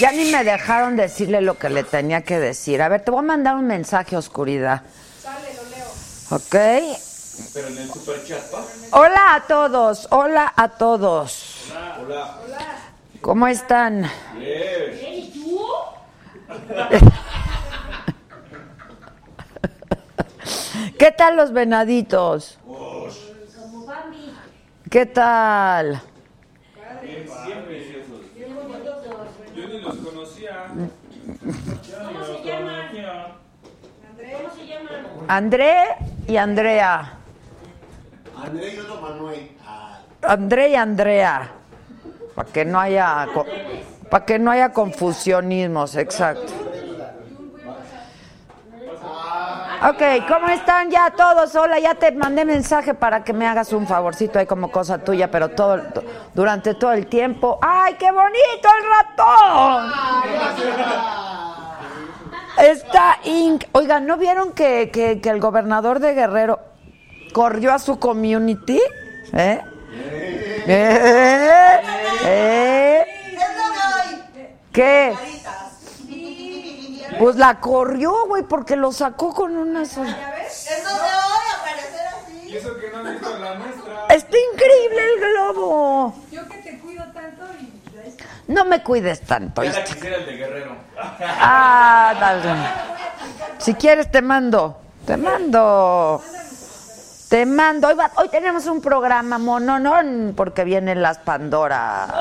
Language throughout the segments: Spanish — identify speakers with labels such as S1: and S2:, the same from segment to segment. S1: Ya ni me dejaron decirle lo que le tenía que decir. A ver, te voy a mandar un mensaje, oscuridad. Sale, lo leo. Ok. Hola a todos, hola a todos. Hola, hola. ¿Cómo están? ¿Qué tal los venaditos? ¿Qué tal? André y Andrea. André y Andrea. Para que no haya para que no haya confusionismos, exacto. Ok, ¿cómo están ya todos? Hola, ya te mandé mensaje para que me hagas un favorcito ahí como cosa tuya, pero todo to- durante todo el tiempo. ¡Ay, qué bonito el ratón! Está Inc. Oigan, ¿no vieron que, que- que el gobernador de Guerrero corrió a su community? ¿Eh? ¿Eh? ¿Eh? ¿Qué? Pues la corrió, güey, porque lo sacó con una... Está increíble el globo.
S2: Yo que te cuido tanto y ahí está.
S1: No me cuides tanto.
S3: Ya la
S1: ¿viste?
S3: quisiera el de Guerrero.
S1: Ah, dale. Si quieres te mando, te mando. Te mando. Hoy, va- hoy tenemos un programa mononón porque vienen las Pandoras.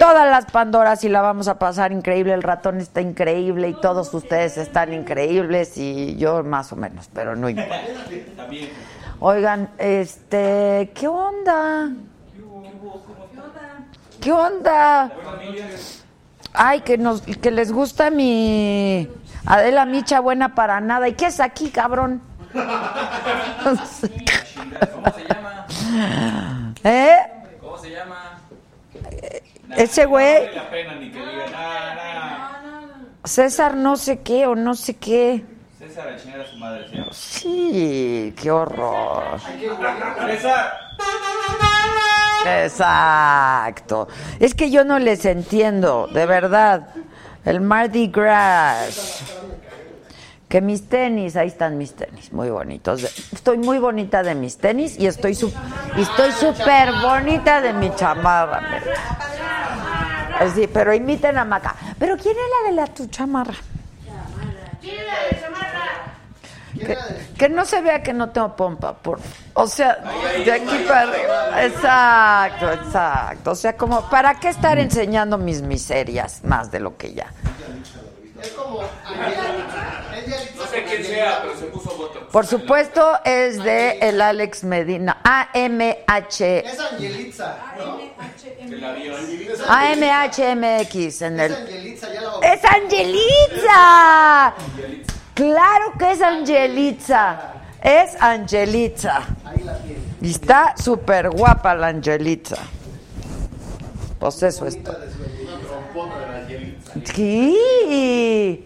S1: Todas las Pandoras y la vamos a pasar increíble. El ratón está increíble y todos ustedes están increíbles y yo más o menos, pero no importa. Oigan, este, ¿qué onda? ¿Qué onda? Ay, que nos, que les gusta mi Adela Micha buena para nada. ¿Y qué es aquí, cabrón?
S3: ¿Cómo se llama?
S1: ¿Eh?
S3: ¿Cómo se llama?
S1: Ese
S3: No
S1: güey,
S3: vale la pena ni que diga nada, nada.
S1: César no sé qué o no sé qué.
S3: César, a chingar a su madre, se llama.
S1: Sí, qué horror.
S3: César.
S1: Exacto. Es que yo no les entiendo, de verdad. El Mardi Gras. Que mis tenis, ahí están mis tenis, muy bonitos. Estoy muy bonita de mis tenis y estoy su- y estoy súper bonita de mi chamarra. mira. Eh, Sí, pero imiten a Maca. ¿Pero quién es la de la tu chamarra? Que, que no se vea que no tengo pompa, por O sea, de aquí para arriba. Exacto, exacto. O sea, como, ¿para qué estar enseñando mis miserias más de lo que ya?
S3: No sé quién sea, pero se puso voto.
S1: Por supuesto, es de el Alex Medina. AMH.
S4: Es Angelitza, ¿no?
S3: Que la vio.
S1: AMHMX en
S4: Es
S1: el.
S4: Angelitza, ya la oí.
S1: ¡Es Angelitza! ¡Claro que es Angelitza! Es Angelitza. Y está súper guapa la Angelitza. Pues eso está. Sí.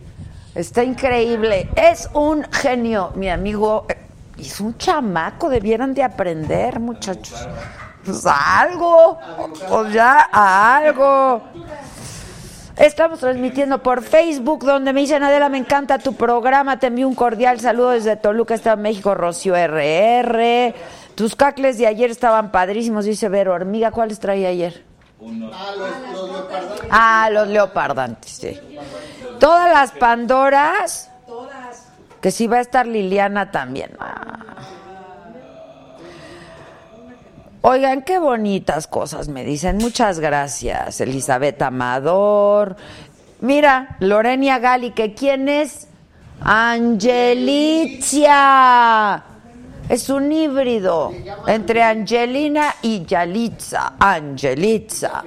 S1: Está increíble. Es un genio, mi amigo. eh, Es un chamaco, debieran de aprender, muchachos. Pues algo. O ya, algo. Estamos transmitiendo por Facebook, donde me dicen, Adela, me encanta tu programa. Te envío un cordial saludo desde Toluca, Estado de México, Rocío RR. Tus cacles de ayer estaban padrísimos, dice Vero Hormiga. ¿Cuáles traía ayer?
S4: Ah, los, los leopardos.
S1: Ah, los leopardantes, sí. Todas las Pandoras. Que sí va a estar Liliana también. Ah. Oigan, qué bonitas cosas me dicen. Muchas gracias, Elizabeth Amador. Mira, Lorenia Gali, que quién es Angelicia. Es un híbrido entre Angelina y Yalitza. Angelitza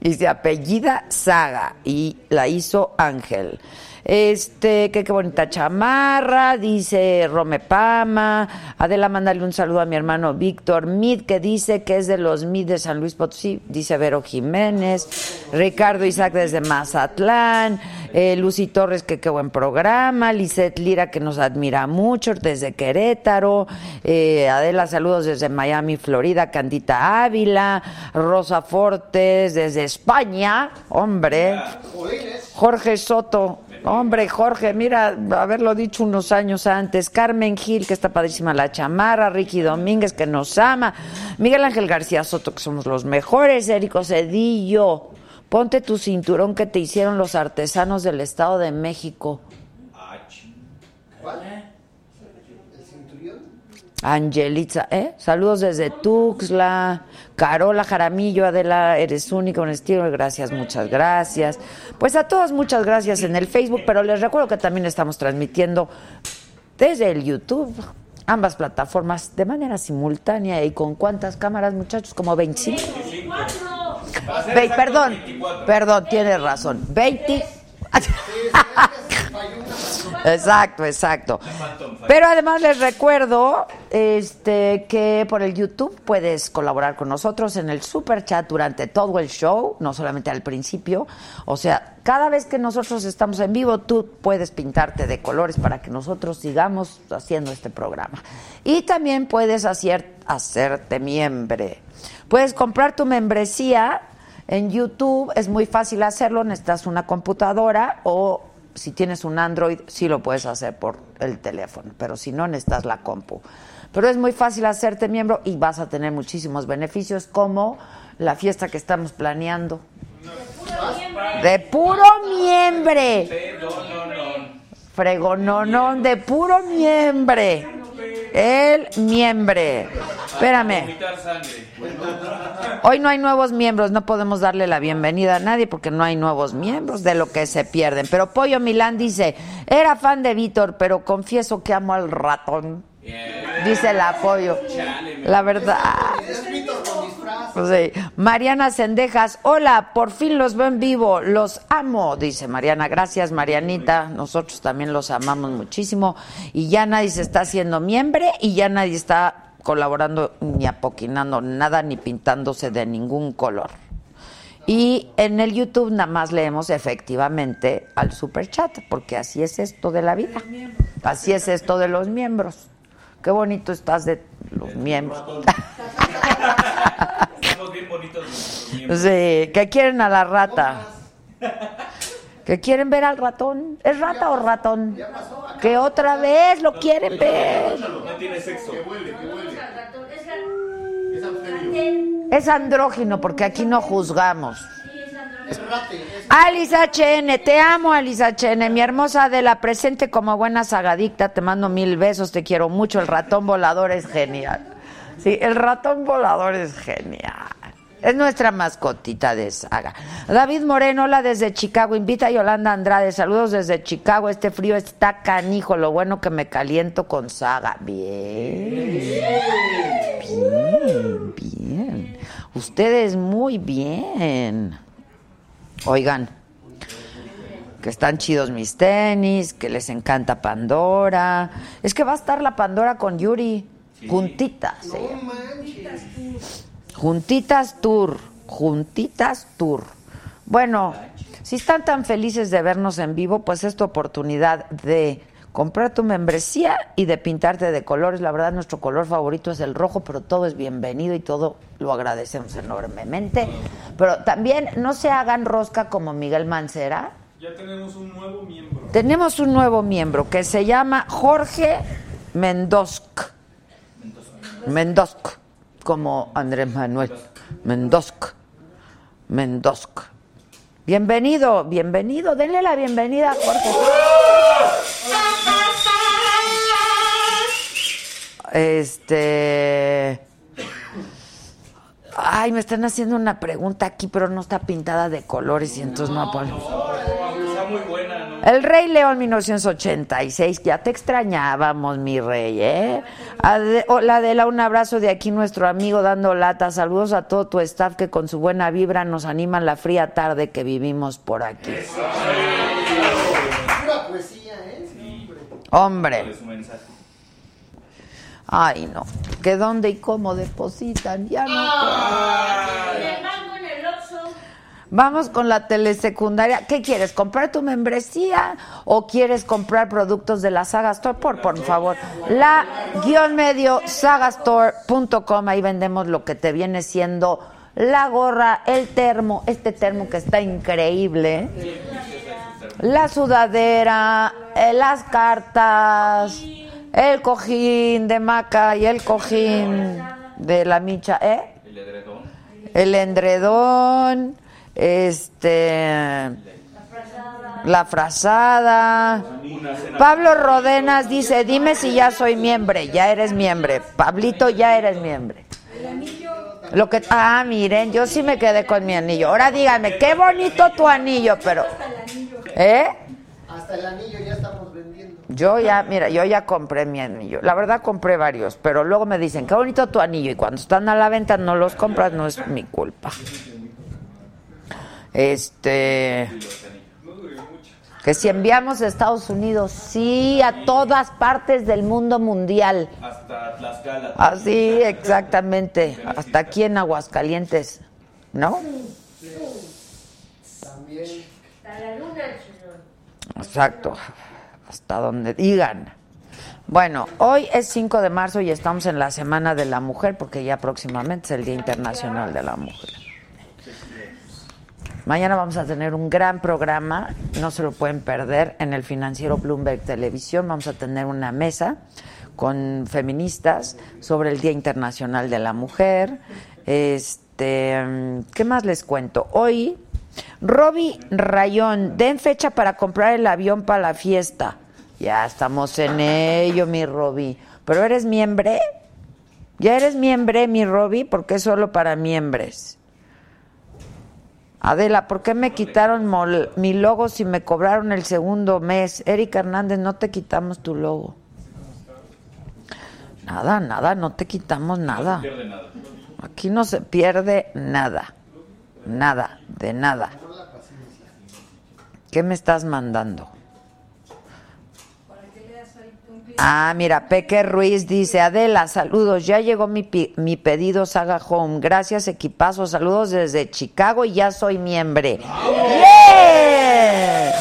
S1: y se apellida Saga y la hizo Ángel. Este, que qué bonita chamarra, dice Rome Pama. Adela, mándale un saludo a mi hermano Víctor Mid, que dice que es de los Mid de San Luis Potosí, dice Vero Jiménez. Ricardo Isaac desde Mazatlán. Eh, Lucy Torres, que qué buen programa. Lisette Lira, que nos admira mucho desde Querétaro. Eh, Adela, saludos desde Miami, Florida. Candita Ávila. Rosa Fortes desde España. Hombre.
S4: Jolines.
S1: Jorge Soto. Hombre, Jorge, mira, haberlo dicho unos años antes. Carmen Gil, que está padrísima la chamarra. Ricky Domínguez, que nos ama. Miguel Ángel García Soto, que somos los mejores. Érico Cedillo, ponte tu cinturón que te hicieron los artesanos del Estado de México.
S4: El centurión.
S1: Angelitza, ¿eh? Saludos desde Tuxla, Carola Jaramillo, Adela, eres única, un estilo, gracias, muchas gracias. Pues a todos muchas gracias en el Facebook, pero les recuerdo que también estamos transmitiendo desde el YouTube, ambas plataformas de manera simultánea y con cuántas cámaras, muchachos, como 25. Ve- perdón, perdón, tienes razón. 20. Exacto, exacto. Pero además les recuerdo este, que por el YouTube puedes colaborar con nosotros en el super chat durante todo el show, no solamente al principio. O sea, cada vez que nosotros estamos en vivo, tú puedes pintarte de colores para que nosotros sigamos haciendo este programa. Y también puedes hacer- hacerte miembre. Puedes comprar tu membresía en YouTube es muy fácil hacerlo, necesitas una computadora o si tienes un Android sí lo puedes hacer por el teléfono, pero si no necesitas la compu. Pero es muy fácil hacerte miembro y vas a tener muchísimos beneficios como la fiesta que estamos planeando. De puro miembre. Fregononón de puro miembre. El miembre. Espérame.
S3: Vomitar sangre.
S1: Hoy no hay nuevos miembros, no podemos darle la bienvenida a nadie porque no hay nuevos miembros de lo que se pierden. Pero Pollo Milán dice, era fan de Víctor, pero confieso que amo al ratón. Dice la Pollo. La verdad.
S4: Es Víctor con
S1: Sí.
S4: disfraz.
S1: Pues, Mariana Cendejas, hola, por fin los veo en vivo, los amo, dice Mariana. Gracias, Marianita. Nosotros también los amamos muchísimo. Y ya nadie se está haciendo miembre y ya nadie está colaborando ni apoquinando nada ni pintándose de ningún color. Y en el YouTube nada más leemos efectivamente al super chat, porque así es esto de la vida. Así es esto de los miembros. Qué bonito estás de los miembros.
S3: Estamos bien bonitos nuestros miembros.
S1: Sí, que quieren a la rata. Que quieren ver al ratón. ¿Es rata o ratón? Que otra vez lo quieren ver.
S3: No tiene sexo.
S1: Es andrógino porque aquí no juzgamos. Alice HN, te amo Alice HN, mi hermosa de la presente como buena sagadicta, te mando mil besos, te quiero mucho, el ratón volador es genial. Sí, el ratón volador es genial. Es nuestra mascotita de saga. David Moreno, hola desde Chicago. Invita a Yolanda Andrade. Saludos desde Chicago. Este frío está canijo. Lo bueno que me caliento con saga. Bien. Bien, bien. Ustedes muy bien. Oigan, que están chidos mis tenis, que les encanta Pandora. Es que va a estar la Pandora con Yuri. Juntitas. se llama. Juntitas Tour. Juntitas Tour. Bueno, si están tan felices de vernos en vivo, pues esta oportunidad de comprar tu membresía y de pintarte de colores. La verdad, nuestro color favorito es el rojo, pero todo es bienvenido y todo lo agradecemos enormemente. Pero también no se hagan rosca como Miguel Mancera.
S3: Ya tenemos un nuevo miembro.
S1: Tenemos un nuevo miembro que se llama Jorge Mendosk. Mendosk, como Andrés Manuel. Mendosk. Mendosk. Bienvenido, bienvenido. Denle la bienvenida a Jorge. Este. Ay, me están haciendo una pregunta aquí, pero no está pintada de colores y entonces no aparece.
S3: Está muy buena, ¿no?
S1: El Rey León 1986, ya te extrañábamos, mi rey, ¿eh? Ade- Hola, Adela, un abrazo de aquí nuestro amigo dando lata. Saludos a todo tu staff que con su buena vibra nos animan la fría tarde que vivimos por aquí.
S4: Pura poesía, ¿eh? Hombre.
S1: Hombre,
S3: Su mensaje.
S1: ay no, que dónde y cómo depositan, ya no.
S4: Ah.
S2: Le mando en el Oxxo.
S1: Vamos con la telesecundaria. ¿Qué quieres? ¿Comprar tu membresía o quieres comprar productos de la Saga Store? Por, por favor, la guión medio sagastore.com. Ahí vendemos lo que te viene siendo la gorra, el termo, este termo que está increíble, ¿eh? la sudadera, eh, las cartas, el cojín de maca y el cojín de la micha, ¿eh?
S3: El edredón.
S1: el endredón, este la frazada.
S3: Una cena.
S1: Pablo Rodenas dice, dime si ya soy miembro, ya eres miembro. Pablito, ya eres miembro. Lo que, ah, miren, yo sí me quedé con mi anillo. Ahora díganme, qué bonito tu anillo, pero, ¿eh?
S4: Hasta el anillo ya estamos vendiendo.
S1: Yo ya, mira, yo ya compré mi anillo. La verdad compré varios, pero luego me dicen, qué bonito tu anillo. Y cuando están a la venta no los compras, no es mi culpa. Este... Que si enviamos a Estados Unidos, sí, a todas partes del mundo mundial.
S3: Hasta Tlaxcala.
S1: Ah. Así, exactamente. Hasta aquí en Aguascalientes, ¿no?
S4: También.
S2: Hasta la luna, chino.
S1: Exacto. Hasta donde digan. Bueno, hoy es 5 de marzo y estamos en la Semana de la Mujer porque ya próximamente es el Día Internacional de la Mujer. Mañana vamos a tener un gran programa, no se lo pueden perder, en el financiero Bloomberg Televisión. Vamos a tener una mesa con feministas sobre el Día Internacional de la Mujer. Este, mm, ¿Qué más les cuento? Hoy, Robbie Rayón, den fecha para comprar el avión para la fiesta. Ya estamos en ello, mi Robbie. ¿Pero eres miembro? ¿Ya eres miembro, mi Robbie? Porque es solo para miembros. Adela, ¿por qué me quitaron mol- mi logo si me cobraron el segundo mes? Erika Hernández, no te quitamos tu logo. Nada, nada, no te quitamos nada.
S3: pierde nada.
S1: Aquí no se pierde nada. Nada, de nada. ¿Qué me estás mandando? Ah, mira, Peque Ruiz dice, Adela, saludos, ya llegó mi, pi- mi pedido Saga Home, gracias equipazo, saludos desde Chicago y ya soy miembro. ¡Yeah!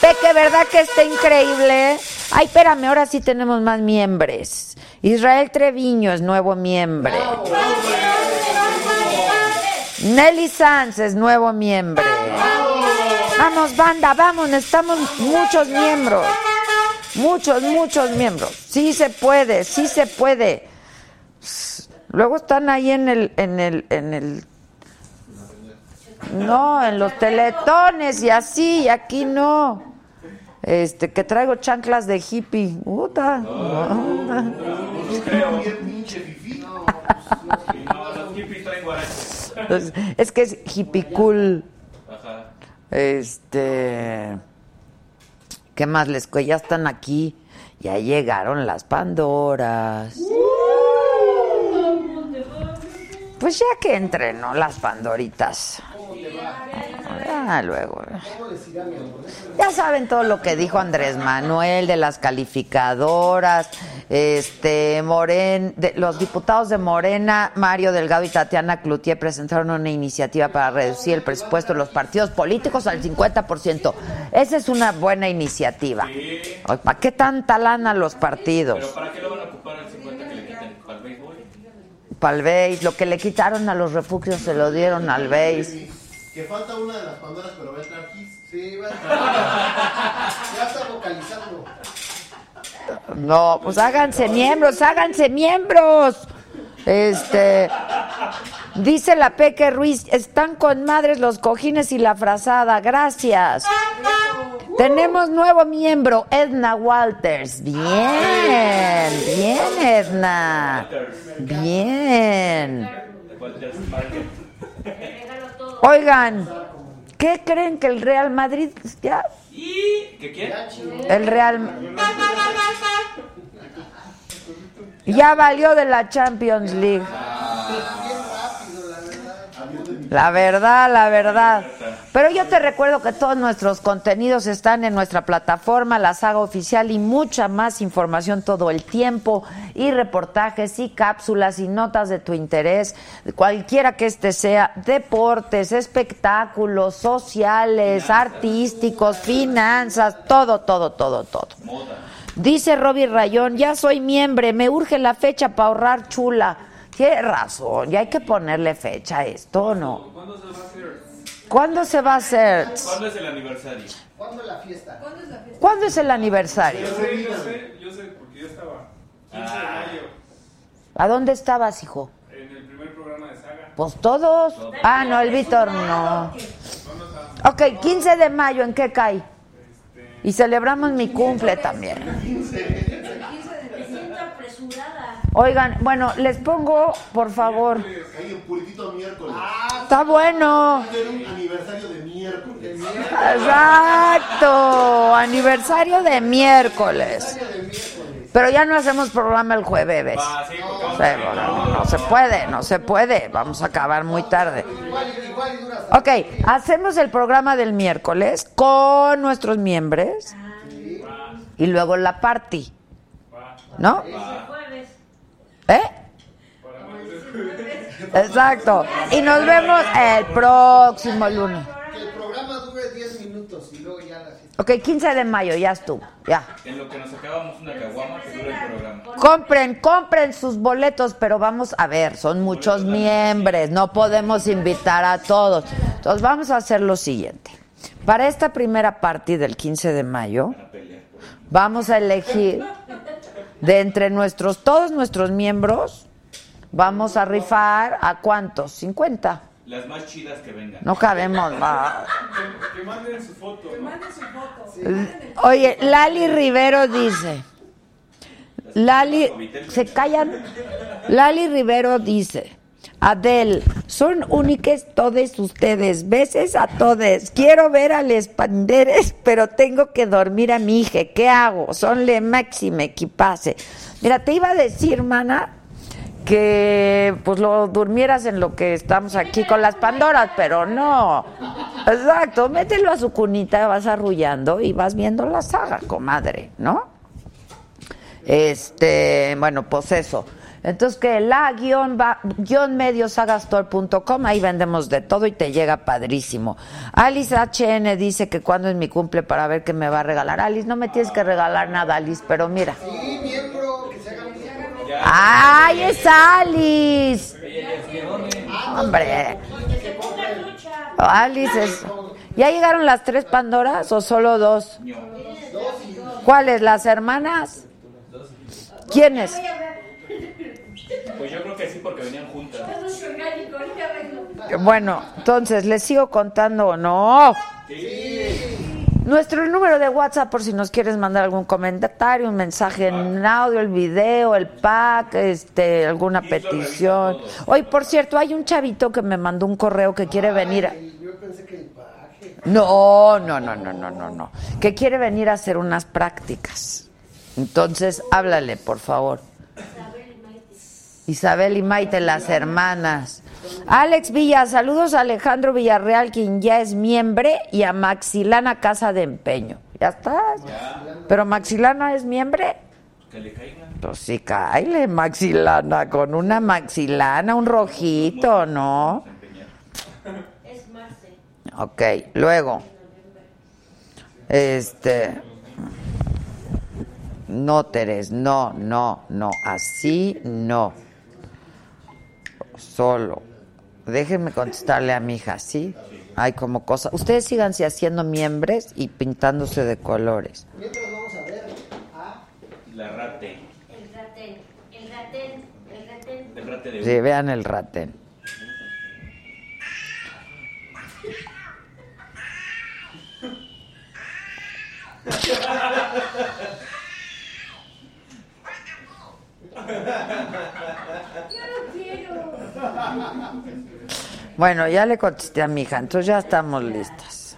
S1: Peque, ¿verdad que está increíble? Ay, espérame, ahora sí tenemos más miembros. Israel Treviño es nuevo miembro. Nelly Sanz es nuevo miembro. Vamos, banda, vamos, necesitamos muchos miembros. Muchos, muchos miembros. Sí se puede, sí se puede. Luego están ahí en el, en el, en el. No, en los teletones y así, y aquí no. Este, que traigo chanclas de hippie. Puta.
S3: Y pues, no, los hippies traen guaraches.
S1: Es- Es que es hippie cool.
S3: Ajá.
S1: Este. ¿Qué más les cu- Ya están aquí. Ya llegaron las Pandoras. Pues ya que entren, ¿no? Las Pandoritas. Ah, luego. eh.
S4: ¿Cómo les irá, mi amor?
S1: Ya saben todo lo que dijo Andrés Manuel de las calificadoras, este Moren, de- los diputados de Morena, Mario Delgado y Tatiana Cloutier presentaron una iniciativa para reducir el presupuesto de los partidos políticos al 50%. Esa es una buena iniciativa. Ay, ¿Para qué tanta lana los partidos?
S3: ¿Pero para qué lo van a ocupar el 50 que le quitan? ¿Para el béisbol?
S1: Palveis, lo que le quitaron a los refugios se lo dieron al Beis.
S4: Que falta una de las Pandoras, pero va a entrar Kiss. Sí, va a entrar. ya está vocalizando.
S1: No, pues háganse miembros, háganse miembros. Este dice la Peque Ruiz, están con madres los cojines y la frazada, gracias. Tenemos nuevo miembro, Edna Walters. Bien, bien, Edna. Bien.
S3: Walters Market.
S1: Oigan, ¿qué creen que el Real Madrid ya
S3: ¿Y qué quiere?
S1: El Real. Ya valió de la Champions League. La verdad, la verdad. Pero yo te recuerdo que todos nuestros contenidos están en nuestra plataforma, la saga oficial y mucha más información todo el tiempo y reportajes y cápsulas y notas de tu interés, cualquiera que este sea, deportes, espectáculos, sociales, artísticos, finanzas, todo, todo, todo, todo. Dice Robbie Rayón, ya soy miembro, me urge la fecha para ahorrar chula. Tiene razón, ya hay que ponerle fecha a esto, ¿o ¿no?
S3: ¿Cuándo se va a hacer?
S1: ¿Cuándo se va a hacer?
S3: ¿Cuándo es el aniversario?
S4: ¿Cuándo la fiesta?
S1: ¿Cuándo es el aniversario?
S5: Yo sé, yo sé, porque yo estaba. 15 de mayo,
S1: ¿A dónde estabas, hijo?
S5: en el primer programa de Saga.
S1: Pues todos. Ah, no, el Víctor no. Ok, 15 de mayo, ¿en qué cae? Y celebramos mi cumple también.
S2: Me siento apresurada.
S1: Oigan, bueno, les pongo, por favor.
S4: Hay un puritito miércoles.
S1: Está bueno.
S4: Era un aniversario Ah, de miércoles.
S1: Exacto, aniversario de miércoles. Pero ya no hacemos programa el jueves. ¿ves?
S3: Ah, sí, porque
S1: O
S3: vamos
S1: sea,
S3: a
S1: No, no, no se puede, no se puede. Vamos a acabar muy tarde. Ok, hacemos el programa del miércoles con nuestros miembros y luego la party. ¿No?
S2: Jueves.
S1: ¿Eh? Exacto. Y nos vemos el próximo lunes.
S4: Que el programa dure 10 minutos y luego ya la fiesta.
S1: Ok, 15 de mayo, ya estuvo. Ya.
S3: En lo que nos acabamos una caguama que dura el programa.
S1: Compren, compren sus boletos, pero vamos a ver, son muchos miembros, no podemos invitar a todos. Entonces vamos a hacer lo siguiente. Para esta primera party del 15 de mayo, vamos a elegir de entre nuestros, todos nuestros miembros, vamos a rifar a cuántos, 50.
S3: Las más chidas que vengan.
S1: No cabemos más.
S5: Que manden su foto.
S1: Oye, Lali Rivero dice. Lali, se callan. Lali Rivero dice. Adel, son únicas todos ustedes, veces a todos. Quiero ver a les panderes, pero tengo que dormir a mi hija. ¿Qué hago? Son le máxime equipase. Mira, te iba a decir, mana, que pues lo durmieras en lo que estamos aquí con las Pandoras, pero no. Exacto, mételo a su cunita, vas arrullando y vas viendo la saga, comadre, ¿no? Este, bueno, pues eso. Entonces que la guión, va, guión mediosagastore.com, ahí vendemos de todo y te llega padrísimo. Alice HN dice que cuando es mi cumple para ver qué me va a regalar. Alice, no me tienes que regalar nada, Alice, pero mira.
S4: Sí, miembro, que se haga miembro.
S1: ¡Ay, es Alice! Hombre. Alice es... ¿Ya llegaron las tres Pandoras o solo dos? ¿Cuáles? ¿Las hermanas? ¿Quiénes?
S3: Pues yo creo que sí porque venían juntas.
S2: Todo es orgánico, ahorita vengo.
S1: Bueno, entonces, ¿les sigo contando o no? Nuestro número de WhatsApp por si nos quieres mandar algún comentario, un mensaje en
S4: Ah.
S1: audio, el video, el pack, este, alguna
S3: Y lo revisan
S1: petición.
S3: todos.
S1: Hoy, por cierto, hay un chavito que me mandó un correo que quiere venir. a-
S4: Yo pensé que el paje.
S1: No, no, no, no, no, no, no. Que quiere venir a hacer unas prácticas. Entonces, háblale, por favor. Isabel y Maite, las hermanas. Alex Villa, saludos a Alejandro Villarreal, quien ya es miembro, y a Maxilana Casa de Empeño. ¿Ya estás? ¿Pero Maxilana es miembro?
S3: Que le caiga.
S1: Pues sí, caile, Maxilana, con una Maxilana, un rojito, ¿no?
S2: Es Marce.
S1: Ok, luego. Este. No, Teres, no, no, no. Así no. Solo. Déjenme contestarle a mi hija, ¿sí? Hay como cosa. Ustedes síganse haciendo miembros y pintándose de colores.
S3: La rate.
S2: El ratén. El ratén. El ratén.
S3: El rate de
S1: Sí, vean el ratén.
S2: Yo no quiero.
S1: Bueno, ya le contesté a mi hija, entonces ya estamos listas.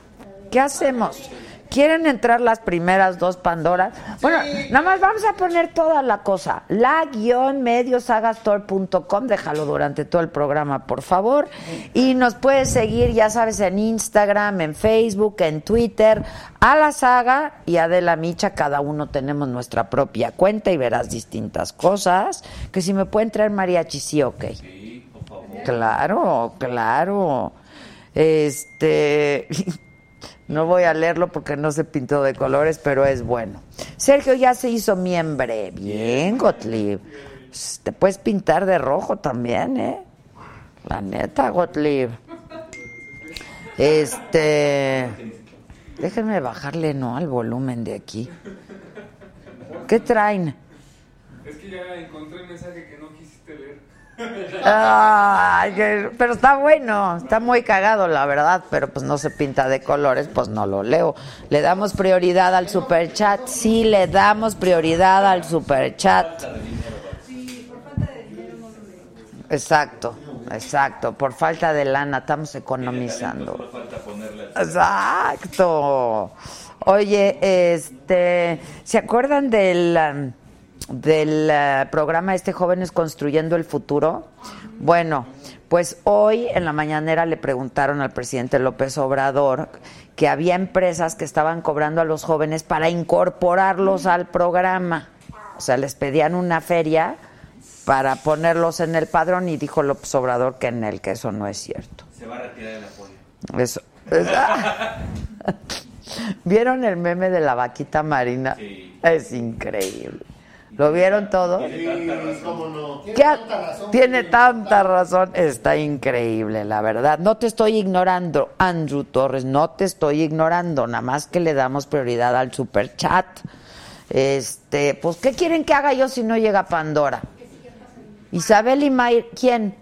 S1: ¿Qué hacemos? ¿Quieren entrar las primeras dos Pandoras? Bueno, nada más vamos a poner toda la cosa. La-mediosagastor.com, déjalo durante todo el programa, por favor. Y nos puedes seguir, ya sabes, en Instagram, en Facebook, en Twitter, a la saga y a De la Micha. Cada uno tenemos nuestra propia cuenta y verás distintas cosas. Que si me pueden traer mariachi, sí, ok.
S3: Sí, por favor.
S1: Claro, claro. Este. No voy a leerlo porque no se pintó de colores, pero es bueno. Sergio ya se hizo miembro. Bien, Gottlieb. Sh, Te puedes pintar de rojo también, ¿eh? La neta, Gottlieb. Este. Déjenme bajarle, ¿no? Al volumen de aquí. ¿Qué traen?
S5: Es que ya encontré el mensaje que no quisiste leer.
S1: Ay, que- pero está bueno, está muy cagado, la verdad, pero pues no se pinta de colores, pues no lo leo. Le damos prioridad al superchat, sí, le damos prioridad al superchat. Exacto, exacto, por falta de lana estamos economizando.
S3: Solo falta ponerle al-
S1: Exacto. Oye, este, ¿se acuerdan del um, del uh, programa este Jóvenes construyendo el futuro? Bueno, pues hoy en la mañanera le preguntaron al presidente López Obrador que había empresas que estaban cobrando a los jóvenes para incorporarlos al programa. O sea, les pedían una feria para ponerlos en el padrón y dijo López Obrador que en el que eso no es cierto.
S3: Se va a retirar el apoyo.
S1: Eso. Es- ¡Ah! ¿Vieron el meme de la vaquita marina?
S3: Sí.
S1: Es increíble. ¿Lo vieron todo?
S4: Sí, cómo no. Tiene
S1: ¿Qué ha-
S4: tanta razón.
S1: Tiene tanta razón. Está increíble, la verdad. No te estoy ignorando, Andrew Torres. No te estoy ignorando. Nada más que le damos prioridad al super chat. Este, pues, ¿qué quieren que haga yo si no llega Pandora? Isabel y Mayr, ¿quién?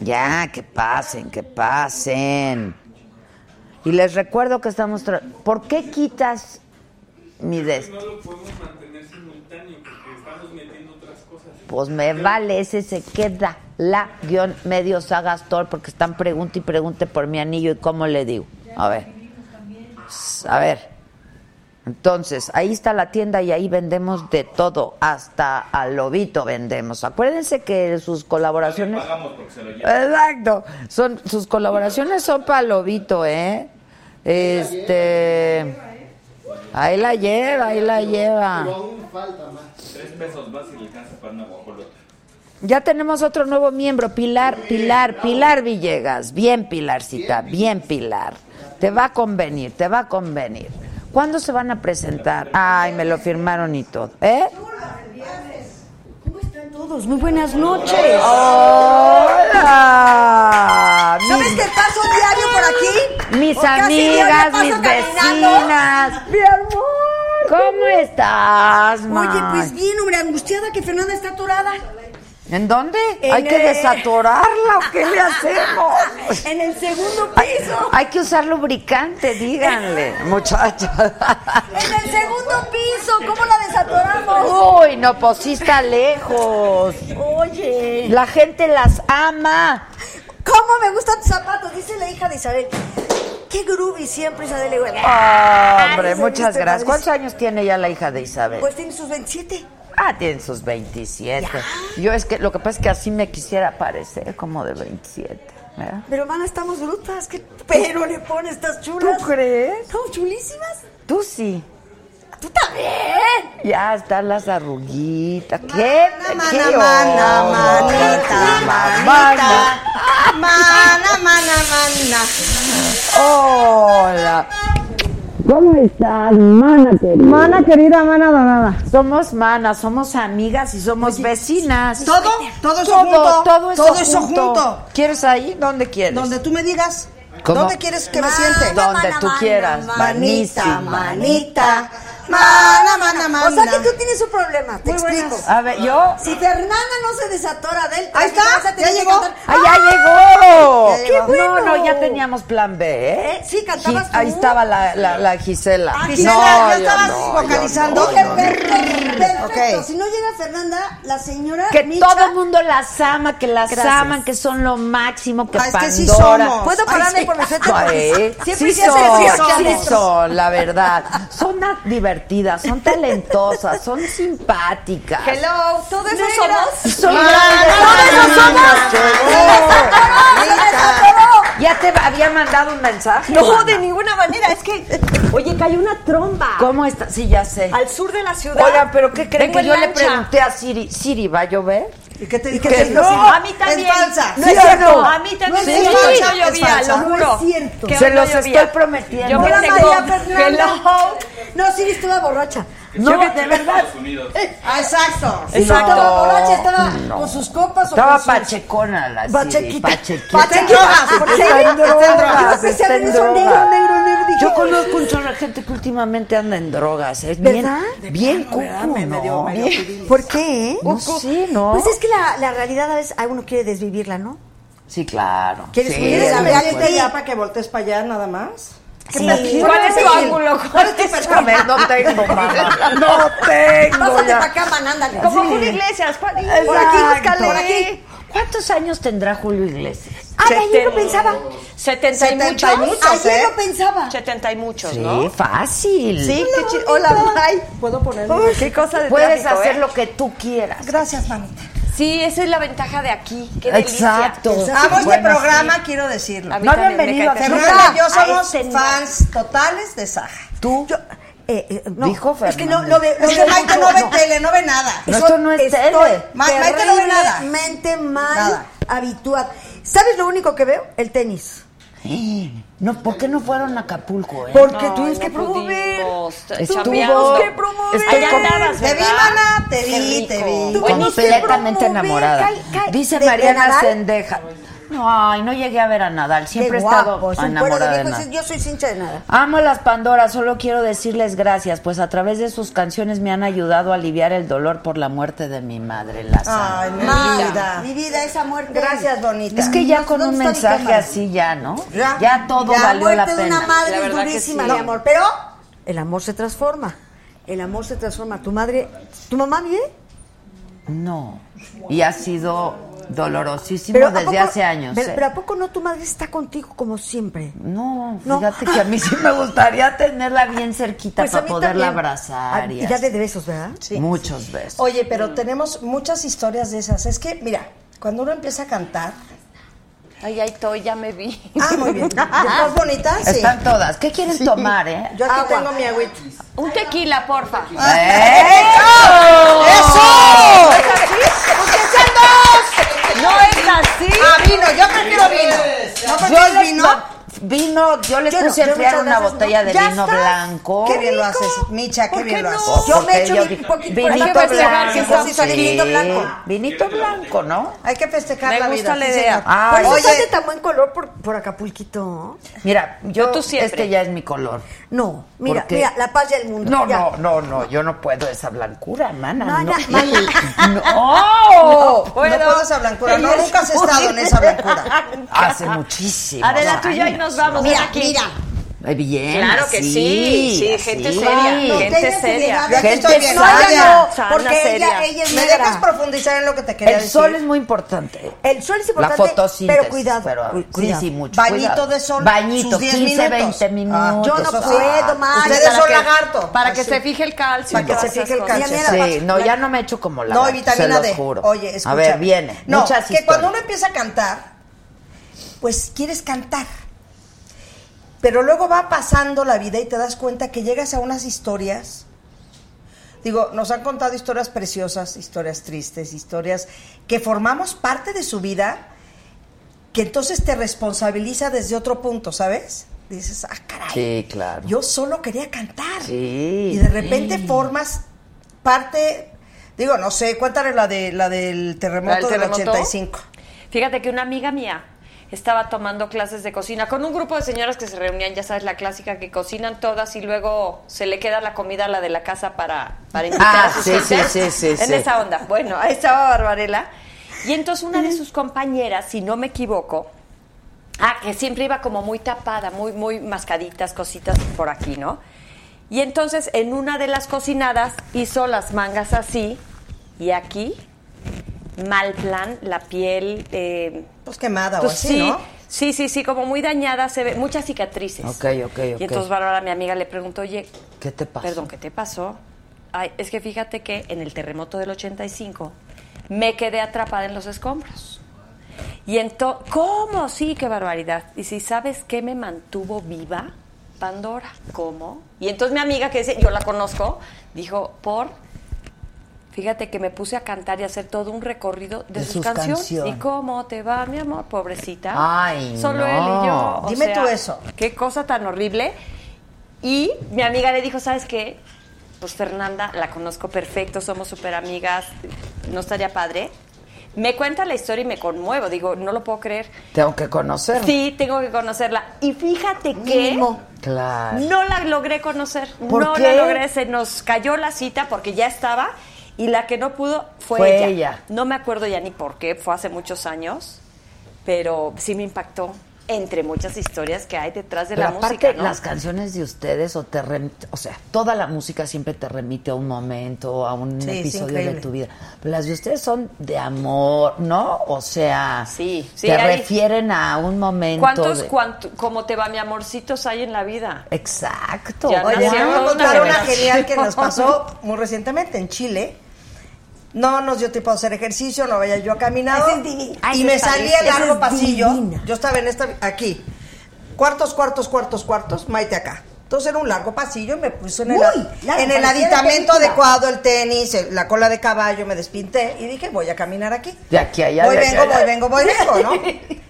S1: Ya, que pasen, que pasen. Y les recuerdo que estamos... tra- ¿Por qué quitas mi de
S5: No lo podemos mantener simultáneo porque estamos metiendo otras cosas.
S1: Pues me vale, ese se queda la guión medio sagastor porque están pregunta y pregunte por mi anillo y cómo le digo. A ver. S- A ver. Entonces, ahí está la tienda y ahí vendemos de todo, hasta al lobito vendemos. Acuérdense que sus colaboraciones...
S3: Pagamos porque se lo lleva.
S1: Exacto. Son, sus colaboraciones son para Lobito, ¿eh? Este... Ahí la lleva, ahí la lleva.
S4: Pero aún falta más.
S3: Tres pesos más y le alcanza para una guajolota.
S1: Ya tenemos otro nuevo miembro, Pilar, Pilar, Pilar Villegas. Bien, Pilarcita, bien, Pilar. Te va a convenir, te va a convenir. ¿Cuándo se van a presentar? Ay, me lo firmaron y todo. ¿Eh?
S6: ¿Cómo están todos? Muy buenas noches.
S1: ¡Hola!
S6: ¿Sabes
S1: Mis-
S6: que paso diario por aquí?
S1: Mis
S6: O casi
S1: amigas,
S6: diario
S1: mis
S6: paso caminando.
S1: vecinas.
S6: Mi amor.
S1: ¿Cómo estás,
S6: Oye,
S1: May?
S6: pues bien, hombre, angustiada que Fernanda está atorada.
S1: ¿En dónde?
S6: En eh,
S1: ¿Hay que
S6: el-
S1: desatorarla o qué le hacemos?
S6: En el segundo
S1: Hay,
S6: piso.
S1: hay que usar lubricante, díganle, muchacha.
S6: En el segundo piso. ¿Cómo la desatoramos?
S1: Uy, no, pues sí está lejos.
S6: Oye.
S1: La gente las ama.
S6: ¿Cómo me gustan tus zapatos? Dice la hija de Isabel. Qué groovy siempre, Isabel. Le digo,
S7: "Ah,
S1: Hombre,
S6: Ay, se
S1: muchas
S6: Ah, viste
S1: gracias.
S6: padrísimo.
S1: ¿Cuántos años tiene ya la hija de Isabel?
S6: Pues tiene sus 27.
S1: Ya tienen Ah, sus 27. Yo es que lo que pasa es que así me quisiera parecer como de 27. ¿verdad?
S7: Pero hermana, estamos brutas. ¿Qué pero le pones? ¿Estás chulas?
S1: ¿Tú crees?
S7: ¿Estamos chulísimas?
S1: Tú sí.
S7: ¡Tú también!
S1: Ya están las arruguitas. ¿Qué?
S7: Mana, mana,
S1: ¿Qué
S7: mana,
S1: horror?
S7: manita,
S1: Mana,
S7: manita.
S1: mana.
S7: Mana, mana, mana.
S1: Hola. ¿Cómo estás, mana querida? Mana querida, mana donada. Somos manas, somos amigas y somos vecinas.
S8: ¿todo? ¿Todo eso
S1: todo,
S8: junto?
S1: Todo eso,
S8: ¿Todo eso junto?
S1: ¿Quieres ahí? ¿Dónde quieres?
S8: Donde tú me digas.
S1: ¿Cómo?
S8: ¿Dónde quieres que me
S7: Mana,
S8: siente?
S1: Donde
S7: mana,
S1: tú
S7: mana,
S1: quieras,
S8: manísima.
S7: Manita, manita. Mana, mana, mana. O sea que tú tienes un problema, te
S8: Muy buenas.
S7: explico.
S1: A ver, yo.
S7: Si Fernanda no se desatora del
S8: Ahí está,
S7: tráfico, vas a tener
S8: ya
S7: que
S8: llegó.
S7: cantar-
S1: ¡Ah, ya llegó!
S8: Ya llegó.
S1: No,
S8: bueno!
S1: no, ya teníamos plan B, ¿eh?
S7: ¿Eh? Sí, cantabas
S1: Gi-
S7: tú.
S1: Ahí estaba la, la, la Gisela.
S8: Ah, Gisela, yo estaba
S1: no,
S8: vocalizando.
S1: yo
S7: Dije,
S1: no,
S7: perfecto, perfecto.
S8: Ok.
S7: Si no llega Fernanda, la señora
S1: Que
S7: Micha-
S1: todo el mundo las ama, que las
S7: Gracias.
S1: aman, que son lo máximo, que
S8: Ah, es que sí
S1: Pandora.
S8: somos.
S7: ¿Puedo
S8: Ay,
S7: pararme
S8: sí.
S7: por mi frente?
S1: ¿Eh?
S7: Siempre
S1: sí
S7: quise
S1: son,
S7: decir
S1: sí
S7: que
S1: son,
S7: somos.
S1: la verdad. Son na- divertidas, son talentosas, son simpáticas.
S7: Hello, todo eso
S1: Y
S7: somos.
S1: Son grandes.
S7: eso somos!
S1: ¿Ya te había mandado un mensaje?
S7: No,
S1: Juana?
S7: de ninguna manera. Es que, oye, cayó una tromba
S1: ¿Cómo está? Sí, ya sé.
S7: al sur de la ciudad.
S1: Oiga, pero ¿qué creen
S7: Vengo
S1: que
S7: en
S1: yo le
S7: lancha.
S1: pregunté a Siri? ¿Siri va a llover?
S8: ¿Y qué te
S1: que
S8: dijo? que
S1: no.
S8: sí?
S1: A mí también.
S8: Es falsa.
S1: No es cierto.
S9: A mí también
S8: No es
S9: sí,
S8: cierto.
S9: sí,
S8: no
S9: yo llovía,
S8: es falsa.
S9: lo juro.
S7: No es cierto.
S9: Que
S1: Se
S9: hoy no
S1: los
S9: llovía.
S1: estoy prometiendo.
S9: Yo que
S7: Hola,
S9: tengo-
S7: María Fernanda.
S9: Hello.
S7: No, sí, estaba borracha.
S1: No, de verdad.
S3: Estados Unidos.
S8: Ah, Exacto.
S7: Estaba borracha, estaba
S1: No.
S7: con sus copas o
S1: Estaba
S7: con sus-
S1: pachecona la Siri.
S7: Pachequita.
S1: Pachequita.
S8: Está en drogas, porque
S1: Está en drogas,
S7: Yo pensé,
S1: está en
S7: "Eso, negro,
S1: drogas".
S7: negro, negro", dije.
S1: Yo conozco un chorro de gente que últimamente anda en drogas. Es bien,
S7: ¿Verdad?
S1: bien
S8: ¿verdad?
S1: cucu,
S8: Me- me dio-
S1: ¿no?
S8: me dio
S1: Bien-
S8: piril.
S7: ¿Por qué?
S1: No sé, ¿no?
S7: Pues es que la, la realidad a veces a uno quiere desvivirla, ¿no?
S1: Sí, claro.
S7: ¿Quieres-
S1: sí,
S8: ¿Quieres
S7: Sí,
S8: la
S7: me
S8: realidad
S7: acuerdo.
S8: ya para que voltees para allá nada más?
S7: Sí.
S9: ¿Cuál es tu ángulo?
S8: ¿Cuál es tu
S1: A ver, no tengo, mamá. No tengo
S7: Pásate para
S1: ya.
S7: acá, man, ándale.
S9: Como
S7: Sí.
S9: Julio Iglesias. Por aquí,
S1: Exacto.
S9: búscale.
S1: Por aquí. ¿Cuántos años tendrá Julio Iglesias?
S8: Ah,
S7: Ay, ayer lo pensaba.
S9: 70 y
S8: 70 y
S9: muchos.
S8: muchos,
S7: Ayer
S8: ¿eh?
S7: lo pensaba.
S9: 70 y muchos,
S1: Sí,
S9: ¿no?
S1: fácil.
S8: Sí, qué chido. Hola, bye. ¿Puedo ponerme?
S9: Uy, qué cosa de
S1: Puedes
S9: tráfico,
S1: hacer
S9: ¿eh?
S1: lo que tú quieras.
S8: Gracias, manita.
S9: Sí, esa es la ventaja de aquí. Qué delicia.
S1: Exacto.
S8: Amo este
S1: Bueno,
S8: programa, quiero decirlo.
S9: A mí
S1: No
S9: también
S1: habían
S9: me
S1: venido
S7: Ah,
S9: encanta.
S1: a
S8: Fernanda y yo
S1: Nunca a
S8: somos
S1: este nivel.
S8: fans totales de Saja.
S1: Tú.
S7: Yo- eh, eh, no.
S1: Dijo
S7: Es que no,
S1: Fernández.
S7: no ve.
S8: Es que Maite no ve tele, no ve nada.
S1: No, esto no es tele.
S8: Ma- Maite no ve nada.
S7: Terriblemente mal
S8: Nada.
S7: habituada. ¿Sabes lo único que veo? El tenis.
S1: No, ¿por qué no fueron a Acapulco? eh?
S7: Porque
S9: Ay,
S7: tuvimos
S9: no
S7: que promover.
S9: pudimos, te-
S1: Estuvo-
S9: chambeamos.
S7: que promover.
S1: Estoy
S9: Allá
S1: con-
S9: andabas,
S8: Te vi,
S9: ¿verdad?
S8: mana,
S9: Qué
S8: te vi,
S9: rico.
S8: te vi.
S7: Tú- Bueno,
S1: completamente
S7: sí, promover,
S1: enamorada.
S7: cal- cal-
S1: Dice
S7: de- de
S1: Mariana
S7: Nadal.
S1: Sendeja. No, ay, no llegué a ver a Nadal. Siempre he
S7: Qué
S1: estado
S7: guapo, es un cuero
S1: enamorada
S7: de
S1: de
S7: viejo,
S1: Nadal.
S7: dices, Yo soy cincha de nada.
S1: Amo las Pandoras, solo quiero decirles gracias, pues a través de sus canciones me han ayudado a aliviar el dolor por la muerte de mi madre, la Sandra.
S8: Ay, mi
S7: Ma,
S8: vida.
S7: Mi vida, esa muerte.
S8: Gracias, bonita.
S1: Es que ya
S7: No,
S1: con
S7: no
S1: un
S7: está mi
S1: mensaje
S7: cámara.
S1: así ya, ¿no? Ya,
S8: Ya.
S1: todo
S8: Ya,
S1: valió la
S7: muerte de
S1: pena.
S7: una madre
S9: La
S7: es
S9: verdad que
S7: durísima,
S9: sí.
S7: mi amor. Pero el amor se transforma. El amor se transforma. Tu madre, tu mamá vive.
S1: No. Y ha sido dolorosísimo
S7: Pero ¿a
S1: desde
S7: poco-
S1: hace años.
S7: Pero,
S1: ¿eh?
S7: pero ¿a poco no tu madre está contigo como siempre?
S1: No,
S7: No.
S1: fíjate que a mí sí me gustaría tenerla bien cerquita
S7: Pues a
S1: para
S7: mí
S1: poderla
S7: también.
S1: abrazar.
S7: Ah,
S1: y
S7: Y darle
S1: así.
S7: de besos, ¿verdad?
S8: Sí.
S1: Muchos besos.
S8: Oye, pero tenemos muchas historias de esas. Es que, mira, cuando uno empieza a cantar.
S9: Ay, ay, Toy, ya me vi.
S8: Ah, muy bien. ¿Estás bonita? Sí.
S1: Están todas. ¿Qué quieren tomar, eh?
S8: Yo aquí
S7: Agua.
S8: tengo mi agüita.
S9: Un tequila, porfa.
S1: ¡Eso! ¡Oh!
S8: ¡Eso! Pues
S9: No es así.
S8: Ah, vino, yo prefiero vino. ¿No
S1: Yo
S8: prefieres
S1: les
S8: vino?
S1: ma- vino, yo les
S8: Yo no,
S1: puse a
S8: yo
S1: enfriar
S8: muchas
S1: una
S8: veces no.
S1: botella de
S8: ¿Ya
S1: vino
S8: estás?
S1: blanco.
S8: Qué bien lo haces, Micha, qué bien lo haces.
S7: Yo
S1: Porque
S7: me echo
S1: yo
S7: mi
S1: dije,
S7: poquito
S1: vinito
S9: hay que festejar que
S1: blanco,
S7: estamos en vinito
S1: sí.
S7: blanco.
S1: Vinito blanco, ¿no?
S8: Hay que festejar
S9: Me
S8: la
S9: gusta
S8: vida.
S9: la
S8: sí,
S9: idea.
S8: señor.
S1: Ah,
S7: Por eso
S8: Oye.
S7: estás de tan buen color por, por Acapulquito.
S1: Mira, yo,
S9: Yo tú siempre.
S1: este ya es mi color.
S7: No, mira,
S1: ¿Por qué?
S7: mira, la paz del mundo.
S1: No,
S7: ya.
S1: no, no, no, yo no puedo esa blancura, mana.
S7: No,
S1: No,
S7: no, mana.
S1: No.
S8: No puedo esa blancura, no, nunca has estado en esa blancura.
S1: Hace muchísimo.
S8: Ah,
S9: Adela, tú y yo ahí nos vamos. ven
S7: Mira,
S9: aquí.
S7: mira.
S1: Ay, bien.
S7: Claro que sí, sí, gente seria,
S1: Ay,
S7: No,
S1: gente-
S7: Gente seria.
S8: Yo aquí
S1: Gente
S8: estoy bien. No,
S1: sana.
S8: ella
S7: Sana,
S8: no, porque
S7: seria.
S8: ella, ella es
S1: Me
S8: negra.
S1: dejas
S8: profundizar en lo que te
S1: El sol es muy importante.
S8: El sol es
S1: La
S8: importante,
S1: fotosíntesis.
S8: pero cuidado. cu-
S1: sí,
S8: cuidado.
S1: sí, mucho.
S8: Bañito
S1: cuidado.
S8: de sol.
S1: Bañito,
S8: sus 10
S1: 15,
S8: minutos.
S1: 20 minutos.
S8: Ah,
S10: Yo no
S1: eso sí.
S10: puedo, madre.
S8: Ustedes
S10: Para
S8: son
S10: que-
S8: lagarto.
S7: Para que
S8: Así.
S7: se fije el calcio.
S8: Para que se fije el
S7: todas esas
S8: calcio.
S7: cosas.
S1: Sí, no, ya no me echo como la
S8: No, y
S1: vaca,
S8: vitamina
S1: se los
S8: D.
S1: juro.
S8: Oye, escucha.
S1: A ver, viene.
S8: No,
S1: muchas
S8: que cuando uno
S1: historias.
S8: empieza a cantar, pues quieres cantar. Pero luego va pasando la vida y te das cuenta que llegas a unas historias. Digo, nos han contado historias preciosas, historias tristes, historias que formamos parte de su vida, que entonces te responsabiliza desde otro punto, ¿sabes? Dices, ah, caray.
S1: Sí, claro.
S8: Yo solo quería cantar.
S1: Sí.
S8: Y de repente formas parte, digo, no sé, cuéntale la de la del terremoto,
S7: ¿La del
S8: del
S7: terremoto?
S8: 85.
S7: Fíjate que una amiga mía estaba tomando clases de cocina con un grupo de señoras que se reunían, ya sabes, la clásica que cocinan todas y luego se le queda la comida a la de la casa para, para invitar
S1: Ah,
S7: a sus
S1: sí,
S7: gentes.
S1: sí, sí, sí,
S7: En
S1: sí.
S7: esa onda. Bueno, ahí estaba Barbarela. Y entonces una de sus compañeras, si no me equivoco, ah, que siempre iba como muy tapada, muy, muy mascaditas, cositas por aquí, ¿no? Y entonces en una de las cocinadas hizo las mangas así y aquí mal plan, la piel, eh,
S8: Pues quemada o
S7: pues
S8: así,
S7: sí,
S8: ¿no?
S7: sí, sí, sí, como muy dañada, se ve, muchas cicatrices.
S1: Ok, ok, ok.
S7: Y entonces Bárbara, mi amiga, le preguntó, oye,
S1: ¿Qué te pasa?
S7: perdón, ¿qué te pasó? Ay, es que fíjate que en el terremoto del 85 me quedé atrapada en los escombros. Y entonces, ¿cómo? Sí, qué barbaridad. Y si sabes qué me mantuvo viva, Pandora, ¿cómo? Y entonces mi amiga, que dice, yo la conozco, dijo, por... Fíjate que me puse a cantar y a hacer todo un recorrido de,
S1: De
S7: sus,
S1: sus
S7: canciones.
S1: canciones.
S7: ¿Y cómo te va, mi amor, pobrecita?
S1: Ay,
S7: Solo
S1: no.
S7: él y yo. o
S8: Dime
S7: sea,
S8: tú eso.
S7: Qué cosa tan horrible. Y mi amiga le dijo, ¿sabes qué? Pues Fernanda, la conozco perfecto, somos súper amigas, no estaría padre. Me cuenta la historia y me conmuevo, digo, no lo puedo creer.
S1: Tengo que conocerlo.
S7: Sí, tengo que conocerla. Y fíjate que
S8: Mínimo.
S1: Claro.
S7: no la logré conocer,
S1: ¿Por
S7: no
S1: qué?
S7: la logré, se nos cayó la cita porque ya estaba y la que no pudo fue,
S1: Fue
S7: ella.
S1: ella.
S7: No me acuerdo ya ni por qué, fue hace muchos años, pero sí me impactó entre muchas historias que hay detrás de
S1: Pero
S7: la
S1: aparte,
S7: música, ¿no?
S1: las canciones de ustedes, o, te rem- o sea, toda la música siempre te remite a un momento, a un
S8: Sí, es
S1: episodio de
S8: increíble.
S1: tu vida. Pero las de ustedes son de amor, ¿no? O sea,
S7: Sí, sí,
S1: te
S7: hay-
S1: refieren a un momento.
S7: ¿Cuántos,
S1: de-
S7: cuánto- cómo te va mi amorcitos hay en la vida?
S1: Exacto.
S7: Ya
S8: Oye,
S7: nació
S8: te voy a
S7: una
S8: contar una
S7: generación.
S8: genial que nos pasó muy recientemente en Chile. No nos dio tiempo a hacer ejercicio, no vaya yo a caminar.
S10: Esa es divina. Ay,
S8: Y
S10: esa
S8: me
S10: es
S8: salí
S10: padrísima.
S8: al
S10: Esa
S8: largo
S10: es
S8: pasillo.
S10: divina.
S8: Yo estaba en esta, aquí. Cuartos, cuartos, cuartos, cuartos, Maite acá. Entonces era un largo pasillo y me puse en el,
S10: Muy
S8: a-
S10: largo,
S8: en el
S10: parecía de
S8: aditamento
S10: película.
S8: adecuado, el tenis, el- la cola de caballo, me despinté y dije, voy a caminar aquí.
S1: De aquí a allá,
S8: Voy,
S1: de aquí
S8: vengo,
S1: a allá.
S8: voy, vengo, voy, vengo, ¿no?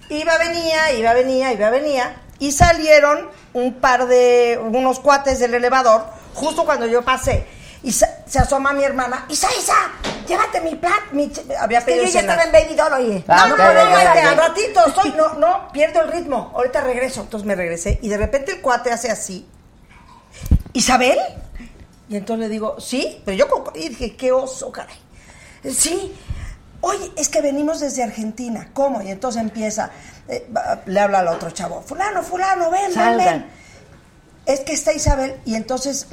S8: Iba, venía, iba, venía, iba, venía. Y salieron un par de, unos cuates del elevador, justo cuando yo pasé. Y sa- se asoma mi hermana, Isa, Isa, llévate mi plan. Mi ch- Había
S10: Que
S8: pedido
S10: yo ya
S8: cenar.
S10: estaba en Baby Doll, oye.
S1: Ah,
S8: No, no,
S1: ok,
S8: no,
S1: ok,
S8: no, Maite,
S1: ok.
S8: al ratito estoy, no, no, pierdo el ritmo. Ahorita regreso. Entonces me regresé y de repente el cuate hace así. ¿Isabel? Y entonces le digo, sí, pero yo con- y dije, qué oso, caray. Sí, oye, es que venimos desde Argentina, ¿cómo? Y entonces empieza, eh, va- le habla al otro chavo, fulano, fulano, ven, ven,
S1: Salgan.
S8: ven. Es que está Isabel y entonces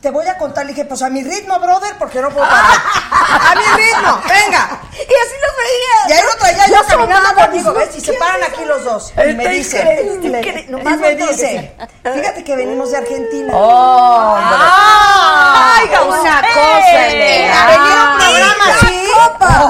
S8: te voy a contar, le dije, pues a mi ritmo, brother, porque no puedo parar. a mi ritmo, venga.
S10: Y así nos veía.
S8: Y ahí lo traía yo
S10: se
S8: caminando
S10: volaba
S8: conmigo,
S10: con-
S8: ¿ves? Y se paran aquí los dos. Y me
S1: Está
S8: dice,
S1: increíble.
S8: y
S10: Nomás
S8: me
S10: volteo,
S8: dice, fíjate que venimos de Argentina.
S1: ¡Oh, hombre!
S7: ¡Oiga,
S1: una
S7: usted!
S1: cosa
S8: Y
S1: le
S8: la venía un programa así.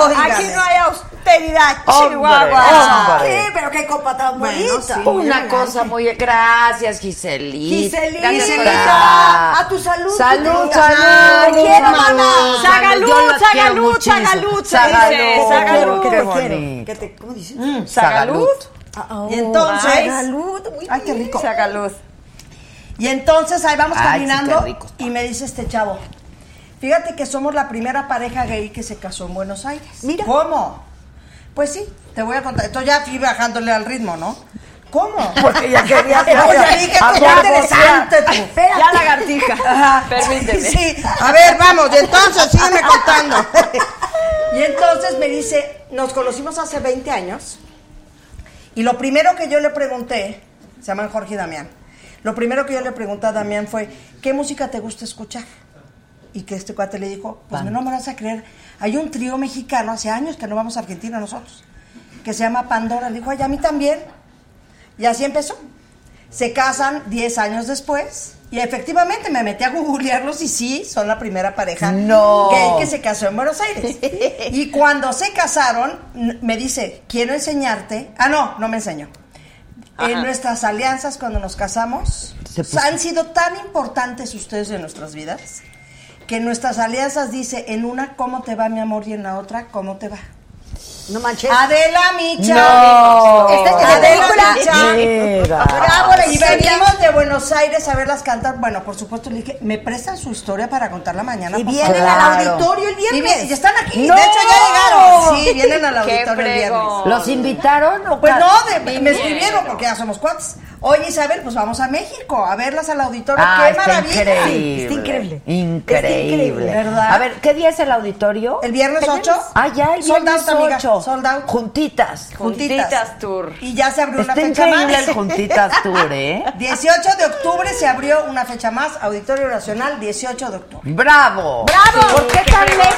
S8: Oigan.
S10: Aquí no hay austeridad,
S1: Hombre,
S10: Chihuahua.
S1: hombre.
S10: Sí, pero qué copa tan bonita.
S1: Una cosa muy... Gracias, Giselita.
S10: Giselita,
S1: Gracias por
S10: Giselita,
S1: estar.
S10: a tu salud,
S1: Salud,
S10: querida.
S1: salud.
S10: Te quiero, mana.
S1: salud.
S7: Sagalud,
S1: Yo las quiero
S7: sagalud,
S1: muchísimo.
S7: sagalud, se dice,
S1: Sagalud.
S7: sagalud.
S1: Qué
S8: quiero.
S1: bonito.
S10: ¿Qué te, ¿Cómo dices?
S1: Mm, Sagalud. Ah, oh,
S8: Y entonces-
S7: ay.
S10: Salud, muy
S8: Ay, qué
S10: bien.
S8: rico.
S7: Sagalud.
S8: Y entonces ahí vamos
S1: Ay, sí,
S8: caminando
S1: qué rico está.
S8: y me dice este chavo, fíjate que somos la primera pareja gay que se casó en Buenos Aires.
S10: Mira.
S8: ¿Cómo? Pues sí, te voy a contar. Esto ya fui bajándole al ritmo, ¿no? ¿Cómo? Porque ya quería... Oye, vi que
S1: Ah,
S8: qué
S1: ya,
S8: interesante tú.
S7: Ya lagartija.
S8: Ajá.
S7: Permíteme.
S8: Sí, a ver, vamos, y entonces sígueme contando. Y entonces me dice, nos conocimos hace 20 años y lo primero que yo le pregunté, se llaman Jorge y Damián, Lo primero que yo le pregunté a Damián fue, ¿qué música te gusta escuchar? Y que este cuate le dijo, pues
S1: Pan.
S8: no me vas a creer, hay un trío mexicano, hace años que no vamos a Argentina nosotros, que se llama Pandora. Le dijo, ay, a mí también. Y así empezó. Se casan 10 años después. Y efectivamente me metí a googlearlos y sí, son la primera pareja
S1: No.
S8: gay que se casó en Buenos Aires. Y cuando se casaron, n- me dice, quiero enseñarte. Ah, no, no me enseñó. En nuestras alianzas cuando nos casamos,
S1: Se puso-
S8: han sido tan importantes ustedes en nuestras vidas, que en nuestras alianzas dice en una cómo te va mi amor y en la otra cómo te va.
S3: No manches.
S8: Adela Micha.
S1: No.
S8: Este
S3: Esta Este es la película.
S1: Mira.
S8: Bravo,
S3: la
S8: y
S3: historia.
S8: veníamos de Buenos Aires a verlas cantar. Bueno, por supuesto, le dije, ¿me prestan su historia para contarla mañana?
S3: Y
S8: por
S3: vienen
S8: favor?"
S3: al
S1: Claro.
S3: auditorio el
S8: Y
S3: viernes.
S8: vi- y están aquí.
S1: ¡No!
S8: De hecho, ya llegaron. Sí, vienen al
S7: ¡Qué
S8: auditorio el viernes.
S7: fregón!
S1: ¿Los invitaron o
S8: Pues
S1: ca-
S8: no, de- me
S7: Vinieron.
S8: escribieron porque ya somos cuates. Oye, Isabel, pues vamos a México a verlas al auditorio.
S1: Ah,
S8: ¡Qué
S1: está
S8: maravilla!
S1: increíble.
S3: Está increíble.
S1: Increíble.
S3: Está increíble,
S8: ¿verdad?
S1: A ver, ¿qué día es el auditorio?
S8: El viernes
S3: Tenemos-
S8: 8.
S1: Ah, ya, el
S8: Sold
S1: viernes
S8: out, amiga,
S1: 8.
S8: sold out.
S1: Juntitas.
S8: Juntitas.
S7: Juntitas Tour.
S8: Y ya se abrió una
S1: Está
S8: fecha
S1: increíble
S8: más.
S1: el Juntitas Tour, ¿eh?
S8: 18 de octubre se abrió una fecha más, Auditorio Nacional, 18 de octubre.
S1: ¡Bravo!
S3: ¡Bravo!
S1: ¿Por qué tan lejos?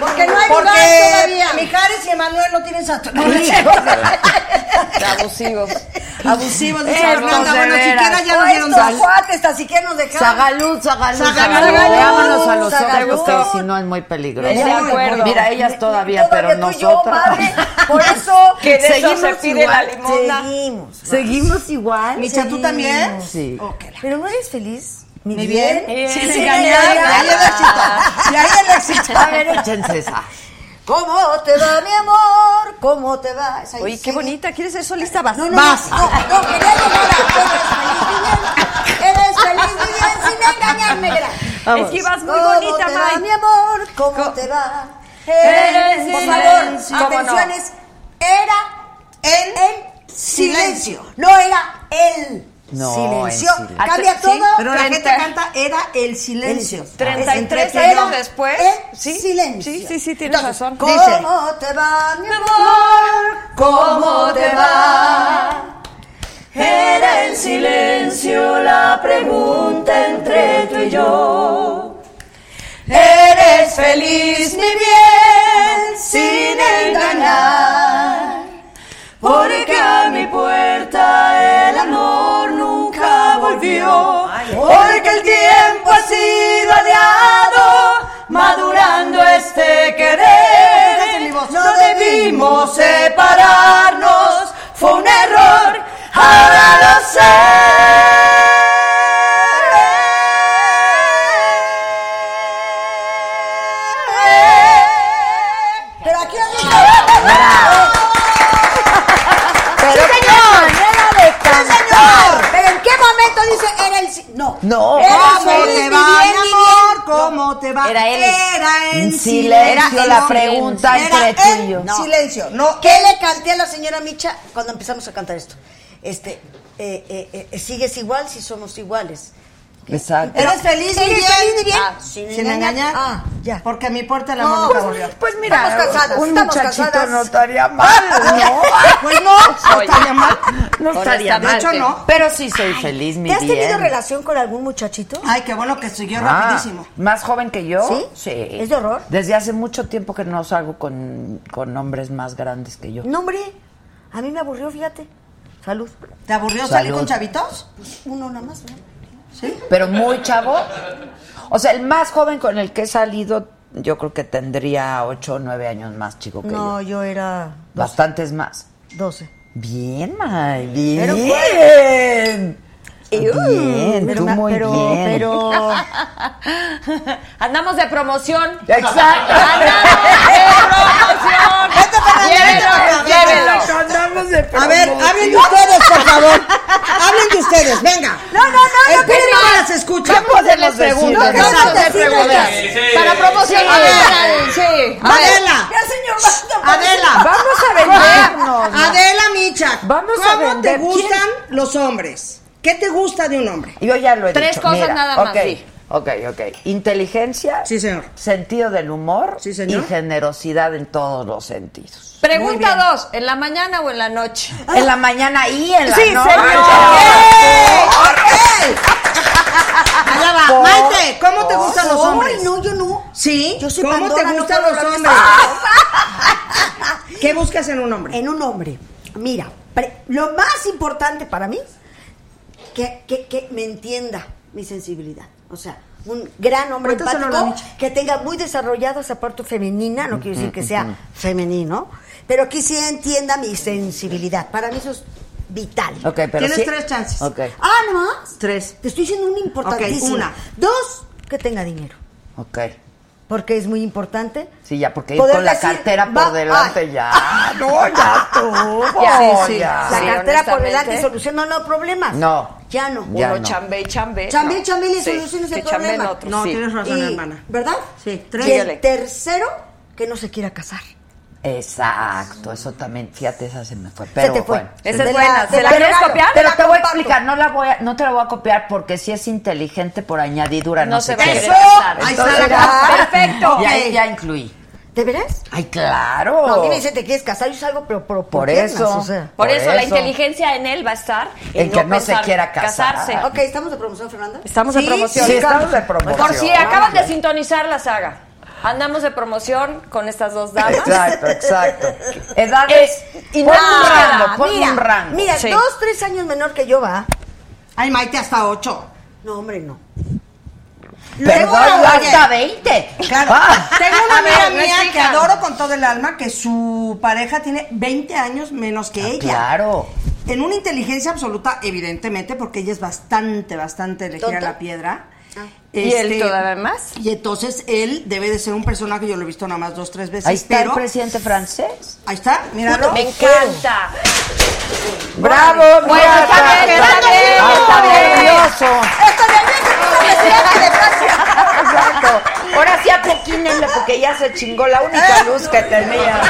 S8: Porque no hay
S1: Porque
S8: lugar todavía. Mijares y Emanuel no tienen Saturno.
S7: Abusivos.
S8: Abusivos, dice
S1: Estos
S8: Fernanda.
S1: de
S8: Bueno,
S1: veras.
S8: siquiera ya nos
S1: Todos
S8: dieron
S3: Estos
S8: dos.
S3: cuates, así que nos dejaron.
S1: Zagalud, Zagalud,
S8: Zagalud,
S1: Zagalud. Veámonos a los
S3: Zagalud.
S1: ojos, porque si no es muy peligroso.
S7: De acuerdo.
S1: Mira, ellas todavía, pero
S3: tú y yo,
S1: nosotras.
S3: madre. Por eso
S7: Que de eso
S1: Seguimos
S7: se pide
S1: igual.
S7: la limonada.
S3: seguimos.
S1: ¿Seguimos igual?
S8: Micha, ¿tú
S3: Sí.
S8: también?
S1: Sí.
S8: Ok.
S3: Pero no eres feliz. Ni
S8: Muy bien.
S7: Sí,
S8: Sí,
S7: sí,
S8: ahí
S7: ya,
S8: el-
S7: ya.
S8: ahí el éxito. Y ahí el éxito.
S1: A ver, échense esa.
S3: ¿Cómo te va, mi amor? ¿Cómo te va? Esa-
S7: Oye, qué
S3: sí.
S7: bonita. ¿Quieres ser solista? Vas.
S3: No, no,
S8: Vas.
S3: no, no, no, quería llegar a- Eres feliz, mi bien. Eres feliz, mi bien, sin engañarme, gran.
S7: Es que vas muy
S3: ¿Cómo
S7: bonita,
S3: te va,
S7: May.
S3: mi amor? ¿Cómo
S7: Co-
S3: te va?
S7: Eres
S3: Por
S7: silencio.
S3: favor,
S7: ¿Cómo no?
S3: atenciones. Era
S8: En-
S3: el silencio. No era el
S1: No,
S3: silencio.
S1: en silencio.
S3: Cambia
S7: Sí,
S3: todo.
S8: Pero la gente
S7: Treinta.
S8: canta era el silencio.
S3: El-
S7: 33
S8: Entre-
S7: años
S8: era-
S7: después.
S3: el
S7: sí,
S3: silencio.
S7: Sí, sí, sí, tienes
S8: Entonces,
S7: razón.
S8: ¿cómo?
S7: Dice,
S3: ¿Cómo te va, mi amor? ¿Cómo te va? Era en silencio la pregunta entre tú y yo. Eres feliz, mi bien, sin engañar. Porque a mi puerta el amor nunca volvió. Porque el tiempo ha sido aliado, madurando este querer. No debimos separarnos, fue un error, ahora lo sé. Pero aquí
S1: Pero qué manera de
S3: señor.
S1: cantar.
S3: Pero en qué momento dice era el si- no.
S1: No.
S3: Era
S8: ¿Cómo
S3: feliz,
S8: te
S3: mi
S8: va,
S3: bien,
S8: mi
S3: mi bien.
S8: amor? ¿Cómo te va?
S7: Era él.
S8: Era en
S1: En
S8: silencio
S1: silencio la pregunta
S8: Era
S1: entre tú y yo.
S8: en silencio. No,
S3: ¿Qué le canté a la señora Micha cuando empezamos a cantar esto? Este, eh, eh, eh, sigues igual si somos iguales.
S1: Exacto.
S8: ¿Eres feliz y
S3: ¿Eres
S8: bien?
S3: feliz y bien?
S8: Ah, sin, engañar.
S3: Ah, ya.
S8: Porque a mi puerta la
S3: No,
S8: mano nunca
S3: pues,
S8: volvió.
S1: Pues mira,
S3: Estamos casadas,
S1: un
S3: estamos
S1: muchachito
S3: casadas.
S1: no estaría mal, Ah, ¿no?
S8: Pues no, no estaría mal.
S1: No estaría mal.
S8: De hecho, no.
S1: Pero sí soy feliz, mi
S3: ¿Te has tenido
S1: bien.
S3: relación con algún muchachito?
S8: Ay, qué bueno que siguió
S1: Ah,
S8: rapidísimo.
S1: ¿Más joven que yo?
S3: ¿Sí? ¿Es de horror?
S1: Desde hace mucho tiempo que no salgo con, con hombres más grandes que yo.
S3: No, hombre. A mí me aburrió, fíjate. Salud. Pues,
S8: ¿Te aburrió salir
S1: Salud.
S8: con chavitos?
S3: Uno nada más, ¿no?
S1: Pero muy chavo. O sea, el más joven con el que he salido, yo creo que tendría ocho o nueve años más chico que
S3: No,
S1: yo.
S3: yo era
S1: Bastantes más.
S3: 12.
S1: Bien, May, bien.
S3: Pero,
S1: bien, tú
S3: ma-
S1: muy
S3: pero,
S1: bien.
S3: pero
S7: Andamos de promoción.
S1: Exacto.
S8: Vete para allá, vete para acá, vete para acá.
S1: Andamos de
S8: A ver,
S1: promoción.
S8: hablen de ustedes, por favor. Hablen de ustedes, venga.
S3: No, no, no, no,
S8: El público
S3: que no.
S8: las escucha.
S1: ¿Qué podemos decir?
S8: No, no,
S1: Exacto.
S8: no, te-
S3: sí, venga.
S7: Para promocionar. Sí.
S1: Ah.
S8: Adela,
S3: Ya, señor, basta, por
S8: Adela.
S1: Vamos a vendernos.
S8: Adela Micha,
S1: Vamos a
S8: ¿cómo te
S1: vender.
S8: gustan los hombres? ¿Qué te gusta de un hombre?
S1: Yo ya lo he
S7: Tres
S1: dicho.
S7: cosas
S1: Mira,
S7: nada más,
S1: ok.
S7: sí.
S1: Ok, ok. Inteligencia. Sí, señor. Sentido del humor. Sí, señor. Y generosidad en todos los sentidos.
S7: Pregunta dos, ¿en la mañana o en la noche?
S1: En la mañana y en la
S7: Sí,
S1: noche.
S7: señor.
S11: Allá va.
S1: Por-
S11: Maite, ¿cómo te
S1: por-
S11: gustan los
S1: Ay,
S11: hombres?
S8: no, yo no.
S11: ¿Sí?
S8: Yo soy
S11: ¿Cómo
S8: Pandora,
S11: te
S8: no
S11: gustan
S8: puedo
S11: los
S8: hablar de
S11: hombres? ¿Qué buscas en un hombre?
S8: En un hombre. Mira, pre- lo más importante para mí, que, que, que me entienda mi sensibilidad. O sea, un gran hombre
S11: Ahorita se lo
S8: empático
S11: han dicho.
S8: que tenga muy desarrollado esa parte femenina, no quiero decir que
S11: ujú.
S8: sea femenino, pero que sí entienda mi sensibilidad. Para mí eso es vital.
S1: Ok, pero
S8: Tienes
S1: sí-
S8: tres chances.
S1: Ok.
S8: Ah, ¿no más?
S11: Tres.
S8: Te estoy diciendo una importantísima.
S11: una.
S8: Dos, que tenga dinero.
S1: Ok.
S8: Porque es muy importante
S1: Sí, ya, porque ir
S8: Poder
S1: con la
S8: decir,
S1: cartera
S8: va-
S1: por delante
S8: ay.
S1: ya. No, ya estuvo.
S8: Ya,
S1: Ya,
S8: Ah, sí, sí.
S1: Oh, ya.
S8: La
S7: Sí,
S8: cartera por delante
S7: honestamente.
S8: soluciona no problemas.
S1: No.
S8: Ya no.
S1: Ya
S7: Uno
S1: no.
S7: chambe y chambe.
S8: Chambe y
S7: no.
S8: chambe le
S7: Sí,
S8: soluciones el
S7: que chambe
S8: problema.
S7: en otro,
S11: No,
S7: sí.
S11: tienes razón,
S8: Y-
S11: hermana.
S8: ¿Verdad?
S11: Sí, tres.
S8: Y
S7: Síguele.
S8: el tercero, que no se quiera casar.
S1: Exacto, eso también, fíjate, esa se me fue. Pero
S8: te fue.
S1: bueno.
S7: Esa
S8: De
S7: es
S8: la-
S7: buena.
S8: de
S7: ¿Se la
S8: la-
S7: quieres
S8: claro,
S7: copiar?
S1: Pero
S8: la
S1: te voy a
S8: comparto.
S1: explicar, no la voy a, no te la voy a copiar porque si es inteligente por añadidura no,
S7: No se va a
S1: quiere.
S7: querer casar.
S1: Entonces,
S8: Ahí está la
S1: ya-
S8: cosa.
S7: Perfecto.
S1: Ya,
S8: Ok.
S1: ya incluí.
S8: ¿De veras?
S1: Ay, claro.
S8: No, a mí me dicen, ¿te quieres casar? Yo salgo, pero, pero
S1: Por
S8: piernas,
S1: eso.
S8: o sea.
S7: Por
S1: Por
S7: eso, la
S1: eso.
S7: inteligencia en él va a estar
S1: En que no se
S7: pensar-
S1: quiera casar.
S7: casarse.
S8: Ok, ¿estamos de promoción, Fernanda?
S7: Estamos
S8: de
S7: en promoción.
S1: sí, estamos de promoción.
S7: Por si acaban de sintonizar la saga. Andamos de promoción con estas dos damas.
S1: Exacto, exacto. Edades.
S7: Eh, y
S1: pon
S7: no,
S1: un rango, pon
S8: mira,
S1: un rango.
S8: Mira,
S7: Sí.
S8: dos, tres años menor que yo va.
S11: Ay, Maite, hasta ocho.
S8: No, hombre, no.
S1: Perdón,
S11: Luego,
S1: yo
S11: oye,
S1: hasta 20.
S11: Claro.
S1: Ah.
S11: Tengo una
S7: A ver,
S11: amiga
S7: no
S11: mía
S7: exijan.
S11: que adoro con todo el alma que su pareja tiene 20 años menos que ella.
S1: Ah, Claro.
S11: En una inteligencia absoluta, evidentemente, porque ella es bastante, bastante le gira
S8: ¿Tonta?
S11: la piedra. Este,
S7: ¿Y él todavía más?
S11: Y entonces él debe de ser un personaje, yo lo he visto nada más dos,
S8: Pues
S11: tres veces.
S1: Ahí está el
S11: pero-
S1: presidente francés.
S11: Ahí está, míralo.
S7: Me encanta.
S1: Bravo,
S7: Bueno,
S1: mira,
S7: está bien, está bien.
S1: Hasta nervioso. Exacto. Ahora sí apoquínenle porque ya se chingó la única luz que tenía.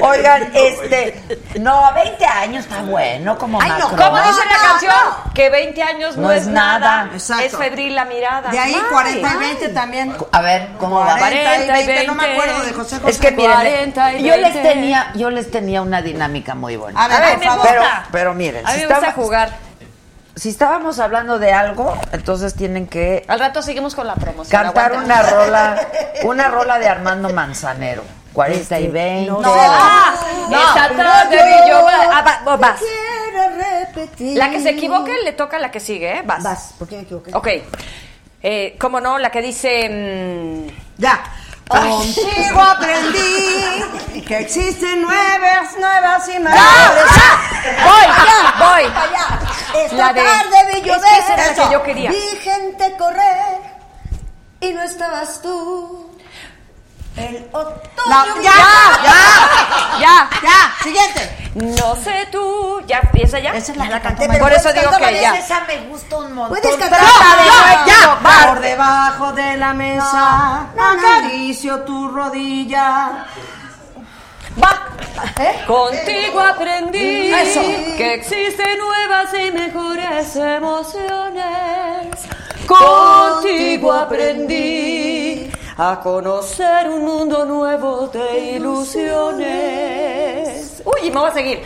S1: Oigan, este, no, 20 años está bueno como
S8: Ay, no,
S1: Macron.
S7: Como
S8: No,
S7: dice la
S8: no,
S7: canción,
S8: no.
S7: que 20 años no,
S1: No es nada.
S11: Exacto.
S7: Es febril la mirada.
S11: De ahí
S7: Ay,
S11: 40 y 20 también.
S1: A ver, ¿cómo va?
S11: 40 y
S7: 40 y
S11: 20, no me acuerdo de José José.
S1: Es que miren,
S7: 40 y
S1: yo les
S7: 20.
S1: tenía, yo les tenía una dinámica muy buena.
S11: A ver,
S7: A ver,
S11: por
S7: me
S11: favor.
S7: gusta.
S1: Pero, pero miren,
S7: A mí
S1: si
S7: me gusta
S1: estaba-
S7: jugar.
S1: si estábamos hablando de algo, entonces tienen que
S7: Al rato seguimos con la promoción.
S1: cantar
S7: aguanta.
S1: una rola, una rola de Armando Manzanero. 40
S8: Este,
S1: y 20.
S7: No, ah, esa tarde vi yo. Ah, va- va- vas.
S8: Quiero repetir.
S7: La que se equivoque le toca a la que sigue, ¿eh? Vas.
S8: Vas, ¿por qué me equivoqué?
S7: Ok. Eh, ¿Cómo no? La que dice. mm,
S11: Ya. Contigo aprendí que existen nuevas, nuevas y más.
S1: Ah,
S7: ¡Ah! ¡Voy! ¡Voy!
S8: Esta
S7: La de-
S8: tarde vi
S7: es que
S8: llover.
S7: esa era la que yo quería.
S8: Vi gente correr y no estabas tú. El otoño.
S11: La-
S8: vino.
S11: ya,
S7: ¡Ya!
S11: Ya, siguiente.
S7: No sé tú. ¿Ya empieza ya?
S11: Esa es la
S1: Ah.
S8: Ya la
S11: que
S8: canté,
S11: cantó
S8: pero
S7: Por eso digo
S8: cantarla
S7: que
S8: bien,
S7: ya.
S8: esa-
S1: Esa me gusta un montón.
S8: Puedes cantar.
S1: Trata de
S8: No,
S1: no equivocar.
S11: Por debajo de la mesa,
S8: No, no, no.
S11: acaricio tu rodilla.
S7: ¡Va!
S8: ¿Eh?
S7: Contigo aprendí
S8: Eso.
S7: que existen nuevas y mejores emociones. Contigo aprendí a conocer un mundo nuevo de ilusiones. Uy, me voy a seguir.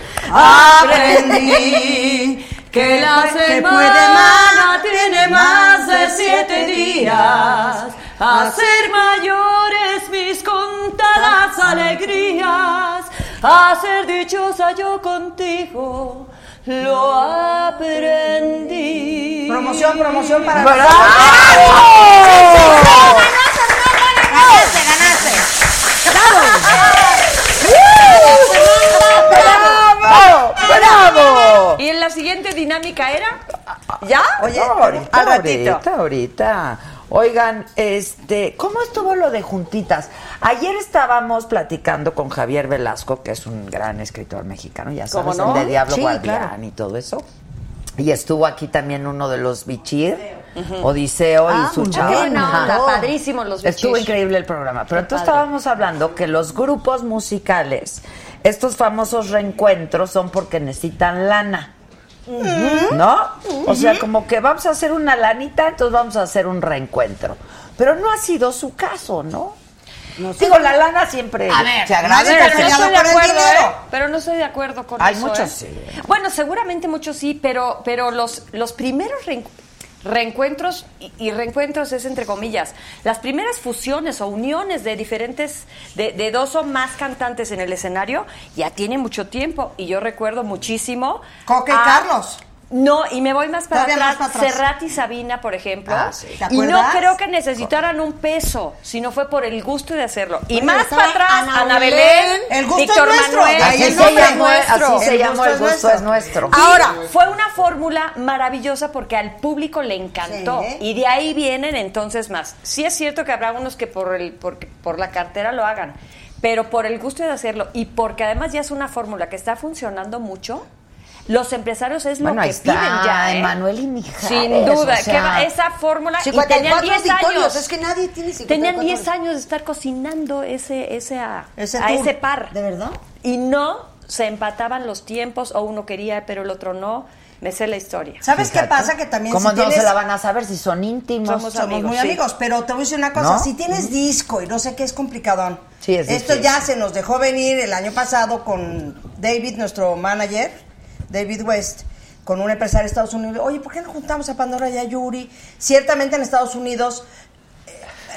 S7: Aprendí que la
S11: puede
S7: semana
S11: más,
S7: tiene más de siete días. Hacer mayores mis contadas alegrías. Hacer dichosa yo contigo. Lo aprendí.
S11: Promoción, promoción para
S1: ¡Bravo!
S8: Ganaste, ganaste.
S1: ¡Bravo! ¡Bravo!
S7: Y en la siguiente dinámica era. ¿Ya?
S1: Oye,
S7: No,
S1: ahorita,
S7: al ratito.
S1: ahorita, ahorita. Oigan, este, ¿cómo estuvo lo de juntitas? Ayer estábamos platicando con Javier Velasco, que es un gran escritor mexicano, ya
S7: ¿Cómo no?
S1: sabes, el de Diablo
S8: Sí,
S1: Guardián
S8: claro.
S1: y todo eso. Y estuvo aquí también uno de los Bichir, Odiseo y
S8: Ah,
S1: su
S8: muy
S1: chava.
S8: bien,
S1: Ajá.
S7: Está padrísimo los
S1: Estuvo
S7: bichis.
S1: increíble el programa. Pero entonces
S7: padre.
S1: estábamos hablando que los grupos musicales, estos famosos reencuentros, son porque necesitan lana. ¿No? O sea, como que vamos a hacer una lanita, entonces vamos a hacer un reencuentro. Pero no ha sido su caso, ¿no? Digo, la lana siempre
S7: A ver,
S1: se
S7: nadie
S1: agradece.
S7: está peleado No estoy de por el acuerdo, dinero. ¿eh? Pero no estoy de acuerdo con
S1: Hay
S7: eso,
S1: muchos
S7: ¿eh?
S1: sí.
S7: Bueno, seguramente muchos sí, pero, pero los, los primeros reen- reencuentros, y, y reencuentros es entre comillas, las primeras fusiones o uniones de diferentes, de, de dos o más cantantes en el escenario, ya tiene mucho tiempo. Y yo recuerdo muchísimo.
S8: Coque y
S7: a-
S8: Carlos.
S7: No, y me voy más para
S8: Todavía más
S7: atrás.
S8: para atrás.
S7: Serrat y Sabina, por ejemplo.
S8: Ah, sí. ¿Te
S7: Y no
S8: acuerdas?
S7: creo que necesitaran un peso, sino fue por el gusto de hacerlo. Y
S8: Bueno,
S7: más
S8: estaba
S7: para atrás, Ana,
S8: Ana
S7: Belén,
S8: Belén, el gusto
S7: Víctor
S8: es nuestro,
S7: Manuel,
S8: de ahí
S1: Así
S7: el
S1: se
S7: nombre
S1: llamó,
S7: es nuestro.
S1: así se llamó, el gusto es nuestro.
S7: Ahora, fue una fórmula maravillosa porque al público le encantó
S8: Sí.
S7: y de ahí vienen entonces más. Sí es cierto que habrá unos que por el por, por la cartera lo hagan, pero por el gusto de hacerlo y porque además ya es una fórmula que está funcionando mucho. Los empresarios es
S1: Bueno,
S7: lo que
S1: ahí está
S7: piden ya, ¿eh?
S1: Emanuel y Mijares,
S7: Sin duda,
S1: o sea.
S7: que va- esa fórmula y tenían
S8: 54
S7: 10
S8: auditorios,
S7: años.
S8: es que nadie tiene 54
S7: Tenían 10 años de estar cocinando ese, ese a,
S8: Ese
S7: a
S8: tour.
S7: ese par.
S8: ¿De verdad?
S7: Y no se empataban los tiempos, o uno quería, pero el otro no. Me sé la historia.
S8: ¿Sabes qué pasa? Que también
S1: ¿Cómo
S8: si
S1: no
S8: tienes-
S1: se la van a saber si son íntimos?
S8: somos, muy
S1: sí.
S8: amigos, pero te voy a decir una cosa,
S1: ¿No?
S8: si tienes disco y no sé qué es complicadón.
S1: Sí, es
S8: Esto
S1: difícil.
S8: ya se nos dejó venir el año pasado con David, nuestro manager, David West, con un empresario de Estados Unidos. Oye, ¿por qué no juntamos a Pandora y a Yuri? Ciertamente en Estados Unidos eh,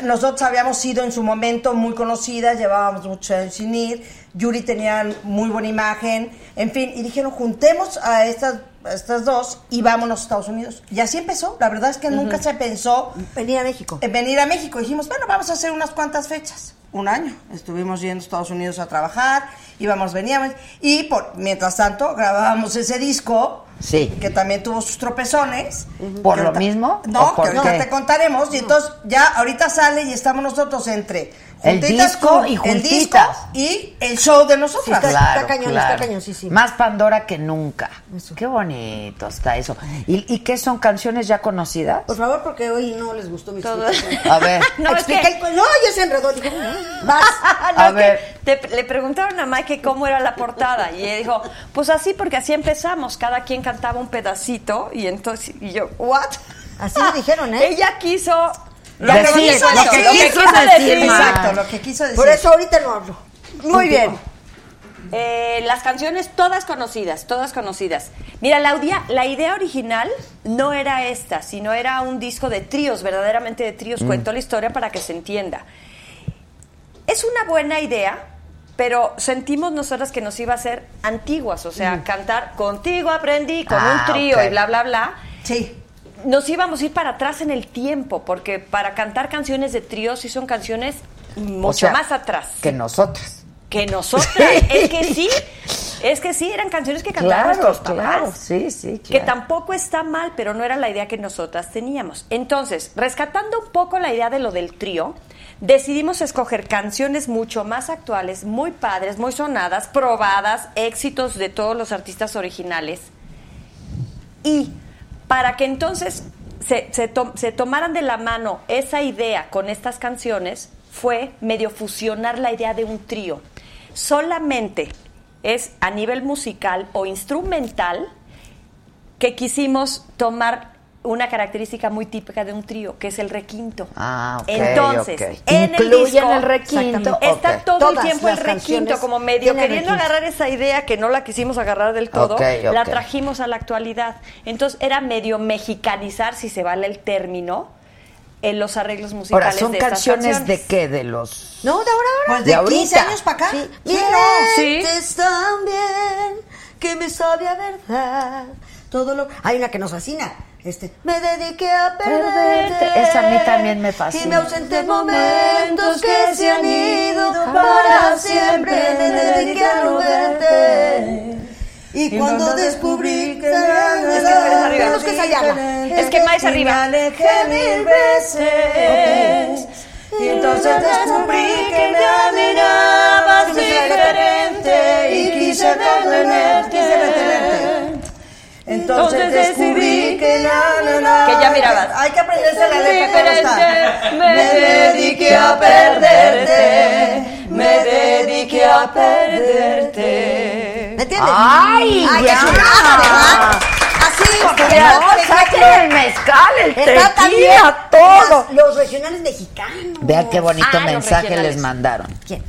S8: nosotros habíamos sido en su momento muy conocidas, llevábamos mucho años sin ir, Yuri tenía muy buena imagen, en fin, y dijeron, juntemos a estas, a estas dos y vámonos a Estados Unidos. Y así empezó, la verdad es que nunca se pensó
S12: Venir a México.
S8: en venir a México. Dijimos, bueno, vamos a hacer unas cuantas fechas. Un año. Estuvimos yendo a Estados Unidos a trabajar, íbamos, veníamos, y por, mientras tanto grabábamos ese disco
S1: Sí.
S8: que también tuvo sus tropezones.
S1: ¿Por
S8: Que
S1: lo
S8: ahorita-
S1: mismo? ¿O
S8: No,
S1: por
S8: que ahorita
S1: qué?
S8: te contaremos. Y entonces ya ahorita sale y estamos nosotros entre
S1: El
S8: juntitas
S1: disco
S8: con-
S1: y
S8: el disco
S1: juntitas.
S8: y el show de nosotras.
S1: Claro,
S8: cañón,
S1: claro.
S8: está cañón, sí, sí.
S1: Más Pandora que nunca. Qué bonito está eso. ¿Y, y qué son canciones ya conocidas?
S8: Por favor, porque hoy no les gustó mi
S7: Todo-
S8: explicación.
S1: A ver.
S7: No, es
S8: Explica
S7: que-
S8: el cu- No, ya se enredó. Dijo, vas.
S7: No,
S1: A
S7: que
S1: ver.
S7: te- le preguntaron a Mike cómo era la portada y ella dijo, pues así porque así empezamos, cada quien cantaba un pedacito y entonces y yo, what?
S8: Así me dijeron, ¿eh?
S7: Ella quiso
S1: Lo que quiso
S7: lo que
S1: decir.
S7: quiso
S1: Lo que quiso
S7: decir.
S1: decir, ma.
S8: Exacto, lo que quiso decir.
S12: Por eso ahorita no hablo.
S7: Muy bien. Eh, las canciones todas conocidas, todas conocidas. Mira, la, audia- la idea original no era esta, sino era un disco de tríos, verdaderamente de
S1: Mm.
S7: tríos. Cuento la historia para que se entienda. Es una buena idea, pero sentimos nosotras que nos iba a hacer antiguas, o sea, cantar contigo aprendí, con
S1: Mm. Ah,
S7: un trío
S1: ok.
S7: y bla, bla, bla
S8: Sí.
S7: nos íbamos a ir para atrás en el tiempo, porque para cantar canciones de trío sí son canciones mucho
S1: O sea,
S7: más atrás
S1: Que nosotras.
S7: que nosotras. es que sí, es que sí, eran canciones que cantaban
S1: Claro,
S7: nuestros papás.
S1: claro. Sí, sí.
S7: Que
S1: claro.
S7: tampoco está mal, pero no era la idea que nosotras teníamos. Entonces, rescatando un poco la idea de lo del trío, decidimos escoger canciones mucho más actuales, muy padres, muy sonadas, probadas, éxitos de todos los artistas originales. Y para que entonces se, se to- se tomaran de la mano esa idea con estas canciones, fue medio fusionar la idea de un trío. Solamente es a nivel musical o instrumental que quisimos tomar una característica muy típica de un trío, que es el requinto.
S1: Ah, ok,
S7: Entonces,
S1: ok.
S7: en el
S1: Incluyen
S7: disco,
S1: el requinto,
S7: Exactamente. está
S1: ok.
S7: todo el
S8: Todas
S7: tiempo el
S8: las canciones
S7: requinto, como medio
S8: tienen
S7: queriendo
S8: requinto.
S7: agarrar esa idea que no la quisimos agarrar del todo,
S1: Ok, ok.
S7: la trajimos a la actualidad. Entonces, era medio mexicanizar, si se vale el término, en los arreglos musicales
S1: Ahora, ¿son
S7: de estas
S1: canciones,
S7: canciones.
S1: de qué? De los.
S8: No, de ahora, ahora. Pues
S1: De
S8: de, 15
S1: ahorita.
S8: años para acá.
S1: Sí.
S7: Sí.
S8: Mientes tan bien que me sabe a verdad. Todo lo... Hay una que nos fascina. Este, me dediqué a perderte.
S1: Perderte. Esa a mí también me fascina.
S8: Y me ausenté en momentos que se han ido para siempre. Me dediqué a no verte. Y cuando descubrí que era
S7: Es que Maíz arriba. Tenemos que
S8: ensayarla.
S7: Es que Maíz arriba.
S8: Me alejé mil veces. Y entonces descubrí que me mirabas diferente y quise detenerte. Quise detenerte. Entonces descubrí que na, na, na,
S7: Que ya mirabas.
S8: Hay que aprenderse la letra como está.
S7: Diferente, me dediqué a perderte, me dediqué a perderte.
S8: ¿Me entiendes?
S1: ¡Ay,
S8: Ay,
S1: ya!
S8: qué chulada, ¿verdad?
S1: No, saquen el mezcal, el tequila, todo.
S8: Los regionales mexicanos.
S1: Vean qué bonito
S8: Ah, los
S1: mensaje les
S8: regionales.
S1: mandaron.
S8: ¿Quién?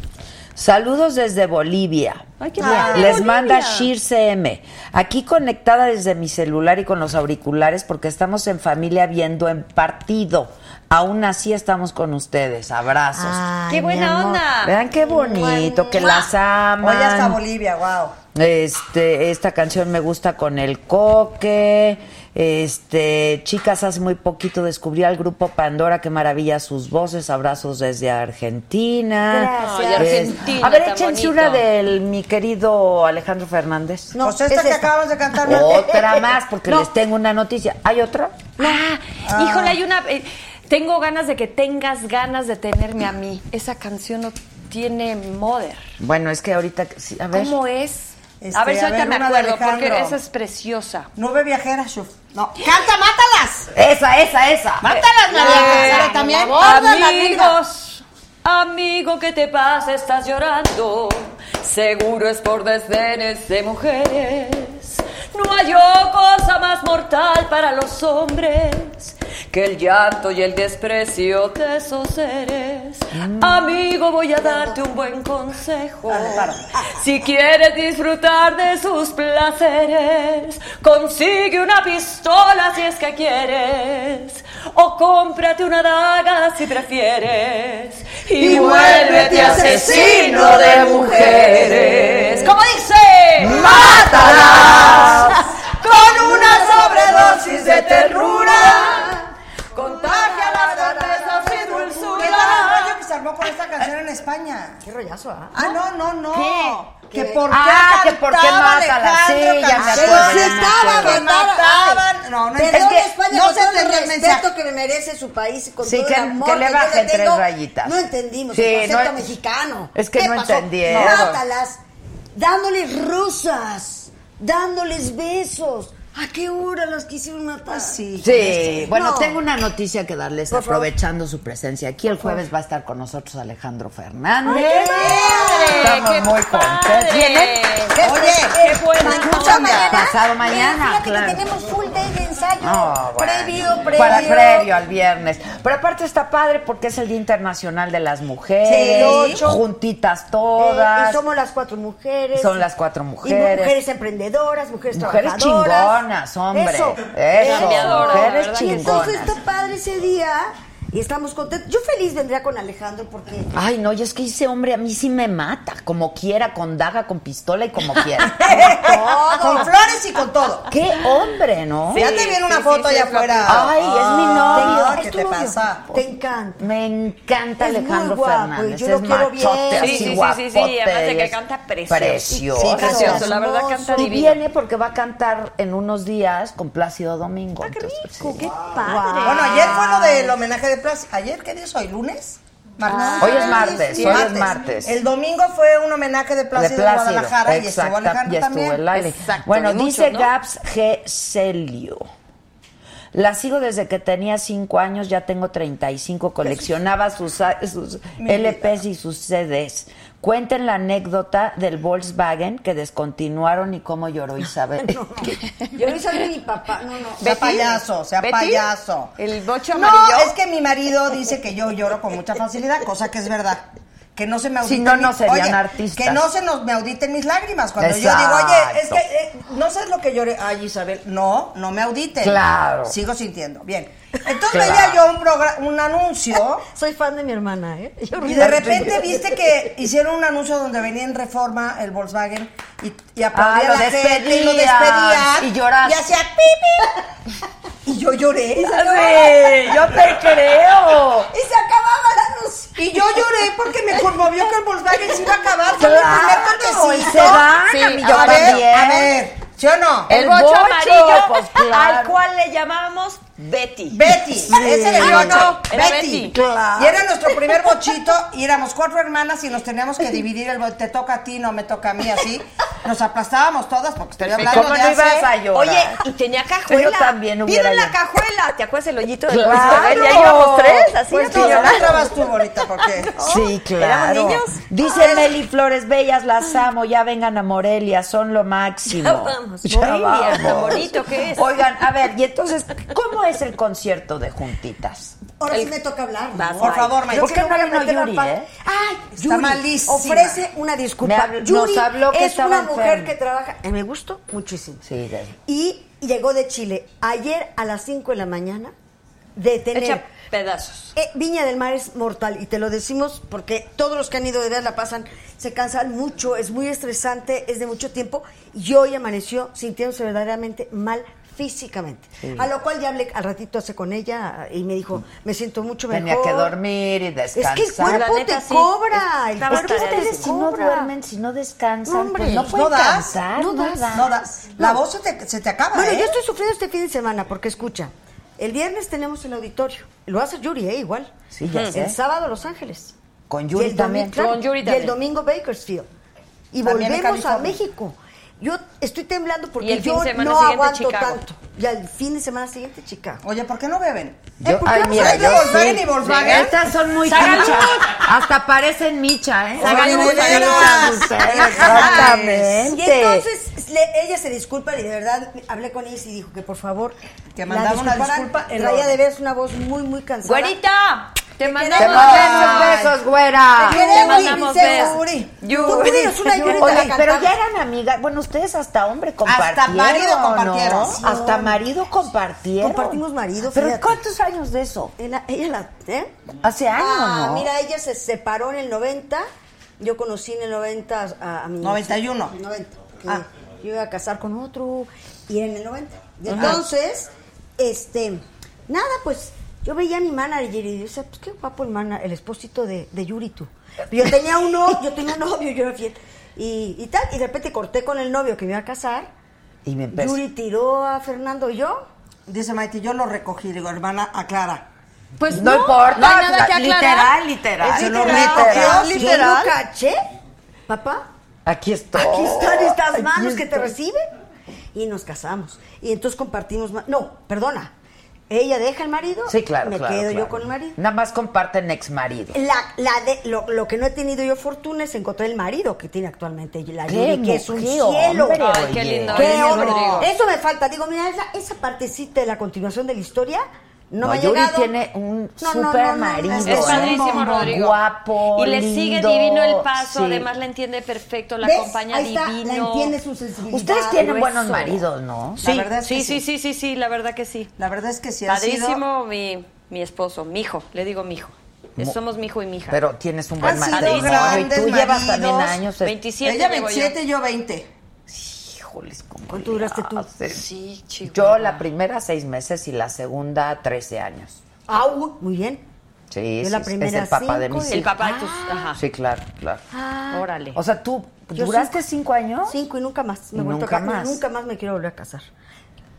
S1: Saludos desde Bolivia.
S8: Ay, qué padre.
S1: Les
S8: Bolivia.
S1: manda Shir CM. Aquí conectada desde mi celular y con los auriculares porque estamos en familia viendo en partido. Aún así estamos con ustedes. Abrazos.
S8: Ay, ¡Qué buena mi amor. onda!
S1: Vean qué bonito, que las aman.
S6: Hoy hasta Bolivia, wow.
S1: Este, esta canción me gusta con el coque. Este, chicas, hace muy poquito descubrí al grupo Pandora, qué maravilla sus voces. Abrazos desde Argentina.
S8: Gracias. Ay,
S1: Es-
S8: Argentina,
S1: A ver,
S8: tan
S1: échense
S8: bonito.
S1: una del mi querido Alejandro Fernández.
S6: No, pues esta
S8: es
S6: que
S8: esta.
S6: acabamos de cantar. ¿no?
S1: Otra más, porque
S7: No.
S1: les tengo una noticia. ¿Hay otra?
S7: Ah, Híjole, hay una. eh, tengo ganas de que tengas ganas de tenerme a mí. Esa canción no tiene mother.
S1: Bueno, es que ahorita, sí, a ver.
S7: ¿Cómo es?
S6: Este,
S7: a ver si
S6: a
S7: ahorita
S6: ver,
S7: me
S6: una de
S7: acuerdo, porque
S6: Alejandro.
S7: esa es preciosa.
S6: Nube viajera, Shuf. No. ¡Canta, mátalas!
S1: Esa, esa, esa. Eh,
S6: ¡Mátalas, María! González, también. Mátalas, negra.
S7: Amigos, amigo, ¿qué te pasa? Estás llorando. Seguro es por desdenes de mujeres. No hay oh, cosa más mortal para los hombres que el llanto y el desprecio de esos seres. Amigo, voy a darte un buen consejo. Si quieres disfrutar de sus placeres, consigue una pistola si es que quieres. O cómprate una daga si prefieres. Y, vuélvete asesino de mujeres. ¿Cómo dice?
S1: Mm.
S7: ¡Mátalas! Con una sobredosis de ternura. Contagia las grandezas y
S6: ¿Qué tal el rollo
S7: dulzura.
S6: que se armó con esta canción en España?
S8: Qué rollazo, ¿ah?
S6: Ah, no, no, no.
S8: ¿Qué?
S6: Que por qué
S1: Ah, que por qué
S6: cantaba
S1: mátalas, sí,
S6: Alejandro
S1: ya me
S6: canciones.
S1: acuerdo, ya me acuerdo.
S6: Que mataban. No, no
S8: Te
S6: entiendo.
S8: doy España
S6: no
S8: con
S6: se
S8: todo el
S6: entendió el mensaje.
S8: respeto que me merece su país y con
S1: Sí,
S8: todo
S1: que,
S8: el amor
S1: que le
S8: yo
S1: bajen tres
S8: tengo.
S1: rayitas.
S8: No entendimos
S1: Sí,
S8: el concepto
S1: no-
S8: mexicano.
S1: es que
S8: ¿Qué
S1: no
S8: pasó?
S1: entendieron.
S8: Mátalas, dándoles rusas, dándoles besos. ¿A qué hora las quisieron matar?
S6: Ah, Sí.
S1: Sí, bueno,
S8: No.
S1: tengo una noticia que darles
S8: Por favor.
S1: aprovechando su presencia. Aquí el jueves va a estar con nosotros Alejandro Fernández.
S7: padre!
S1: Estamos muy
S7: ¡Qué
S1: contentos.
S7: padre!
S1: ¿Vienen?
S6: Oye,
S7: qué buena
S8: Escucha,
S7: onda.
S8: mañana.
S1: Pasado
S8: eh,
S1: mañana,
S8: fíjate que
S1: claro.
S8: tenemos full day de ensayo.
S1: Ah, bueno.
S8: Previo, previo. Eh,
S1: Para previo al viernes. Pero aparte está padre porque es el Día Internacional de las Mujeres.
S8: Sí. Ocho.
S1: Juntitas
S8: Eh,
S1: todas.
S8: y somos las cuatro mujeres.
S1: Son las cuatro
S8: Y
S1: mujeres.
S8: mujeres emprendedoras, mujeres,
S1: Mujeres
S8: trabajadoras.
S1: chingonas, hombre.
S8: Eso.
S1: Eso,
S7: Cambiadoras,
S1: mujeres
S7: ¿verdad?
S8: Y entonces
S1: chingonas.
S8: está padre ese día y estamos contentos. Yo feliz vendría con Alejandro porque.
S1: Ay, no, yo es que ese hombre a mí sí me mata, como quiera, con daga, con pistola y como quiera.
S6: Todo. Con flores y con todo.
S1: ¡Qué hombre, no!
S6: ya te viene una
S7: sí,
S6: foto
S7: sí,
S6: allá
S7: sí,
S6: afuera.
S1: Ay, es mi novio.
S6: Ah,
S8: Ay,
S6: ¿Qué
S8: es tu
S6: te
S8: novio.
S6: pasa?
S8: Te encanta.
S1: Me encanta
S8: Es muy
S1: Alejandro
S8: guapo,
S1: Fernández.
S8: yo lo
S1: es
S8: quiero bien.
S1: machote,
S7: Sí,
S1: así
S7: sí, sí, sí, sí,
S1: guapote,
S7: además de que
S1: es
S7: canta precioso.
S1: Precioso.
S8: Sí,
S7: Precioso, la verdad canta
S1: Y
S7: divino.
S1: viene porque va a cantar en unos días con Plácido Domingo.
S8: qué
S1: entonces,
S8: rico,
S1: sí.
S8: qué padre.
S6: Bueno, ayer fue lo del homenaje de Plas. ¿Ayer qué día es hoy? ¿Lunes? ¿Martes?
S1: Ah. Hoy es martes, hoy es martes.
S6: El domingo fue un homenaje de Plácido,
S1: de
S6: de
S1: Plácido,
S6: Guadalajara y estuvo
S1: exacta-
S6: Alejandro
S1: y estuvo
S6: también.
S1: el aire.
S7: Exacto,
S1: bueno,
S7: de muchos,
S1: dice
S7: ¿no?
S1: Gaps G. Celio. La sigo desde que tenía 5 años, ya tengo 35, coleccionaba sus, a- sus LPs y sus CDs. Cuenten la anécdota del Volkswagen que descontinuaron y cómo lloró Isabel.
S6: Pues,
S8: Yo no sabía ni papá. No, no.
S6: Sea payaso, sea
S7: ¿Betty?
S6: payaso.
S7: ¿El bocho
S6: no,
S7: amarillo?
S6: es que mi marido dice que yo lloro con mucha facilidad, cosa que es verdad. Que no se me auditen.
S1: Si no, no
S6: mis-
S1: serían
S6: oye,
S1: artistas.
S6: Que no se nos, me auditen mis lágrimas. Cuando yo digo,
S1: Exacto.
S6: oye, es que eh, no sé lo que lloré. Ay, Isabel, no, no me auditen.
S1: Claro.
S6: Sigo sintiendo. Bien. Entonces
S1: Claro.
S6: veía yo un, progra- un anuncio
S8: Soy fan de mi hermana, ¿eh? Yo
S6: y
S8: río.
S6: de repente viste que hicieron un anuncio donde venía en reforma el Volkswagen y, y aplaudía
S1: Ah,
S6: a
S1: lo
S6: la gente y lo
S1: despedían.
S6: despedían.
S1: Y lloraste.
S6: Y hacía pipi. Y yo lloré.
S1: Sí, yo te creo.
S6: Y se acababa la anuncio. Y yo lloré porque me conmovió que el Volkswagen se iba a acabar. Fue mi primer
S1: Claro, y
S6: toquecito.
S1: se van,
S7: Sí,
S1: a mí yo
S6: a ver,
S1: también.
S6: a ver, ¿sí o no?
S1: El
S7: El bocho,
S1: bocho,
S7: amarillo,
S1: pues, claro.
S7: al cual le llamábamos Betty.
S6: Betty, ese era el
S7: Ah,
S6: bocho.
S7: no, era
S6: Betty.
S7: Betty.
S6: Y era nuestro primer bochito y éramos cuatro hermanas y nos teníamos que dividir el bo- te toca a ti, no me toca a mí, así. Nos aplastábamos todas porque estoy hablando
S1: ¿Cómo
S6: de
S1: no
S6: hace-
S1: ibas a llorar?
S7: Oye, y tenía cajuela.
S1: Yo también hubiera
S7: Vieron la
S1: llorado.
S7: cajuela. ¿Te acuerdas el hoyito de
S1: Claro.
S7: Luis Ya íbamos tres, así
S6: Pues
S7: a
S6: sí,
S7: todos
S6: ahora
S7: lados.
S6: trabas tú, bonita, porque...
S1: Sí, claro.
S7: ¿Éramos niños?
S1: Dice Meli Flores, bellas, las amo, ya vengan a Morelia, son lo máximo.
S7: Ya vamos, Morelia, tan bonito que es.
S1: Oigan, a ver, y entonces, ¿cómo es el concierto de Juntitas?
S8: Ahora sí me toca hablar.
S7: Vas,
S8: ¿no?
S6: Por favor, Mayra.
S8: Yo
S1: ¿Por
S8: que
S1: qué no
S8: voy a
S1: vino
S8: meter la
S1: Yuri,
S8: pata.
S1: eh?
S8: Ay,
S6: Está
S8: Yuri
S6: malísima.
S8: ofrece una disculpa.
S1: Me habl-
S8: Yuri
S1: nos habló que
S8: es
S1: estaba
S8: una mujer
S1: enferma.
S8: que trabaja, eh, me gustó muchísimo.
S1: Sí, de-
S8: Y llegó de Chile ayer a las 5 de la mañana de tener...
S7: Echa pedazos.
S8: Eh, Viña del Mar es mortal y te lo decimos porque todos los que han ido de veras la pasan, se cansan mucho, es muy estresante, es de mucho tiempo y hoy amaneció sintiéndose verdaderamente mal físicamente. A lo cual ya hablé al ratito hace con ella y me dijo, me siento mucho mejor.
S1: Tenía que dormir y
S8: Es
S1: descansar.
S8: que el cuerpo
S7: La neta,
S8: te
S7: sí.
S8: cobra. el
S7: Estaba
S8: cuerpo te
S7: tarea.
S1: Si no
S8: cobra.
S1: duermen, si no descansan,
S8: No, hombre,
S1: pues no
S8: pues
S1: pueden
S6: no das,
S1: cansar,
S8: no
S1: no
S8: das,
S1: dan.
S6: No das. La voz se te, se te acaba,
S8: Bueno,
S6: ¿eh?
S8: yo estoy sufriendo este fin de semana porque escucha, el viernes tenemos el auditorio. Lo hace Yuri, ¿eh? Igual.
S1: Sí, ya sé.
S8: El sábado Los Ángeles.
S1: Con
S8: Y
S1: Yuri
S8: el domingo-
S1: también.
S8: claro,
S7: Con Yuri
S8: Y
S7: también.
S8: el domingo Bakersfield. Y
S6: También en
S8: volvemos a
S6: California.
S8: México. Yo estoy temblando
S7: Y
S8: porque
S7: el fin
S8: yo
S7: de semana
S8: no
S7: siguiente,
S8: aguanto
S7: Chicago.
S8: tanto. Y al fin de semana siguiente, Chicago.
S6: Oye, ¿por qué no beben?
S1: Yo-
S8: ¿por qué
S1: ay,
S8: no
S1: mira,
S6: sabes
S1: yo
S6: de Volkswagen
S1: sí.
S6: y Volkswagen?
S1: Estas son muy
S7: ¡Sácalo!
S1: micha. Hasta parecen micha, ¿eh?
S6: ¡Sácalo,
S1: Son muy
S6: Volkswagen!
S1: michas ustedes, Exactamente.
S8: Y entonces le- ella se disculpa y de verdad hablé con ella y dijo que por favor
S6: Que
S8: la
S6: mandaba una
S8: disculparan.
S6: disculpa
S8: Traía
S6: enorme.
S8: de veras una voz muy muy cansada.
S7: Güerita, te
S1: Te
S7: mandamos
S1: mandamos
S7: besos.
S1: besos, güera.
S7: Te
S6: queremos,
S7: mandamos
S6: princesa
S7: besos.
S6: Yuri.
S8: Tú
S7: Yuri.
S8: pídenos una ayuda para
S1: Oye,
S8: cantar.
S1: pero ya eran amigas. Bueno, ustedes hasta hombre compartieron.
S6: marido
S1: ¿no?
S6: compartieron. Sí,
S1: Hasta marido compartieron.
S8: Compartimos marido,
S1: ¿Pero
S8: fíjate.
S1: cuántos años de eso?
S8: Ella, ella la, ¿eh?
S1: Hace años,
S8: Ah,
S1: ¿no?
S8: mira, ella se separó en el 90. Yo conocí en el 90 a, a mi
S6: 91.
S8: 90. que
S6: Ah.
S8: Yo iba a casar con otro y en el 90. Y Entonces, este, nada, pues yo veía a mi manager y decía, pues qué guapo el mana, el esposito de, de Yuri tú. Yo tenía un novio, yo tenía un novio, yo era fiel. Y, y tal, y de repente corté con el novio que me iba a casar.
S1: Y me empezó.
S8: Yuri tiró a Fernando y yo.
S6: Dice Maite, yo lo recogí. Digo, hermana, aclara.
S7: Pues
S1: No importa,
S7: no hay nada que aclarar.
S1: literal, literal.
S6: Es
S1: Yo lo
S6: literal,
S1: literal.
S6: ¿ok?
S8: Yo lo
S6: Literal.
S8: caché, papá.
S1: Aquí estoy.
S8: Aquí están estas
S1: Aquí
S8: manos que te
S1: estoy.
S8: reciben. Y nos casamos. Y entonces compartimos. ma- No, perdona. Ella deja el marido.
S1: Sí, claro,
S8: Me
S1: claro,
S8: quedo yo
S1: claro.
S8: con el marido.
S1: Nada más comparten ex marido.
S8: La, la de, lo, lo que no he tenido yo fortuna es encontrar el marido que tiene actualmente la Yuri, que es un cielo.
S1: hombre,
S7: Ay, qué
S1: oye.
S7: lindo.
S8: ¡Qué
S7: Ay,
S8: hombre!
S7: Rodrigo.
S8: Eso me falta. Digo, mira, esa, esa partecita de la continuación de la historia no,
S1: No,
S8: me ha
S1: Yuri
S8: llegado.
S1: tiene un
S8: No, no,
S1: super
S8: no, no,
S1: marido.
S8: es
S7: Es
S1: ¿eh?
S7: padrísimo,
S1: Bombón,
S7: Rodrigo.
S1: Guapo,
S7: Y le sigue
S1: lindo,
S7: divino el paso,
S1: sí.
S7: además la entiende perfecto, la
S8: ¿Ves?
S7: acompaña
S8: Ahí está,
S7: divino.
S8: la entiende su sensibilidad.
S1: Ustedes tienen
S7: Grueso.
S1: buenos maridos, ¿no?
S7: Sí,
S6: verdad es que
S7: sí, sí,
S6: sí.
S7: sí, sí, sí, la verdad que sí.
S6: La verdad es que sí ha sido...
S7: Padrísimo mi, mi esposo, mi hijo, le digo mi hijo. Somos mi hijo y mi hija.
S1: Pero tienes un buen
S6: Han sido
S1: matrimonio y
S6: grandes
S1: tú llevas
S6: maridos.
S1: también años.
S7: 27
S6: Ella
S7: llevo yo.
S6: 27, yo 20.
S1: Híjoles, ¿cómo
S8: ¿Cuánto
S1: le
S8: duraste tú?
S1: haces?
S7: Sí, chico.
S1: Yo la primera seis meses y la segunda trece años.
S8: Au, muy bien.
S1: Sí,
S8: Yo
S1: sí,
S8: la
S1: es- es
S8: primera
S1: el papá de
S8: cinco
S1: mis
S8: y-
S7: El
S1: hijos.
S7: papá de tus... Ajá.
S1: Sí, claro, claro.
S7: Órale.
S1: O sea, ¿tú
S8: Yo
S1: duraste cinco, años?
S8: Cinco y nunca más.
S1: Y
S8: Me he vuelto a
S1: nunca
S8: casar.
S1: más.
S8: Nunca más me quiero volver a casar.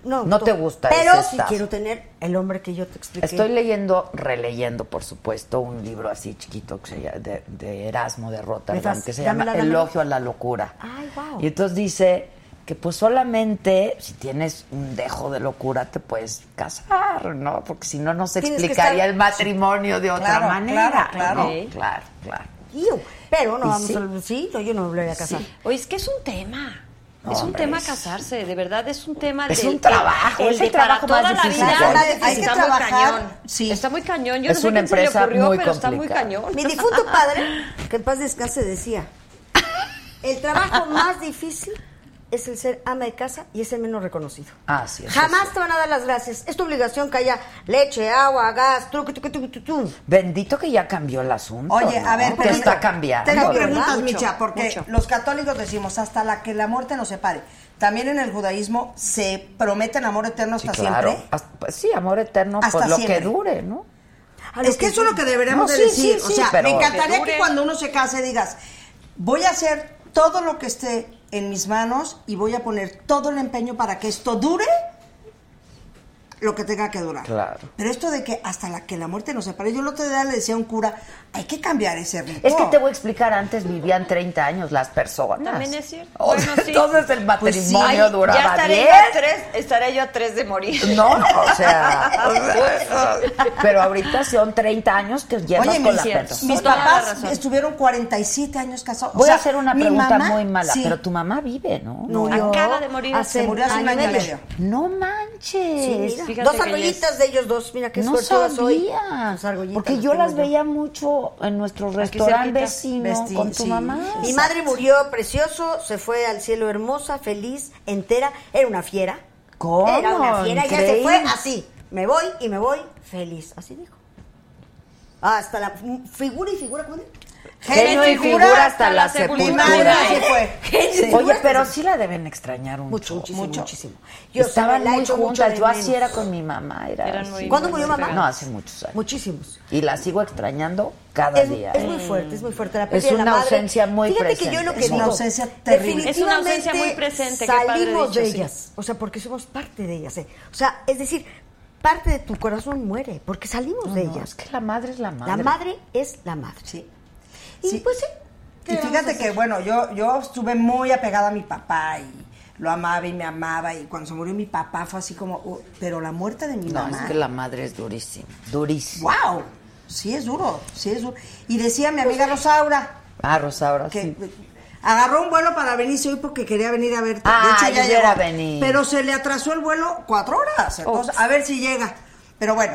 S8: No,
S1: No
S8: to-
S1: te gusta
S8: Pero
S1: ese
S8: sí
S1: estado.
S8: quiero tener el hombre que yo te expliqué.
S1: Estoy leyendo, releyendo, por supuesto, un libro así chiquito que se llama- de, de Erasmo de
S8: Me
S1: Rotterdam,
S8: fas-
S1: que se
S8: dámela,
S1: llama
S8: dámela.
S1: Elogio a la Locura.
S8: Ay, guau.
S1: Y entonces dice que pues solamente si tienes un dejo de locura te puedes casar, ¿no? Porque si no, no se
S8: Tienes que
S1: explicaría
S8: estar-
S1: el matrimonio de otra
S6: Claro,
S1: manera.
S6: claro,
S1: ¿no?
S7: claro.
S1: claro, claro.
S8: Iu, pero no
S1: ¿Y
S8: vamos
S1: sí?
S8: a... Sí, no, yo no me volveré a casar.
S7: Oye, es que es un tema.
S1: No,
S7: es un
S1: hombre,
S7: tema
S1: es-
S7: casarse, de verdad es un tema
S1: Es
S7: del-
S1: un trabajo,
S7: el,
S1: es el
S7: de para
S1: trabajo más
S7: toda
S1: difícil
S7: la
S1: que
S7: vida.
S1: hay.
S7: Hay que
S6: Está muy
S7: trabajar.
S6: cañón. Sí.
S7: Está muy cañón. Yo
S1: Es
S7: no sé
S1: una
S7: quién se le
S1: empresa
S7: ocurrió,
S1: muy
S7: pero está muy
S1: complicada.
S7: cañón.
S8: Mi difunto padre, que en paz descanse, decía, el trabajo más difícil es el ser ama de casa y es el menos reconocido.
S1: Ah, sí, eso
S8: Jamás
S1: sí.
S8: te van a dar las gracias. Es tu obligación que haya leche, agua, gas, truqui, truqui, truqui, truqui, truqui.
S1: Bendito que ya cambió el asunto.
S6: Oye,
S1: ¿no?
S6: Eh, a ver,
S1: que
S6: pero-
S1: está cambiando.
S6: Tengo
S8: ¿verdad?
S6: preguntas,
S8: Mucho,
S6: Micha, porque
S7: mucho.
S6: los católicos decimos hasta la que la muerte nos separe. También en el judaísmo se prometen amor eterno
S1: Sí,
S6: hasta
S1: claro.
S6: siempre.
S1: Hasta- pues, sí, amor eterno,
S6: Hasta
S1: pues lo
S6: siempre.
S1: que dure, ¿no?
S8: A
S6: Es que eso es lo que deberíamos
S1: No,
S6: de
S1: sí,
S6: decir.
S1: sí, sí,
S6: o sea,
S1: pero-
S6: me
S7: Que
S6: encantaría
S7: dure.
S6: que cuando uno se case digas, voy a hacer todo lo que esté en mis manos y voy a poner todo el empeño para que esto dure lo que tenga que durar.
S1: Claro.
S6: Pero esto de que hasta la que la muerte nos separe, yo el otro día le decía a un cura, hay que cambiar ese ritmo.
S1: Es que te voy a explicar, antes vivían 30 años las personas.
S7: También es cierto.
S1: O sea,
S7: Bueno, sí.
S1: Entonces el matrimonio
S7: Ay,
S1: duraba
S7: ya estaré
S1: 10.
S7: yo a tres, estaré yo a tres de morir.
S1: No, o sea, o sea, pero ahorita son 30 años que llevas
S6: Oye,
S1: con la
S6: mis,
S1: persona.
S6: mis papás estuvieron 47 años casados. O
S1: Voy a
S6: sea,
S1: hacer una
S6: mi
S1: pregunta
S6: mamá,
S1: muy mala,
S6: sí.
S1: pero tu mamá vive, ¿no?
S6: Murió
S7: Acaba de morir.
S6: hace- Se murió hace un año y medio.
S1: No manches.
S8: Sí, mira.
S7: Fíjate
S8: dos
S7: que ella
S8: argollitas de ellos dos, mira qué
S1: no
S8: suertuda soy.
S1: sabía.
S8: Dos argollitas,
S1: Porque
S8: los
S1: yo
S8: tengo
S1: las veía mucho en nuestro restaurante
S7: cerquita.
S1: vecino
S6: Vesti-
S1: con tu
S6: sí.
S1: mamá.
S8: Mi madre murió precioso, se fue al cielo hermosa, feliz, entera. Era una fiera.
S1: ¿Cómo?
S8: Era una fiera. Ya se fue
S1: Increíble.
S8: así. Me voy y me voy feliz. Así dijo. Hasta la f- figura y figura, ¿cómo dijo?
S1: Genio y figura hasta la sepultura.
S6: Mi madre se fue.
S8: Sí.
S1: Oye, pero sí la deben extrañar un
S8: Mucho,
S1: chorro,
S8: muchísimo,
S1: mucho.
S8: muchísimo. Yo
S1: Estaban
S8: se la
S1: muy
S8: echo mucho
S1: juntas.
S8: de
S1: Yo así
S8: menos.
S1: era con mi mamá. Era
S7: Eran
S1: así.
S7: muy
S8: ¿Cuándo murió mamá?
S1: No, hace muchos años.
S8: Muchísimos.
S1: Y la sigo extrañando cada
S8: Es,
S1: día.
S8: es
S1: ¿eh?
S8: muy fuerte, es muy fuerte. La
S1: Es
S8: pérdida de la
S1: una
S8: madre.
S1: ausencia muy
S8: Fíjate que yo
S1: presente,
S8: lo que
S1: es
S8: digo,
S1: una
S6: ausencia terrible.
S8: definitivamente
S7: Es una ausencia muy presente, qué padre
S8: Salimos
S7: dicho,
S8: de
S7: sí.
S8: ellas, o sea, porque somos parte de ellas. ¿eh? O sea, es decir, parte de tu corazón muere, porque salimos
S1: No,
S8: de
S1: no,
S8: ellas.
S1: es que la madre es la madre.
S8: La madre es la madre.
S6: Sí.
S8: Y
S6: Sí.
S8: pues sí. ¿qué
S6: Y
S8: vamos a
S6: fíjate
S8: hacer?
S6: que, bueno, yo, yo estuve muy apegada a mi papá y lo amaba y me amaba. Y cuando se murió mi papá fue así como, "Oh", pero la muerte de mi
S1: No,
S6: mamá.
S1: es que la madre es durísima. Durísima.
S6: ¡Wow! Sí es duro, sí es duro. Y decía mi amiga Rosaura
S1: Ah, Rosaura,
S6: que
S1: sí.
S6: agarró un vuelo para venirse hoy porque quería venir a verte.
S1: Ah,
S6: de hecho, ya
S1: yo quiero
S6: llegó.
S1: venir.
S6: Pero se le atrasó el vuelo cuatro horas. Entonces, a ver si llega. Pero bueno,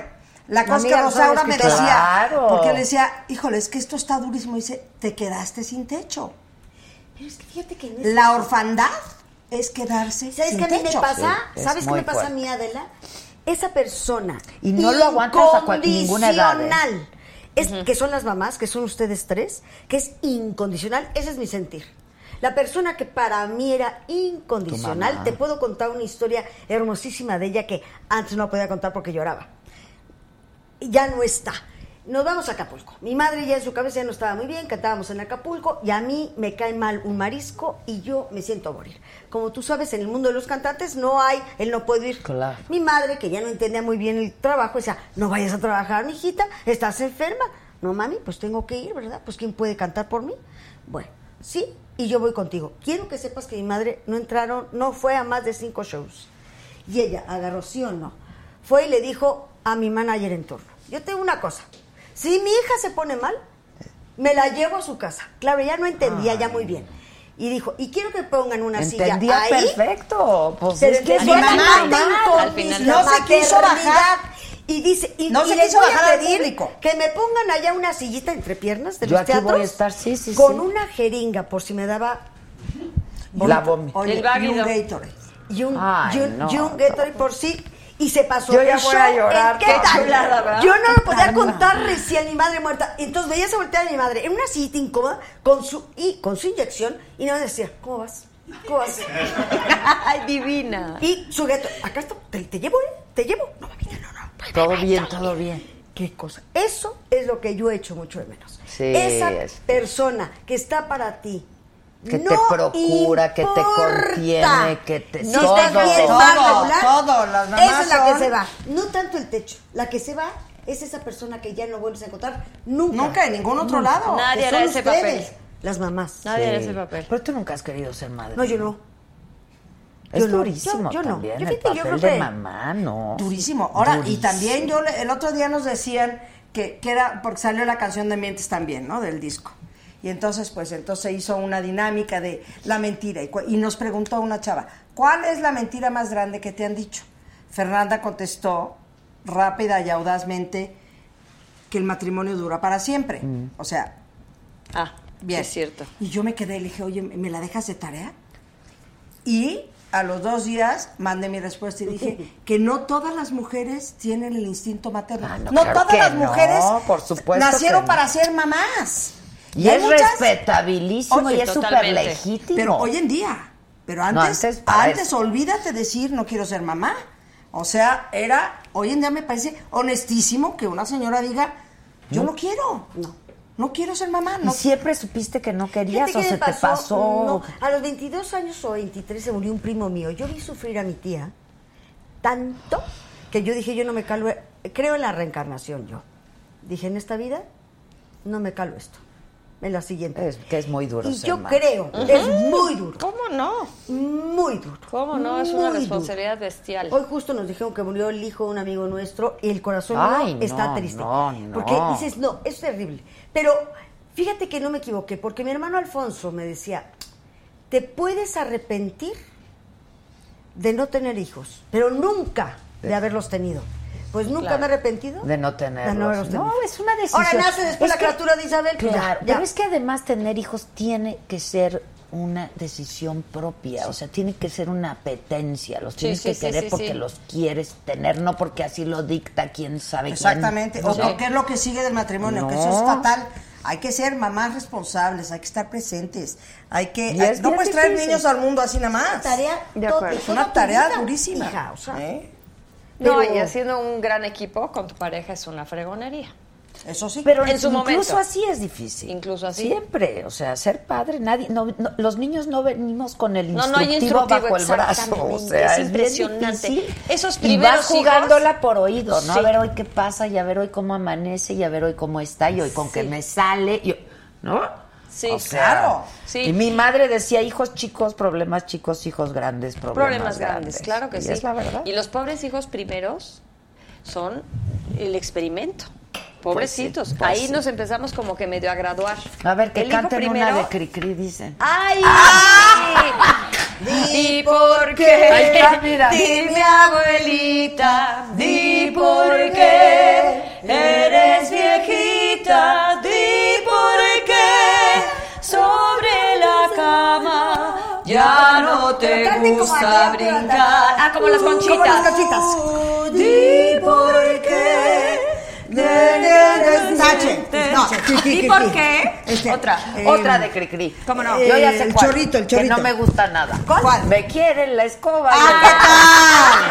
S6: la cosa es que
S8: amiga Rosaura
S6: Rosaura
S8: es
S6: me
S8: que-
S6: decía,
S1: Claro.
S6: porque yo le decía, híjole, es que esto está durísimo. Y dice, te quedaste sin techo.
S8: Pero es que fíjate que en
S6: La orfandad es quedarse
S8: ¿Sabes
S6: sin
S8: qué a mí me
S6: techo.
S8: pasa?
S1: Sí, es
S8: ¿Sabes qué
S1: muy
S8: me pasa a
S1: fuerte.
S8: mí, Adela? Esa persona.
S1: Y no lo aguantas a cual- ninguna edad, ¿eh?
S8: incondicional. Es que son las mamás, que son ustedes tres, que es incondicional. Ese es mi sentir. La persona que para mí era
S1: Tu mamá.
S8: incondicional, te puedo contar una historia hermosísima de ella que antes no podía contar porque lloraba ya no está. Nos vamos a Acapulco. Mi madre ya en su cabeza ya no estaba muy bien, cantábamos en Acapulco y a mí me cae mal un marisco y yo me siento a morir. Como tú sabes, en el mundo de los cantantes no hay, él no puede ir.
S1: Claro.
S8: Mi madre, que ya no entendía muy bien el trabajo, decía, no vayas a trabajar, mijita, estás enferma. No, mami, pues tengo que ir, ¿verdad? Pues ¿quién puede cantar por mí? Bueno, sí, y yo voy contigo. Quiero que sepas que mi madre no entraron, no fue a más de cinco shows. Y ella agarró sí o no. Fue y le dijo a mi manager en turno, yo tengo una cosa, si mi hija se pone mal, me la llevo a su casa. Claro, ya no entendía ya muy bien. Y dijo, y quiero que pongan una
S1: Entendía
S8: silla ahí.
S1: perfecto. Pues
S8: Pero
S1: es que
S8: es
S1: es
S8: mi
S1: buena
S8: mamá,
S1: mamá.
S8: tengo
S7: al final.
S8: mis-
S6: No se quiso
S8: maternidad.
S6: bajar.
S8: Y dice, y,
S6: No
S8: y
S6: se
S8: les
S6: quiso
S8: voy
S6: bajar
S8: a
S6: al
S8: pedir
S6: público.
S8: que me pongan allá una sillita entre piernas de
S1: Yo
S8: los
S1: aquí voy
S8: teatros
S1: a estar, sí, sí,
S8: con
S1: sí.
S8: una jeringa por si me daba
S1: La bomba.
S6: Oye,
S7: El válido.
S6: y un Gatorade.
S8: y un,
S1: Ay,
S8: y un-
S1: no,
S8: y un Gatorade por sí y se pasó
S1: Yo
S8: el
S1: ya voy
S8: show
S1: a llorar,
S8: en qué
S1: qué
S8: tal.
S1: chulada, ¿verdad?
S8: yo no lo podía
S1: Caramba.
S8: contar recién mi madre muerta entonces veía esa volteada de mi madre en una sillita incómoda con su y con su inyección y nada más decía ¿cómo vas? ¿cómo vas?
S7: Ay, divina.
S8: y su gato acá está te, te llevo ¿eh? te llevo no mamita no no
S1: Todo bien, todo bien.
S8: qué cosa eso es lo que yo echo mucho de menos
S1: Sí,
S8: esa
S1: es-
S8: persona que está para ti
S1: Que te
S8: no
S1: procura, que te
S8: importa.
S1: contiene, que te-
S8: Si
S1: todo,
S8: estás bien,
S1: todo,
S8: mal, regular,
S6: todo, las mamás
S8: Esa es la
S6: son-
S8: que se va. No tanto el techo. La que se va es esa persona que ya no vuelves a encontrar nunca.
S6: Nunca en ningún otro lado.
S7: Nadie
S6: Que son
S7: hará ese
S6: ustedes.
S7: papel.
S8: Las mamás.
S7: Nadie
S1: Sí.
S7: era ese papel.
S1: Pero tú nunca has querido ser madre.
S8: No, yo no.
S1: Es
S8: yo no,
S1: durísimo
S8: yo- yo no.
S1: también
S8: Yo
S1: el
S8: fíjate, yo
S1: papel
S8: creo
S1: de
S8: que-
S1: mamá, ¿no?
S6: Durísimo. Ahora, y
S1: Durísimo.
S6: también yo le- el otro día nos decían que, que era, porque salió la canción de Mientes también, ¿no? Del disco. Y entonces, pues, entonces hizo una dinámica de la mentira. Y, cu- y nos preguntó una chava, ¿cuál es la mentira más grande que te han dicho? Fernanda contestó rápida y audazmente que el matrimonio dura para siempre. O sea,
S7: Ah,
S6: Bien.
S7: sí es cierto.
S6: Y yo me quedé, le dije, oye, ¿me la dejas de tarea? Y a los dos días mandé mi respuesta y dije que no todas las mujeres tienen el instinto materno.
S1: Ah, no,
S6: no
S1: claro que
S6: todas las
S1: no,
S6: mujeres
S1: por supuesto
S6: nacieron
S1: que no.
S6: para ser mamás.
S1: Y
S6: Hay
S1: es
S6: muchas-
S1: respetabilísimo
S7: Oye,
S1: y es súper
S7: totalmente.
S1: legítimo.
S6: Pero hoy en día. Pero antes,
S1: antes,
S6: antes,
S1: a ver.
S6: olvídate decir no quiero ser mamá. O sea, era, hoy en día me parece honestísimo que una señora diga, yo no, quiero. No. No quiero ser mamá.
S1: ¿Y
S6: No
S1: siempre supiste que no querías
S8: Fíjate
S1: o
S8: qué
S1: se
S8: me
S1: te pasó?
S8: No, a los 22 años o 23 se murió un primo mío. Yo vi sufrir a mi tía tanto que que yo dije, yo no me calo, creo en la reencarnación yo. Dije, en esta vida no me calo esto. En la siguiente.
S13: Es que es muy duro.
S8: y
S13: ser
S8: yo
S13: madre.
S8: creo,
S7: Ujú.
S8: es muy duro.
S7: ¿Cómo no?
S8: Muy duro.
S7: ¿Cómo no? Es una
S8: muy
S7: responsabilidad bestial.
S8: Hoy justo nos dijeron que murió el hijo de un amigo nuestro y el corazón
S13: Ay,
S8: mío está
S13: no,
S8: triste.
S13: no, no.
S8: Porque dices, no, es terrible. Pero fíjate que no me equivoqué, porque mi hermano Alfonso me decía, te puedes arrepentir de no tener hijos, pero nunca de haberlos tenido. Pues nunca
S13: Claro.
S8: me he arrepentido.
S13: De no tenerlos.
S8: De no haberlos
S1: No,
S8: tenido.
S1: es una decisión.
S8: Ahora nace después
S1: Es
S8: la
S1: que-
S8: criatura de Isabel. pues ya,
S1: Claro,
S8: ya.
S1: pero es que además tener hijos tiene que ser una decisión propia, o sea, tiene que ser una apetencia, los
S7: Sí,
S1: tienes
S7: sí,
S1: que
S7: sí,
S1: querer
S7: sí,
S1: porque
S7: sí.
S1: los quieres tener, no porque así lo dicta quién sabe quién.
S6: Exactamente. O,
S1: Sí.
S6: o qué es lo que sigue del matrimonio, que eso es
S1: No.
S6: fatal. Hay que ser mamás responsables, hay que estar presentes, hay que...
S8: Y es
S6: no
S8: bien
S6: puedes traer
S8: difícil.
S6: niños al mundo así nada más.
S8: Una tarea
S6: de
S8: to-
S6: acuerdo.
S8: de
S6: Es
S8: toda
S6: una
S8: tu
S6: tarea
S8: vida,
S6: durísima.
S8: hija, o sea,
S6: ¿eh?
S7: No,
S8: Pero-
S7: y haciendo un gran equipo con tu pareja es una fregonería.
S6: Eso sí.
S1: Pero
S7: en su
S1: incluso
S7: momento.
S1: así es difícil.
S7: Incluso así.
S1: Siempre, o sea, ser padre, nadie, no, no- los niños no venimos con el
S7: No,
S1: instructivo,
S7: no hay instructivo,
S1: bajo el brazo, o
S7: exactamente,
S1: sea,
S7: es
S1: es, bien
S7: impresionante.
S1: difícil.
S7: Esos
S1: y vas
S7: primeros hijos-
S1: jugándola por oído, ¿no?
S7: Sí.
S1: A ver hoy qué pasa, y a ver hoy cómo amanece, y a ver hoy cómo está, y hoy con qué me sale, y- ¿no?
S7: Sí,
S1: O sea,
S7: claro. Sí.
S1: Y mi madre decía, hijos chicos, problemas chicos, hijos grandes, problemas,
S7: problemas grandes, claro que
S1: Y
S7: sí.
S1: es la verdad.
S7: Y los pobres hijos primeros son el experimento. Pobrecitos.
S1: Pues sí, pues
S7: Ahí
S1: sí.
S7: nos empezamos como que medio a graduar.
S1: A ver, que
S7: El hijo
S1: canten
S7: primero-
S1: una de Cricri, dicen.
S7: ¡Ay! Di por qué.
S1: Ahí está, Ah, mira.
S7: Di mi abuelita. Di por qué. Eres viejita. Di por qué. Sobre la cama.
S6: ah,
S7: Ya no te
S8: Canten como
S7: gusta
S8: aquella que va a
S7: brincar. Ah, como las conchitas.
S8: Como las conchitas.
S7: Di por qué.
S6: Tache. No. Este, em,
S7: ¿Y por qué? otra,
S1: Otra de Cricri.
S7: ¿Cómo no?
S1: Yo ya sé
S6: el
S1: cuál,
S6: chorrito, el
S1: Que
S6: chorrito.
S1: no me gusta nada. Me quieren la escoba.
S7: Ah,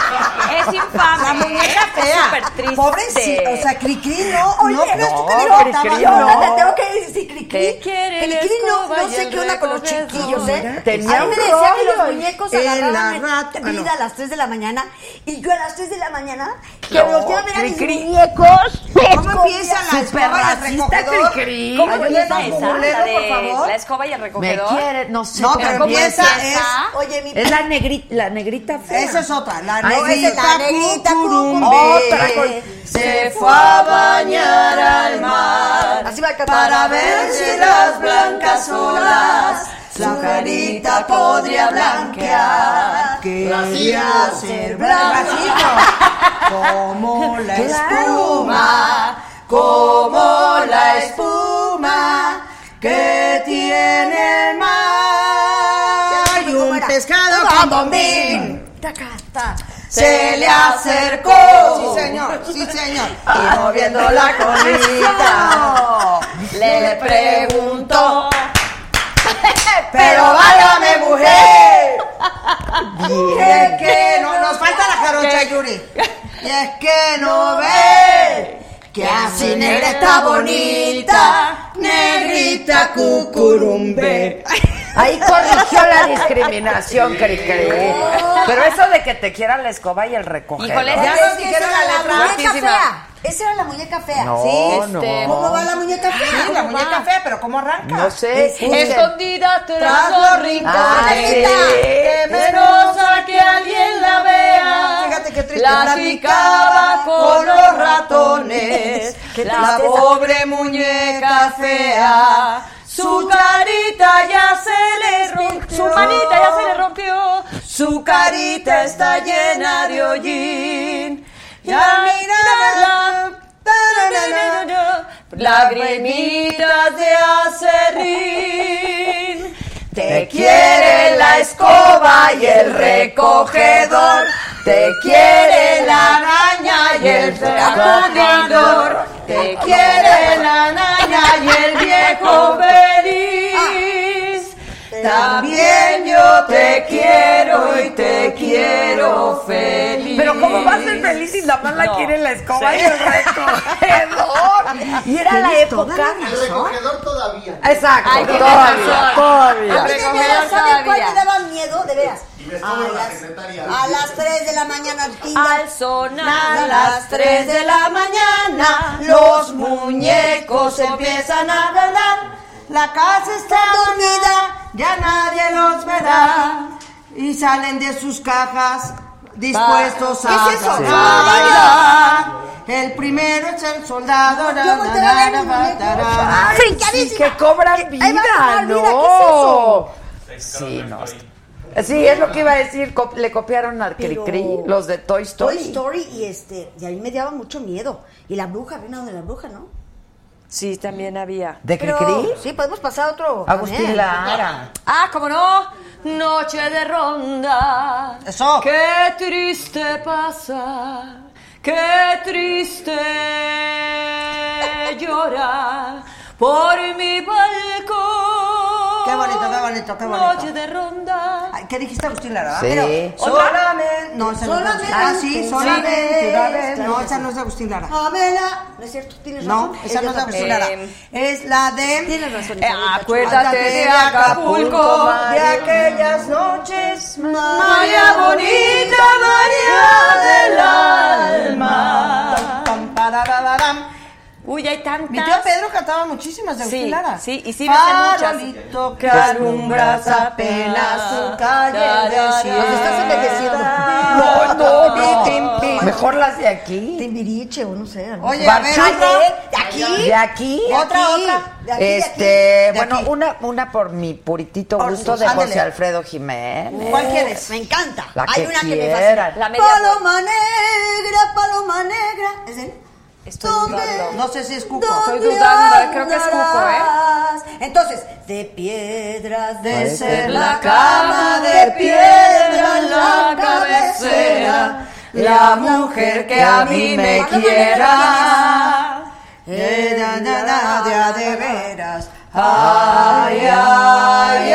S7: Es infame.
S6: La muñeca
S7: Es
S6: fea.
S7: súper triste.
S6: Pobrecita. O sea, Cricri, no.
S8: Oye,
S6: no crees tú que
S8: no,
S6: le
S8: Cricri,
S6: faltaba-
S8: no.
S6: Nada, tengo
S8: que decir Cricri.
S7: ¿Qué quiere
S8: Cricri
S7: la
S8: Eh, no,
S7: escoba
S8: no
S7: y
S8: sé
S7: el
S8: qué onda con los
S7: recogedor?
S8: chiquillos, ¿eh?
S7: Mira.
S1: Tenía
S8: a mí
S1: un
S8: me decía que los
S1: rollo.
S8: muñecos
S6: El
S8: agarraban
S6: arrastre,
S8: vida
S6: no.
S8: a las 3 de la mañana y yo a las 3 de la mañana que
S1: No,
S8: me volteaba a ver a mis
S1: Cricri.
S8: muñecos.
S6: ¿Cómo empieza la escoba y el recogedor?
S7: ¿Cómo
S6: Ayúdame,
S7: empieza esa?
S6: Mulero,
S7: La de
S6: por favor.
S7: la escoba y el
S1: Me
S7: recogedor.
S1: quieren, no sé.
S6: No,
S1: pero
S6: pero
S1: ¿cómo
S6: empieza
S1: empieza?
S6: es-
S8: Oye, mi
S1: Es la negrita, la negrita fea.
S6: Esa es otra. La
S1: Ay,
S6: negrita.
S1: esa es la negrita
S6: cucurumbe.
S1: cucurumbe. Otra con-
S6: Se fue a bañar al mar.
S8: Así va a cantar.
S6: Para ver si las blancas olas su carita podría blanquear. Quería ser blanquito como la espuma, como la espuma que tiene el mar. Y un pescado con bombín
S8: Taca, ta.
S6: se le acercó. Sí, señor, sí, señor. Y moviendo la colita, le preguntó. Pero válgame, mujer. Y es que no nos falta la jarocha, Yuri. Y es que no ve que así negra está bonita, negrita cucurumbe.
S1: Ahí corrigió la discriminación, Cricri. Pero eso de que te quieran la escoba y el recogedor.
S7: Híjole,
S6: Ya
S7: ¿sabes
S6: nos
S7: qué?
S6: dijeron
S7: Esa
S6: la
S7: era
S6: letra.
S8: muñeca
S7: Guapísima.
S8: fea. Esa era la muñeca fea.
S1: No,
S6: Sí,
S1: no.
S7: este,
S6: ¿Cómo va la muñeca fea?
S7: Sí, la muñeca
S6: fea, pero ¿cómo arranca?
S1: No sé.
S7: Escondida
S6: Tras los rincones,
S1: Ah, sí.
S6: temerosa que alguien la vea.
S7: Fíjate qué triste.
S6: Platicaba con los ratones.
S7: Qué
S6: La
S7: tristeza.
S6: pobre muñeca fea. Su carita ya se le rompió.
S7: Su manita ya se le rompió.
S6: Su carita está llena de hollín. Ya mirarla. Lagrimitas de acerrín. Te quiere la escoba y el recogedor. Te quiere la araña y el sacudidor. Te quiere la araña y el viejo feliz. Te
S14: También yo te quiero y te quiero feliz.
S1: Pero ¿cómo va a ser feliz si la mala
S14: No.
S1: quiere la escoba
S14: Sí.
S1: y el recogedor? Y era la
S8: Tienes toda
S1: época...
S8: la
S4: El recogedor todavía.
S8: Ah,
S1: Exacto,
S8: Ay, qué
S1: todavía,
S8: razón.
S1: todavía.
S8: A mí de veras,
S14: Recogedor
S8: ¿saben cuál
S14: todavía.
S8: me daba miedo? De veras.
S4: les
S8: A
S4: cobro la
S8: las-
S4: secretaria.
S8: a las 3 de la mañana,
S7: Al sonar
S8: a
S14: las 3 de la mañana los muñecos empiezan a bailar. La casa está dormida, ya nadie los verá. Y salen de sus cajas dispuestos
S6: ¿Qué
S14: a,
S6: es eso?
S14: a
S6: Ah,
S14: bailar. El primero es el soldado. ra,
S6: Yo volteo a
S14: ra,
S6: ver
S14: ra,
S6: mis
S14: ra,
S6: muñecos.
S14: ra, ra.
S1: Ay, sí, que cobran vida,
S8: cobrar vida,
S1: ¿no?
S8: ¿qué
S1: Sí, no. Sí, es lo que iba a decir. co- le copiaron al
S8: Pero-
S1: Cricri los de Toy Story.
S8: Toy Story y este, y a mí me daba mucho miedo. Y la bruja, ven a donde la bruja, ¿no?
S7: Sí, también había.
S1: ¿De
S8: Pero-
S1: Cricri?
S8: Sí, podemos pasar a otro.
S1: Agustín
S8: panel.
S1: Lara.
S7: Ah, cómo no. Noche de ronda.
S6: Eso.
S7: Qué triste pasar. Qué triste llorar por mi balcón.
S6: Qué bonito, qué bonito, qué bonito.
S7: Noche de ronda.
S6: Ay, ¿Qué dijiste, Agustín Lara?
S1: Sí.
S6: Pero,
S7: ¿Otra?
S6: Solamente. No, esa no es de Agustín Lara. Ah, sí,
S8: Sí.
S6: solamente.
S8: Una vez,
S6: No,
S8: claro
S6: esa
S8: que
S6: no es de Agustín Lara.
S8: Pamela. No es cierto, tienes
S6: No,
S8: razón.
S6: esa no es de Agustín
S8: Eh,
S6: Lara. Es la de.
S8: Tienes razón.
S7: Eh,
S8: Isabel,
S7: acuérdate de Acapulco.
S6: de aquellas noches,
S14: María bonita, María del alma.
S6: Pam, pararararam.
S7: Uy, hay tantas.
S6: Mi tío Pedro cantaba muchísimas de Agustín
S7: Sí,
S6: Lara.
S7: sí, y sí me sé muchas.
S6: Farolito que alumbras apenas tu calle desierta.
S8: Te estás envejeciendo.
S1: No, no, no.
S6: Pim, pim, pim.
S1: Mejor las de aquí.
S8: Timbiriche o no sé. algo.
S6: Oye, a ver,
S1: Barchale.
S6: otra.
S8: ¿De aquí?
S1: De aquí.
S6: De Otra,
S8: aquí,
S6: otra.
S8: de aquí, de
S1: este,
S8: aquí, de
S1: bueno,
S8: aquí.
S1: una una por mi puritito
S6: Por
S1: gusto
S6: sus,
S1: de
S6: ándale.
S1: José Alfredo Jiménez.
S6: ¿Cuál quieres?
S8: Me encanta.
S1: La
S8: Hay
S1: que
S8: una que me
S1: quieran.
S8: fascina.
S7: La media
S8: paloma negra, paloma negra. ¿Es él?
S7: Estoy
S8: ¿Dónde-
S7: dudando.
S6: No sé si es Cuco.
S7: Estoy dudando, creo que es Cuco, ¿eh?
S8: andarás? Entonces, de piedras de
S1: Parece.
S8: ser
S14: La cama de piedra, la cabecera, la mujer que a mí me quiera. Eh, da, da, da, de a de veras. Ay, ay,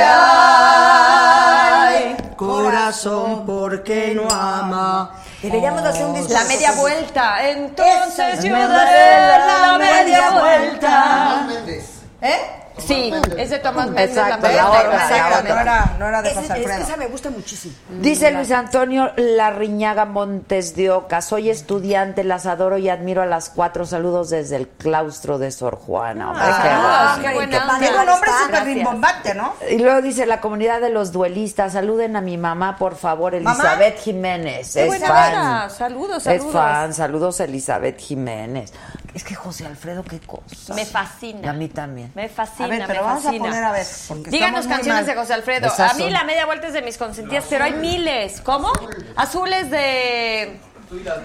S14: ay. Corazón, ¿por qué no ama?
S8: Deberíamos de hacer un disco.
S7: La media vuelta. Entonces
S8: Eso,
S7: yo
S8: me
S7: daré
S8: daré
S7: la media vuelta.
S4: Tomás Méndez.
S6: ¿Eh?
S7: Sí, es de Tomás Méndez la
S1: Exacto,
S7: media
S1: la
S7: vuelta.
S1: otra, la
S6: Exacto,
S1: otra.
S6: No era, no era de
S8: Es-
S6: José
S8: es-
S6: Alfredo.
S8: esa me gusta muchísimo.
S1: Dice Luis Antonio Larriñaga Montes de Oca, soy estudiante, las adoro y admiro a las cuatro. Saludos desde el claustro de Sor Juana. Hombre, qué
S7: Ah,
S1: bonito.
S7: qué buena onda.
S6: Tiene un nombre
S8: Está,
S6: súper
S7: gracias.
S6: rimbombante, ¿no?
S1: Y luego dice la comunidad de los duelistas, saluden a mi mamá, por favor,
S6: ¿Mamá?
S1: Elizabeth Jiménez.
S7: Qué
S1: es
S7: buena
S1: fan.
S7: onda. Saludos,
S1: Es
S7: saludos.
S1: fan, saludos Elizabeth Jiménez. Es que José Alfredo, qué cosa.
S7: Me fascina.
S1: Y a mí también.
S7: Me fascina,
S6: A ver,
S7: me
S6: pero vamos a
S7: fascina.
S6: poner a ver. porque
S7: Díganos
S6: estamos muy
S7: canciones
S6: mal.
S7: de José Alfredo.
S1: Esas
S7: a mí
S1: son.
S7: la media vuelta es de mis consentidas, pero hay miles. ¿Cómo? Azules de.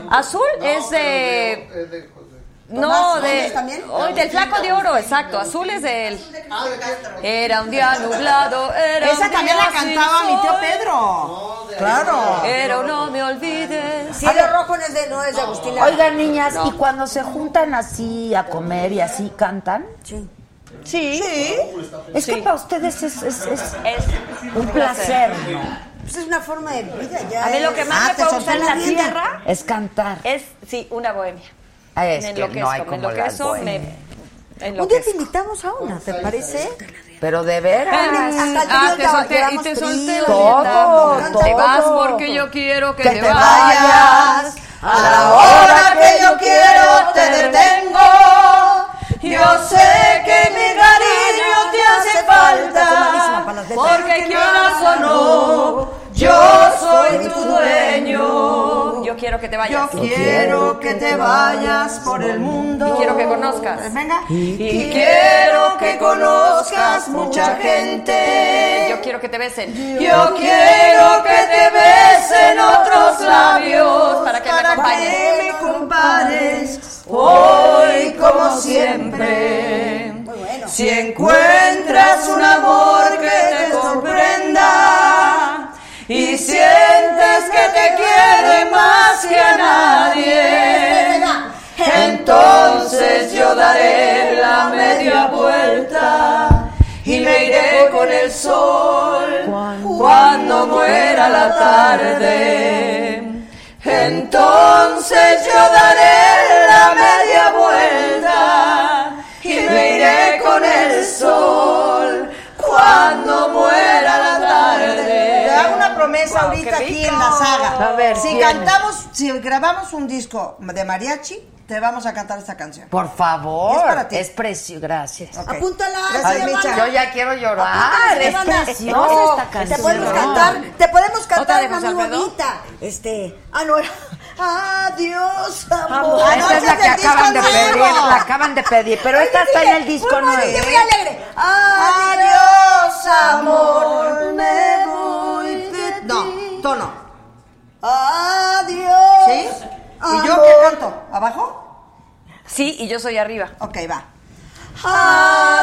S7: Azul es de.
S4: Es eh, de José.
S7: No,
S6: Tomás
S7: de.
S6: Méndez también.
S7: Hoy del Flaco de Oro, exacto. Azul es del.
S4: Ah, de Castro.
S7: Era un día nublado, era
S6: Esa
S7: un
S6: también
S7: día
S6: la
S7: sin
S6: cantaba mi tío
S7: sol.
S6: Pedro. Claro.
S7: Pero no me olvides.
S8: Cielo rojo no es de, no es de Agustín Lara.
S15: Oigan, niñas, ¿y cuando se juntan así a comer y así cantan?
S8: Sí.
S7: Sí.
S15: Es que
S7: Sí.
S15: para ustedes es, es- es
S7: Es
S15: un placer, ¿no?
S8: Pues es una forma de vida. Ya
S7: A mí lo
S8: es-
S7: que más
S6: Ah,
S7: me
S6: te
S7: puede gustar en la
S6: soltó la rienda.
S7: tierra
S15: Es cantar.
S7: es, sí, una bohemia.
S1: Ah, Es
S7: me
S1: que no hay
S7: enloquezco, me
S1: como las
S7: enloquezo, me.
S1: bohemias.
S8: Un día
S7: enloquezco.
S8: te invitamos a una, ¿te parece?
S1: Pero de veras.
S7: Ah, te solté, y te solté la
S1: Todo,
S7: rienda.
S1: todo.
S7: Te vas porque yo quiero que,
S1: Que
S7: te,
S1: te
S7: vayas.
S6: A la hora que yo quiero te detengo.
S7: Yo sé que mi cariño te hace falta. Porque quieras o no, yo soy tu dueño. Yo quiero que te
S6: Yo
S7: vayas.
S6: quiero que te vayas por el mundo.
S7: Y quiero que conozcas.
S6: Venga.
S7: Y
S6: quiero que conozcas mucha gente.
S7: Yo quiero que te besen.
S6: Yo quiero que te besen otros labios
S7: Para que me
S6: para
S7: acompañes.
S6: que me compares hoy como siempre. Si encuentras un amor que te comprenda y sientes que te quiere más que a nadie, entonces yo daré la media vuelta y me iré con el sol caiga la tarde, entonces yo daré la media vuelta y me iré con el sol cuando muera la tarde.
S4: Te hago una promesa
S6: Guau,
S4: ahorita
S6: qué
S4: aquí
S6: rico.
S4: en la saga.
S6: A ver,
S4: si
S6: viene.
S4: cantamos, si grabamos un disco de mariachi, te vamos a cantar esta canción.
S1: Por favor.
S4: Es para ti.
S1: precio, gracias.
S4: Ok.
S1: Apúntala.
S4: Gracias,
S1: Ay,
S4: Micha.
S1: yo ya quiero llorar.
S8: Apúntale,
S1: Es
S8: banda.
S1: preciosa esta canción.
S8: Te podemos cantar, te podemos cantar una muy bonita. Este, ah, no era. Adiós, amor.
S1: Amor, Ah, esta es la que acaban de pedir, la
S8: acaban de pedir,
S1: pero esta está en el disco nuevo.
S8: Muy alegre.
S6: Adiós, amor,
S8: me
S6: voy de
S4: No, tono.
S8: Adiós.
S4: ¿Sí? ¿Y yo qué canto? ¿Abajo?
S7: Sí, y yo soy arriba.
S4: Ok, va.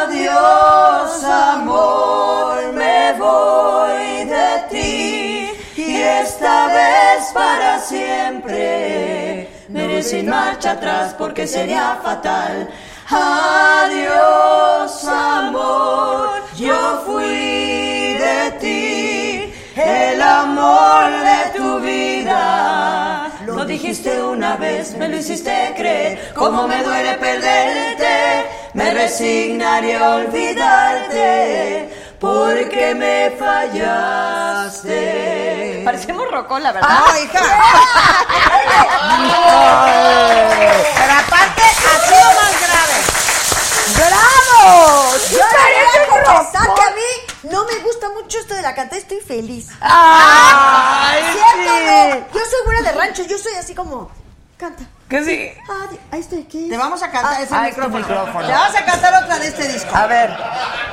S6: Adiós, amor, me voy de ti y esta vez para siempre. Me iré sin marcha atrás porque sería fatal. Adiós, amor, yo fui de ti, el amor de tu vida. Lo dijiste una vez, me lo hiciste creer, como me duele perderte, me resignaré a olvidarte, porque me fallaste.
S7: Parecemos rocola,
S6: ¿verdad?
S4: ¡Ay,
S6: Pero aparte, ha sido más grave.
S8: ¡Bravo!
S6: ¡Sí,
S8: Yo
S6: parece
S8: quería
S6: un
S8: confesar
S6: robot!
S8: que a mí no me gusta mucho esto de la cantada, estoy feliz.
S4: Ah,
S6: ¡Ay,
S8: ¿Cierto o
S6: sí!
S8: no? Yo soy buena de rancho, yo soy así como, canta.
S4: ¿Qué sigue?
S8: Adi- Ahí estoy, ¿qué es?
S4: Te vamos a cantar ese
S8: ah,
S4: micrófono.
S8: este micrófono.
S4: Te vamos a cantar otra de este disco. A ver.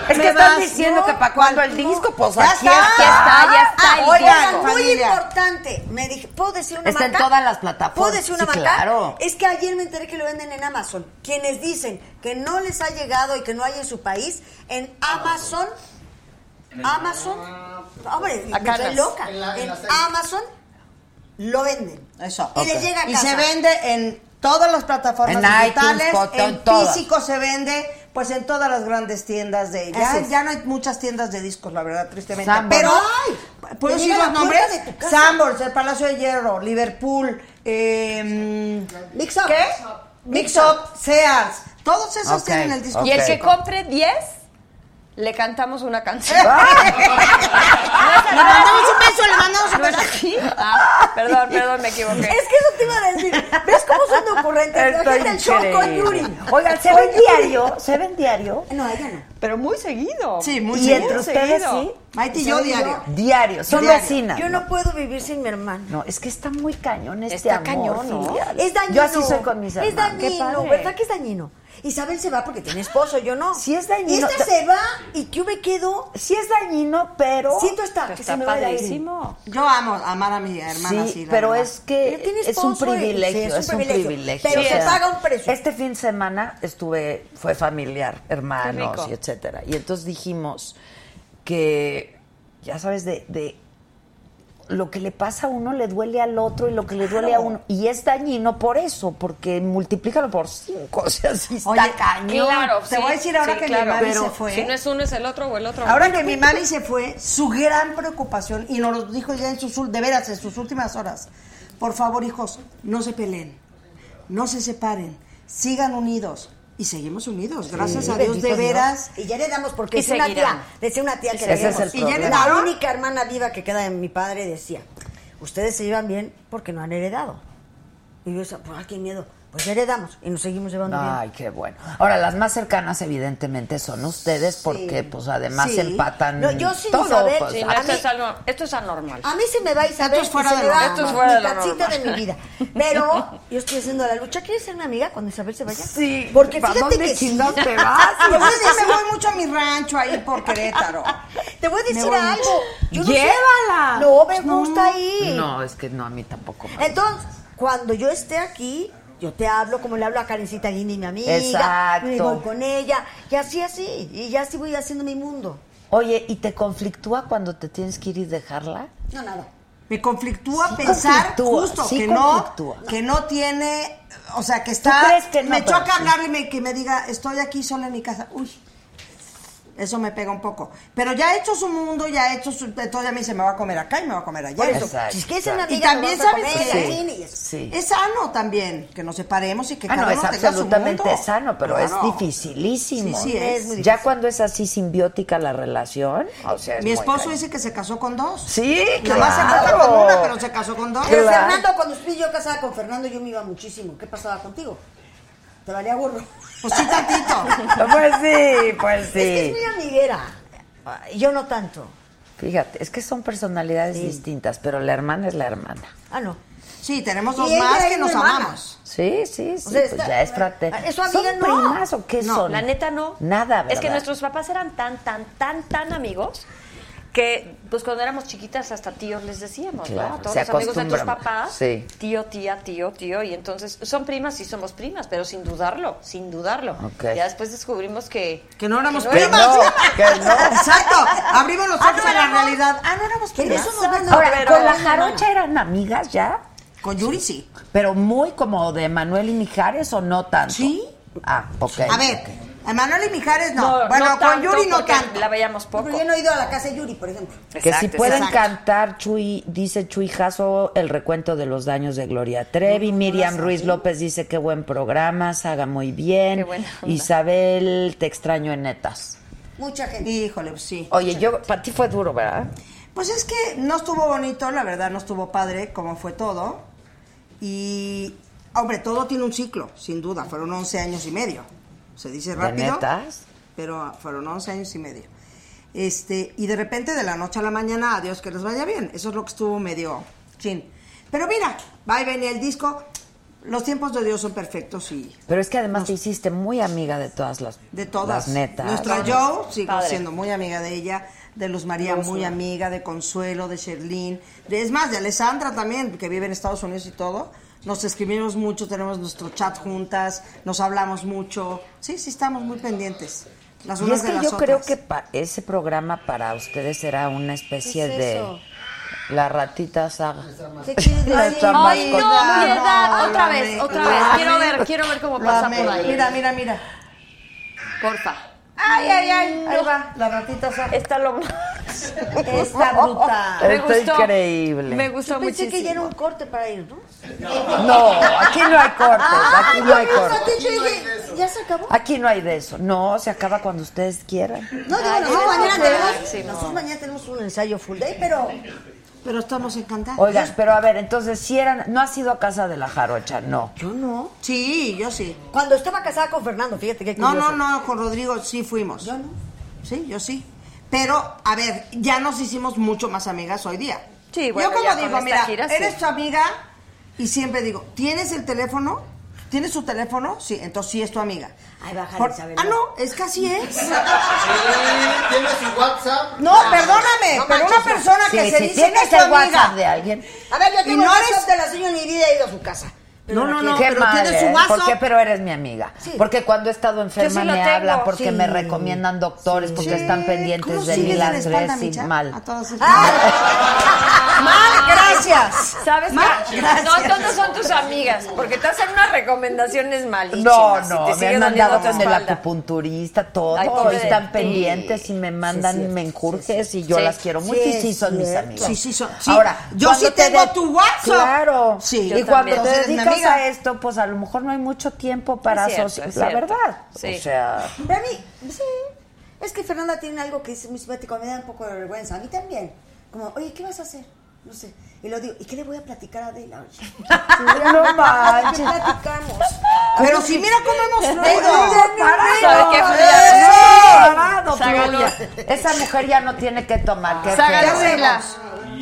S1: Es que están diciendo que para cuando el disco, pues
S4: Ya
S1: aquí
S4: está.
S1: está, ya está.
S8: Ah,
S1: el
S8: oigan,
S1: disco.
S8: muy
S4: familia.
S8: importante. Me dije, ¿puedo decir una
S1: Está en
S8: marca?
S1: todas las plataformas.
S8: ¿Puedo decir una Eh,
S1: Sí,
S8: marca?
S1: claro.
S8: Es que ayer me enteré que lo venden en Amazon. Quienes dicen que no les ha llegado y que no hay en su país, en Amazon, Amazon, hombre, me
S4: Acá
S8: estoy
S4: las-
S8: loca.
S4: en la- en
S8: En
S4: la serie.
S8: Amazon lo venden.
S4: Eso.
S8: Y les llega a
S4: Y
S8: casa.
S4: se vende en todas las plataformas
S1: En
S4: digitales,
S1: iTunes, Foto, en
S4: en
S1: todas.
S4: físico se vende, pues en todas las grandes tiendas de
S8: Así
S4: ya,
S8: es.
S4: ya no hay muchas tiendas de discos, la verdad, tristemente.
S1: Sanborns.
S4: Pero
S8: Ay,
S4: ¿puedo
S8: te
S4: decir
S8: llega a
S4: los
S8: la
S4: nombres?
S8: puerta de tu casa.
S4: Sambors, el Palacio de Hierro, Liverpool, eh,
S8: Mix Up.
S4: ¿Qué? Mix Up, Sears, todos esos
S1: Ok,
S4: tienen el disco.
S7: Y el que
S4: físico.
S7: compre 10, le cantamos una canción.
S8: Le mandamos un beso, le mandamos un
S7: ¿No era
S8: beso.
S7: así? Ah, perdón, perdón, me equivoqué.
S8: Es que eso te iba a decir. ¿Ves cómo son de ocurrentes? La gente del show con Yuri.
S1: Oigan, ¿se
S8: Con
S1: ven
S8: Yuri.
S1: diario? ¿Se ven diario?
S8: No, ella no.
S7: Pero muy seguido.
S4: Sí, muy
S1: ¿Y
S4: seguido.
S1: entre ustedes
S7: seguido.
S1: sí?
S4: Maite y yo
S8: ¿Soy
S4: diario.
S1: Diario, son
S4: Diario.
S1: vecinas.
S8: Yo no puedo vivir sin mi hermano.
S1: No, es que está muy cañón este
S7: Está
S1: amor
S7: cañón, ¿no?
S1: filial.
S8: Es dañino.
S1: Yo así soy con mis
S8: Es
S1: hermanos.
S8: dañino,
S7: padre.
S8: ¿verdad que es dañino? Isabel se va porque tiene esposo, yo no.
S1: Sí es dañino.
S8: Esta se va y yo me quedo.
S1: Sí es dañino, pero...
S8: Siento hasta
S7: Pero
S8: que
S7: está
S8: se me va el aire.
S7: padrísimo.
S4: Yo amo amar a mi hermana, sí,
S1: sí,
S4: la
S1: pero
S4: verdad.
S1: es que
S8: Pero tiene
S1: es un
S8: esposo y-
S1: privilegio,
S8: sí,
S1: es, un privilegio.
S8: pero
S1: o
S8: se
S1: sea,
S8: paga un precio.
S1: Este fin de semana estuve, fue familiar,
S7: Qué
S1: hermanos
S7: rico.
S1: y etcétera. Y entonces dijimos que, ya sabes, de, de lo que le pasa a uno le duele al otro y lo que le duele a uno. Y es dañino por eso, porque multiplícalo por cinco. O sea, sí está
S4: Oye,
S1: cañón.
S7: Claro,
S4: Te
S7: sí,
S4: voy a decir ahora
S7: sí,
S4: que mi
S7: claro.
S4: mami
S7: Pero
S4: se fue.
S7: Si no es uno, es el otro o el otro.
S4: Ahora que mi mami se fue, su gran preocupación, y nos lo dijo ya en sus, ul- de veras, en sus últimas horas, por favor, hijos, no se peleen, no se separen, sigan unidos. Y seguimos unidos, gracias a Dios, de
S8: Bendito
S4: veras.
S8: Y ya le damos porque
S7: Y
S8: es una
S7: seguirán.
S8: tía. Decía una tía que
S1: Ese
S8: le
S1: es el
S8: y ya le
S1: problema.
S8: La única hermana viva que queda de mi padre decía: Ustedes se llevan bien porque no han heredado. Y yo decía: Pues, ay, qué miedo. Pues heredamos y nos seguimos llevando
S1: Ay, qué bueno. Ahora, las más cercanas, evidentemente, son ustedes, porque, pues, además
S8: Sí.
S1: empatan.
S8: No, yo sin
S1: todo,
S8: saber,
S1: pues,
S7: Sí, no,
S1: a
S7: esto,
S1: mí-
S7: es algo- esto es anormal.
S8: bien. A mí se me va Isabel,
S4: Esto es fuera
S8: y se
S4: de
S8: me
S4: lo
S8: va
S4: normal. Esto es
S7: fuera de
S8: mi
S7: lo
S8: tacita de
S7: normal.
S8: mi vida. Pero yo estoy haciendo la lucha. ¿Quieres ser mi amiga cuando Isabel se vaya?
S1: Sí,
S8: Porque
S1: ¿pa'
S8: fíjate
S1: dónde
S8: que sí.
S1: chingón te vas?
S4: Yo sí me voy mucho a mi rancho ahí por Querétaro.
S8: Te voy a
S4: Me
S8: decir
S4: voy
S8: algo. Yo no sé-
S1: ¡Llévala!
S8: No, me gusta ir.
S1: No, es que no, a mí tampoco. me-
S8: Entonces, cuando yo esté aquí, yo te hablo como le hablo a Karencita Guini, mi amiga.
S1: Exacto.
S8: Me voy con ella. Y así, así. Y ya así voy haciendo mi mundo.
S1: Oye, ¿y te conflictúa cuando te tienes que ir y dejarla?
S8: No, nada.
S4: Me conflictúa
S1: Sí
S4: pensar
S1: conflictúa,
S4: justo
S1: sí
S4: que
S1: conflictúa.
S4: no que no tiene, o sea, que está
S1: crees que no,
S4: me
S1: pero
S4: choca
S1: sí.
S4: hablarle y me- que me diga, "Estoy aquí sola en mi casa." Uy.
S6: Eso me pega un poco. Pero ya hecho su mundo, ya hecho su. Entonces a mí se me va a comer acá y me va a comer allá.
S1: Pues
S8: Por eso,
S6: Entonces,
S8: si es que esa Navidad
S6: Y también
S8: nos vamos
S6: sabes
S8: a
S6: que
S8: comer al cine y eso.
S1: Sí.
S6: es sano también que nos separemos y que
S1: Ah,
S6: cada
S1: no, es
S6: uno tenga su
S1: absolutamente
S6: mundo.
S1: sano, pero
S6: Claro.
S1: es dificilísimo.
S6: Sí, sí, es muy
S1: Ya
S6: difícil.
S1: cuando es así simbiótica la relación, o sea, es
S6: Mi
S1: muy
S6: esposo
S1: cañón.
S6: dice que se casó con dos.
S1: Sí,
S6: Nada más se
S1: claro.
S6: casa con una, pero se casó con dos.
S8: Pero
S1: Claro.
S8: Fernando, cuando estuve yo casada con Fernando, yo me iba muchísimo. ¿Qué pasaba contigo? Te valía burro.
S6: Pues sí, tantito.
S1: Pues sí, pues
S8: Es que es
S1: sí.
S8: muy amiguera. Ay, Yo no tanto.
S1: Fíjate, es que son personalidades distintas, pero la hermana es la hermana.
S8: Ah, no.
S6: Sí, tenemos
S8: Y
S6: dos
S8: ella
S6: más
S8: es
S6: que
S8: mi
S6: nos
S8: hermana.
S6: amamos.
S1: Sí, sí, sí,
S8: sea,
S1: pues
S8: está-
S1: ya es fraterna.
S8: ¿Es su
S1: ¿Son
S8: amiga? No.
S1: primas o qué
S7: no,
S1: son?
S7: la neta no.
S1: Nada, ¿verdad?
S7: Es que nuestros papás eran tan, tan, tan, tan amigos que, pues cuando éramos chiquitas, hasta tíos les decíamos,
S1: Claro,
S7: ¿no? A todos
S1: se
S7: los amigos de tus
S1: acostumbran.
S7: papás,
S1: Sí.
S7: tío, tía, tío, tío. Y entonces, son primas y somos primas, pero sin dudarlo, sin dudarlo.
S1: Ok.
S7: Ya después descubrimos que.
S6: Que no éramos
S7: Que no,
S6: primas.
S1: que no.
S6: Exacto. Abrimos los
S7: Ah,
S6: ojos
S7: no
S6: a la
S7: éramos.
S6: realidad. Ah, no éramos
S7: Que
S6: primas.
S7: eso nos manda-
S1: Ahora,
S7: Ah, Pero-
S1: ¿con la jarocha eran amigas ya?
S6: Con Yuri sí.
S1: Pero muy como de Manuel y Mijares o no tanto. Sí. Ah, ok.
S6: A ver, a Manuel y Mijares no.
S7: No,
S6: bueno,
S7: no
S6: con
S7: tanto,
S6: Yuri no
S7: porque
S6: tanto.
S7: La veíamos poco.
S8: Pero yo no he ido a la casa de Yuri, por ejemplo.
S1: Que si
S7: Exacto,
S1: pueden
S7: exacto.
S1: cantar, Chuy, dice Chuy Jasso, el recuento de los daños de Gloria Trevi. Miriam Ruiz López dice, qué buen programa, Saga muy bien.
S7: Qué buena onda.
S1: Isabel, te extraño en netas.
S8: Mucha gente.
S6: Híjole, pues sí.
S1: Oye, yo, para ti fue duro, ¿verdad?
S6: Pues es que no estuvo bonito, la verdad, no estuvo padre, como fue todo. Y, hombre, todo tiene un ciclo, sin duda. Fueron 11 años y medio. Se dice
S1: ¿De
S6: rápido.
S1: netas?
S6: Pero fueron 11 años y medio. Este, y de repente, de la noche a la mañana, adiós, que les vaya bien. Eso es lo que estuvo medio chin. Pero mira, va y venía el disco. Los tiempos de Dios son perfectos y
S1: Pero es que además te hiciste muy amiga de todas las,
S6: de
S1: las
S6: todas.
S1: netas.
S6: Nuestra yo sigo
S7: Padre.
S6: siendo muy amiga de ella, de Luz María muy amiga, de Consuelo, de Sherlyn, de, es más, de Alessandra también, que vive en Estados Unidos y todo. Nos escribimos mucho, tenemos nuestro chat juntas, nos hablamos mucho. Sí, sí, estamos muy pendientes. Las
S1: Y
S6: unas
S1: es
S6: de
S1: que
S6: las
S1: yo creo
S6: otras.
S1: que pa- ese programa para ustedes era una especie
S8: ¿Qué es eso?
S1: de... La ratita saga.
S8: ¿Qué quieres decir?
S1: Nuestra
S7: Ay, no,
S1: mascota.
S7: Piedad,
S6: no,
S7: otra
S6: lo
S7: vez,
S6: amé,
S7: otra
S6: lo
S7: vez.
S6: amé.
S7: Quiero ver, quiero ver cómo
S6: Lo
S7: pasa
S6: amé.
S7: por ahí.
S6: Mira, mira, mira.
S7: Porfa.
S6: Ay, ay, ay. Ahí
S7: No.
S6: va, la ratita saca.
S7: Está lo más.
S6: Está
S1: Oh,
S6: brutal.
S7: Me
S1: Está
S7: gustó.
S1: increíble.
S7: Me gustó
S8: Yo pensé
S7: muchísimo.
S8: que ya era un corte para irnos.
S1: No, aquí no hay cortes, aquí no hay
S8: Yo pensé
S1: cortes.
S8: que yo dije, ¿Ya se acabó?
S1: Aquí no hay de eso. No, se acaba cuando ustedes quieran.
S8: No, digo,
S7: Ay,
S8: nosotros,
S7: no,
S8: mañana
S7: no,
S8: tenemos,
S7: sí, no.
S8: nosotros mañana tenemos un ensayo full day, pero
S6: Pero estamos encantados.
S1: Oigan, pero a ver, entonces si eran, no ha sido a casa de la jarocha, no.
S8: yo no.
S6: Sí, yo sí.
S8: Cuando estaba casada con Fernando, fíjate qué
S6: No,
S8: curioso.
S6: no, no, con Rodrigo sí fuimos.
S8: Yo no.
S6: Sí, yo sí. Pero, a ver, ya nos hicimos mucho más amigas hoy día.
S7: Sí, bueno,
S6: Yo como
S7: ya con
S6: digo,
S7: esta
S6: mira,
S7: gira, sí.
S6: eres tu amiga y siempre digo, ¿tienes el teléfono? ¿Tienes su teléfono? Sí, entonces sí es tu amiga.
S8: Ay, bájale,
S6: Por-
S8: Isabel.
S6: Ah, no, es que así es.
S4: ¿Tienes su WhatsApp?
S6: No,
S1: Ah,
S6: perdóname,
S8: No
S6: pero una
S8: manches,
S6: persona
S1: Sí,
S6: que se
S1: si
S6: dice que
S1: tienes
S6: es tu
S1: el
S6: amiga.
S1: WhatsApp de alguien.
S8: A ver, yo tengo
S6: Y
S8: el
S6: no
S8: WhatsApp
S6: eres-
S8: de la señora ni vida he ido a su casa.
S6: No, no, no,
S1: Qué
S6: pero
S1: mal,
S6: tienes su
S1: ¿eh?
S6: WhatsApp.
S1: ¿Por qué? Pero eres mi amiga.
S8: Sí.
S1: Porque cuando he estado enferma
S7: sí lo
S1: me
S7: tengo,
S1: hablan, porque
S7: sí.
S1: me recomiendan doctores, porque están pendientes
S6: ¿Cómo
S1: de mí
S6: sigues
S1: las
S6: la espalda,
S1: tres y
S6: Micha? A
S1: mal.
S6: todas estas-
S7: Mal,
S6: gracias.
S7: ¿Sabes
S6: Mal,
S7: qué?
S6: gracias.
S7: No, entonces son tus amigas, porque te hacen unas recomendaciones
S1: No,
S7: malísimas. y
S1: no,
S7: te
S1: me
S7: sigue doliendo
S1: han mandado
S7: tu
S1: con el
S7: espalda.
S1: acupunturista, todo,
S7: Ay, pobre
S1: y están
S7: de ti.
S1: pendientes y me mandan
S8: cierto,
S1: menjurjes y yo
S7: Sí.
S1: las quiero mucho
S8: Sí,
S1: y sí
S8: es
S1: son mis
S8: cierto.
S1: amigas.
S6: Sí, sí, son- sí.
S1: Ahora,
S6: Yo
S1: cuando
S6: sí tengo
S1: de-
S6: tu WhatsApp.
S1: Claro.
S6: Sí,
S1: y
S6: yo
S1: cuando
S6: también.
S1: te
S6: Entonces, mi
S1: dedicas
S6: amiga.
S1: a esto, pues a lo mejor no hay mucho tiempo para
S7: Es cierto,
S1: asociar,
S7: es
S1: la
S7: cierto.
S1: verdad.
S7: Sí.
S1: O sea,
S8: Pero a mí, sí. Es que Fernanda tiene algo que es muy simpático, me da un poco de vergüenza. A mí también. Como, oye, ¿qué vas a hacer? No sé. Y lo digo, ¿y qué le voy a platicar a Adela? Oye,
S1: no
S8: ¿Qué
S1: manches.
S8: platicamos?
S6: Pero si mira cómo hemos
S1: Pero-
S6: fluido.
S7: ¿Sabe qué?
S1: ¡Eh! Parado,
S7: Sácalo.
S1: Gloria. Esa mujer ya no tiene que tomar. qué
S6: Sácalo,
S1: feo.
S6: Adela.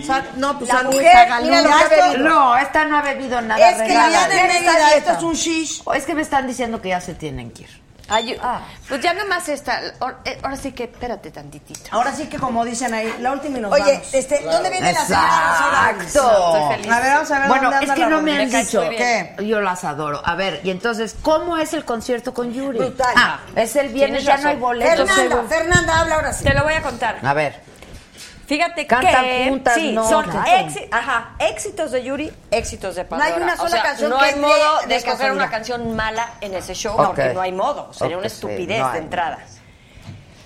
S6: Sa- No, pues
S1: La
S6: salud,
S1: mujer,
S6: sácalo.
S1: mira lo
S6: Ya
S1: que ha
S6: esto-
S1: bebido. No, esta no ha bebido nada.
S6: Es que ya
S1: regálale.
S6: de Mérida, esto
S1: Está
S6: es un shish.
S1: O Es que me están diciendo que ya se tienen que ir.
S7: Ay, Pues ya nomás está. ahora- eh, Ahora sí que espérate tantitito.
S6: Ahora sí que como dicen ahí, la última y nos
S8: Oye,
S6: vamos.
S8: este, ¿dónde viene la señora?
S7: Estoy
S1: Exacto.
S7: feliz.
S6: A ver, vamos a ver
S1: Bueno,
S6: dónde anda
S1: es que
S6: la
S1: no me han
S6: Rodríguez.
S7: caes
S1: dicho.
S7: muy bien.
S6: ¿Qué?
S1: Yo las adoro. A ver, y entonces, ¿cómo es el concierto con Yuri?
S8: Brutal.
S1: Ah, es el
S7: Tienes
S1: viernes, ya no
S7: razón.
S1: hay boletos.
S8: Fernanda, Fernanda, habla ahora sí.
S7: Te lo voy a contar.
S1: A ver,
S7: Fíjate
S1: Cantan
S7: que
S1: juntas,
S7: sí,
S1: no,
S7: son
S1: claro.
S7: exi- ajá, éxitos de Yuri, éxitos de Pandora.
S8: No hay una sola
S7: O sea,
S8: canción
S7: no
S8: que
S7: hay
S8: dé
S7: modo
S8: de
S7: de escoger
S8: casualidad.
S7: una canción mala en ese show
S1: Ok.
S7: porque no hay modo, sería
S1: Ok,
S7: una
S1: sí,
S7: estupidez
S1: no hay.
S7: de entrada.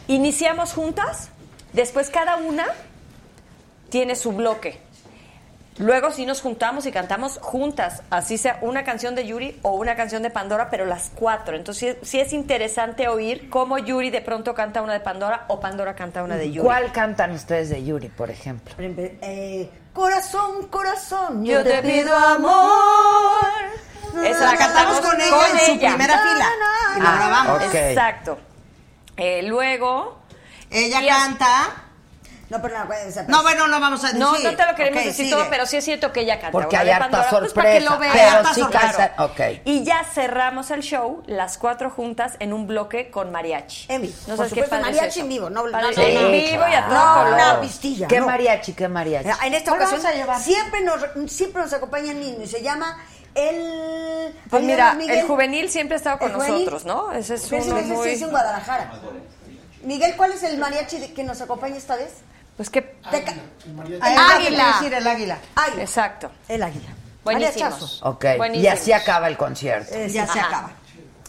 S7: Iniciamos juntas, después cada una tiene su bloque. Luego sí nos juntamos y cantamos juntas, así sea una canción de Yuri o una canción de Pandora, pero las cuatro. Entonces sí, sí es interesante oír cómo Yuri de pronto canta una de Pandora o Pandora canta una de Yuri.
S1: ¿Cuál cantan ustedes de Yuri, por ejemplo?
S8: Eh, corazón, corazón,
S16: Yo te pido amor.
S7: Esa la cantamos Ah, con ella en su primera fila.
S16: Y
S1: Ah,
S16: la grabamos.
S8: ok.
S7: Exacto. Eh, luego.
S6: Ella
S7: y as-
S6: canta.
S8: No, pero no, o sea,
S6: No, bueno, no vamos a decir.
S7: No, no te lo queremos
S6: Ok,
S7: decir
S6: sigue.
S7: todo, pero sí es cierto que ella canta.
S1: Porque
S7: una
S1: hay
S7: de
S1: harta
S7: Pandora, pues, para que
S1: sorpresa.
S7: lo vean.
S1: pero
S7: Harta
S1: sí
S7: sorpresa.
S1: cantan. Ok.
S7: Y ya cerramos el show, las cuatro juntas, en un bloque con mariachi. En vivo.
S8: Por supuesto, mariachi en vivo, no- no-
S7: en
S8: no, no.
S7: vivo y a todo
S8: No,
S7: color.
S8: no, pistilla,
S1: ¿Qué
S8: no.
S1: mariachi, qué mariachi?
S8: Eh, En esta
S1: ¿Cuál
S8: ocasión
S1: vas a llevar?
S8: siempre nos siempre nos acompaña el mismo y se llama el
S7: Pues
S8: el
S7: mira,
S8: Miguel-
S7: el juvenil siempre ha estado con
S8: el juvenil.
S7: nosotros, ¿no? Ese es
S8: Pero
S7: uno
S8: ese- ese
S7: muy...
S8: es en Guadalajara. Miguel, ¿cuál es el mariachi de- que nos acompaña esta vez?
S7: Pues que
S8: Ahí está, te quiero decir,
S6: el águila.
S8: Águila.
S7: Exacto.
S8: El águila.
S7: Buenísimos.
S1: Ok. Y
S7: Buenísimos.
S1: así acaba el concierto.
S6: Eh, ya se
S7: Ajá.
S6: acaba.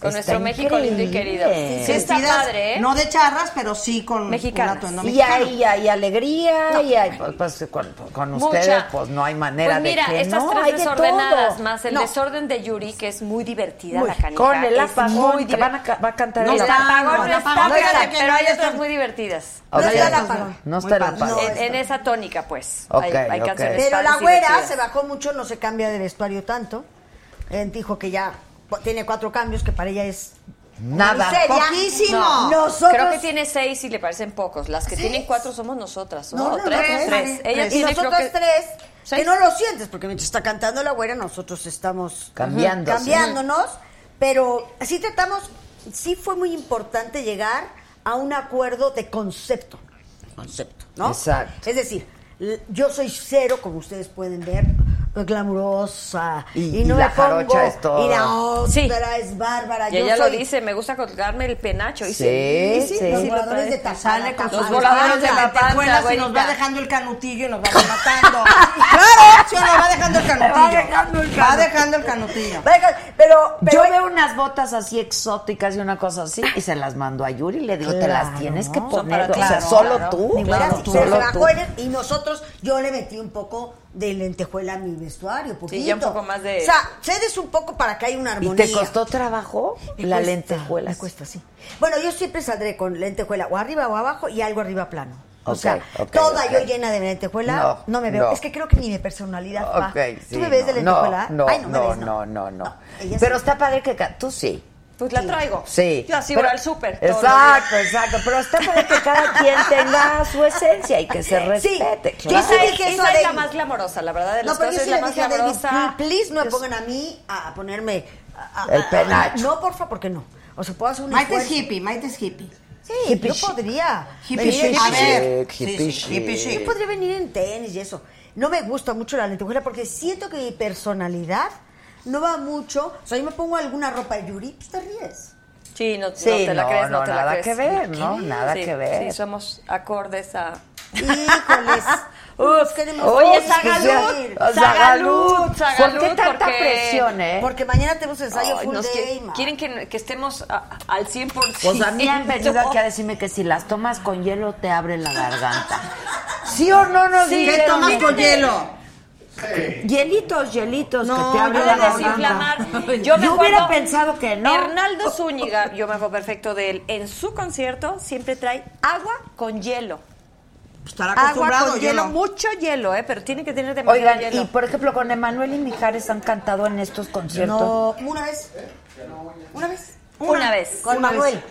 S7: Con
S1: Está
S7: nuestro México lindo y
S1: increíble.
S7: querido. Sí, está
S6: Vestidas,
S7: padre, ¿eh?
S6: No de charras, pero sí con
S7: Mexicanas.
S6: un atuendo
S1: Y
S6: mexicano.
S1: hay, hay alegría, y hay, pues, pues, con, con
S7: Mucha.
S1: ustedes, pues no hay manera
S7: Pues mira,
S1: de que
S7: estas
S1: no,
S7: tres
S1: hay de
S7: desordenadas
S1: todo.
S7: más el
S1: No.
S7: desorden de Yuri, que es muy divertida
S1: Muy-
S7: la canija.
S1: con el
S7: es
S1: apagón,
S7: muy
S1: que
S7: diver-
S1: van a ca- va a cantar
S7: No
S1: el
S7: está
S1: apagón.
S7: apagón, no
S1: No,
S7: está,
S1: apagón.
S7: fíjate,
S1: No,
S7: pero hay
S1: no,
S7: otras muy divertidas.
S1: Ok. No está el
S7: Muy padre.
S1: apagón.
S7: En, en esa tónica, pues.
S1: Ok,
S7: hay hay
S1: ok.
S7: canciones
S8: Pero la
S7: padres y
S8: güera
S7: divertidas.
S8: se bajó mucho, no se cambia de vestuario tanto. Eh, dijo que ya po- tiene cuatro cambios, que para ella es una
S1: Nada.
S8: miseria.
S6: Poquísimo.
S7: No,
S8: Nosotros-
S7: creo que tiene seis y le parecen pocos. Las que tienen cuatro somos nosotras. No,
S8: No, no, no,
S7: tres,
S8: tres,
S7: tres.
S8: tres.
S7: Ella
S8: Y
S7: tiene
S8: nosotros
S7: creo que-
S8: tres,
S7: seis.
S8: que no lo sientes, porque mientras está cantando la güera, nosotros estamos
S1: Cambiando,
S8: Ujú,
S1: sí.
S8: cambiándonos. Pero sí tratamos, sí fue muy importante llegar a un acuerdo de concepto. Concepto, ¿no?
S1: Exacto.
S8: Es decir, l- yo soy cero, como ustedes pueden ver, glamurosa.
S1: Y-
S8: Y,
S1: y
S8: no
S1: la
S8: me pongo.
S1: jarocha es todo.
S8: Y la
S7: Sí.
S8: otra es bárbara.
S7: Y
S8: yo
S7: ella
S8: soy
S7: lo dice, me gusta colgarme el penacho. Y
S1: Sí,
S7: sí,
S1: sí.
S7: y
S8: Los
S7: sí lo
S8: voladores
S7: trae.
S8: de Tazana con
S7: Los
S8: sus
S7: voladores de
S6: Panta,
S7: la
S6: te cuelas
S7: panta,
S6: y nos va
S7: güerita.
S6: dejando el canutillo y nos vamos matando. ¡Claro! Sí, nos va dejando el canutillo.
S8: Va dejando el
S6: Va
S8: canutillo.
S6: dejando el canutillo.
S8: Venga, Pero, pero
S1: Yo veo unas botas así exóticas y una cosa así y se las mando a Yuri y le digo, te las tienes que poner, o sea,
S6: claro,
S1: solo
S6: claro.
S1: tú,
S8: Mi güera sí,
S1: tú,
S8: pero se
S1: Ah, solo
S8: bajó
S1: tú.
S8: en el- y nosotros, yo le metí un poco de lentejuela a mi vestuario, poquito.
S7: ya un poco más de-
S8: O sea, cedes un poco para que haya una
S1: ¿Y
S8: armonía.
S1: te costó trabajo
S8: Me
S1: la
S8: cuesta,
S1: lentejuela?
S8: Me cuesta, sí. Bueno, yo siempre saldré con lentejuela o arriba o abajo y algo arriba plano. O
S1: Ok,
S8: sea,
S1: ok,
S8: toda
S1: ok.
S8: yo llena de lentejuela,
S1: No,
S8: no, me veo.
S1: no.
S8: Es que creo que ni mi personalidad va.
S1: Ok, sí,
S8: ¿Tú me ves
S1: no,
S8: de lentejuela?
S1: No, no,
S8: Ay, me
S1: no,
S8: ves,
S1: no, no, no.
S8: ella
S1: Pero
S8: sí.
S1: está padre que... ca- Tú sí.
S7: Pues la traigo.
S1: Sí.
S7: Yo así
S1: Pero-
S7: voy al súper. todos los
S1: Exacto, exacto. Pero está para que cada quien tenga su esencia y que se
S8: Sí,
S1: respete.
S8: yo
S1: claro.
S8: sí
S7: Esa,
S8: dije eso
S7: esa
S8: a
S7: es la
S8: David.
S7: más glamorosa, la verdad. De
S8: No,
S7: las
S8: pero
S7: dos
S8: yo
S7: es
S8: sí
S7: la
S8: le
S7: más
S8: dije a David,
S7: glamorosa.
S8: please no me pongan a mí a, a ponerme... a- a-
S1: El
S8: a-
S1: penacho.
S8: No, porfa, porque no. O sea, puedo hacer un
S6: Maite es
S8: esfuerzo.
S6: hippie, Maite es hippie.
S8: Sí,
S1: Hippie
S8: yo
S1: chic.
S8: podría.
S6: Hippie
S8: venir en-
S6: chic. A ver.
S1: Chic,
S6: Sí,
S1: hippie
S6: sí, hippie
S1: chic.
S6: chic. Pues,
S8: Yo podría venir en tenis y eso. No me gusta mucho la lentejuela porque siento que mi personalidad no va mucho. O sea, yo me pongo alguna ropa de Yuri, pues te ríes.
S7: Sí, no, no
S1: Sí,
S7: te la
S1: no,
S7: crees, no,
S1: no,
S7: te
S1: nada
S7: la crees.
S1: que ver, ¿no? Nada
S7: Sí,
S1: que ver.
S7: Sí, somos acordes a...
S8: Híjoles.
S7: Uf,
S8: queremos
S7: oye,
S8: ir.
S7: Zagalud,
S1: Zagalud,
S7: Zagalud,
S1: pues ¿Por
S7: Zagalud,
S1: qué tanta
S7: porque-
S1: presión, eh?
S8: Porque mañana tenemos ensayo
S7: Ay,
S8: full
S7: nos
S8: day,
S7: qui-
S8: ma.
S7: quieren que, que estemos a- al 100%.
S1: Pues a mí han venido aquí a
S7: No.
S1: decirme que si las tomas con hielo te abre la garganta. ¿Sí o no nos
S7: Sí,
S1: dijeron?
S6: ¿Qué tomas con hielo?
S1: Hielitos, hielitos,
S6: No,
S1: que te abre
S6: yo
S1: la
S7: Puede
S6: no,
S1: garganta.
S7: desinflamar. Yo, me
S1: hubiera
S7: acuerdo,
S1: pensado que no.
S7: Hernaldo Zúñiga, yo me acuerdo perfecto de él. En su concierto siempre trae agua con hielo.
S8: Ah,
S6: Pues estará
S7: Agua
S6: acostumbrado
S7: con hielo,
S6: hielo.
S7: mucho hielo, ¿eh? Pero tiene que tener demasiado
S1: Oigan,
S7: hielo.
S1: y por ejemplo, con Emanuel y Mijares han cantado en estos conciertos.
S8: No, una vez. Una vez.
S7: Una vez.
S8: Con
S7: Una
S8: Manuel.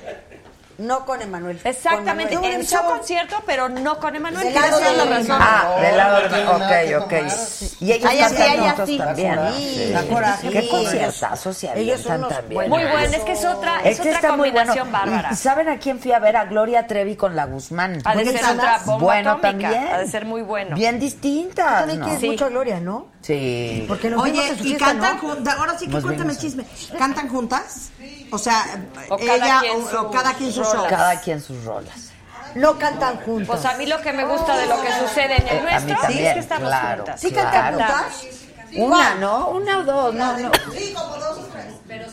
S8: No con Emanuel.
S7: Exactamente,
S8: con Manuel.
S7: en
S8: Un
S7: su
S8: chavo.
S7: concierto, pero no con Emanuel.
S8: Del
S7: Tienes
S8: lado
S7: toda la
S8: de-
S7: razón.
S1: Ah, del lado de...
S4: no tiene nada
S1: Ok,
S4: que
S1: ok.
S4: tomar.
S1: Y ellos
S8: Ay,
S1: cantan
S8: sí, ellas
S1: juntos
S8: sí.
S1: también. ¿no?
S8: Sí.
S1: Sí.
S8: Da coraje.
S1: Qué
S8: Sí.
S1: conciertazos se
S8: Ellos son
S1: avientan
S8: unos
S1: también.
S7: Muy bueno, es que es otra, es
S1: Este
S7: otra
S1: está muy bueno.
S7: combinación bárbara.
S1: Y ¿Saben a quién fui a ver? A Gloria Trevi con la Guzmán.
S7: Ha de ser otra bomba
S1: bueno
S7: atómica.
S1: también.
S7: Ha de ser muy bueno.
S1: Bien distinta.
S8: También quieres
S7: Sí.
S8: mucho a Gloria, ¿no?
S1: Sí.
S8: Porque nos vimos
S6: Oye,
S8: en su
S6: y
S8: fiesta,
S6: cantan
S8: ¿no?
S6: juntas. Ahora sí que
S1: Nos
S6: cuéntame el chisme. ¿Cantan juntas? O sea,
S7: O cada
S6: ella
S7: quien
S6: o, o
S7: sus
S6: cada quien sus
S7: rolas.
S6: shows.
S1: Cada quien sus rolas.
S8: No cantan juntos.
S7: Pues a mí lo que me gusta de lo que sucede en el
S1: Eh, a mí
S7: nuestro
S1: también,
S7: es que estamos
S1: claro.
S7: juntas.
S8: ¿Sí
S1: claro.
S8: cantan juntas?
S1: Una, ¿no? Una o dos. No, no.
S6: Sí, como dos o tres.
S7: Pero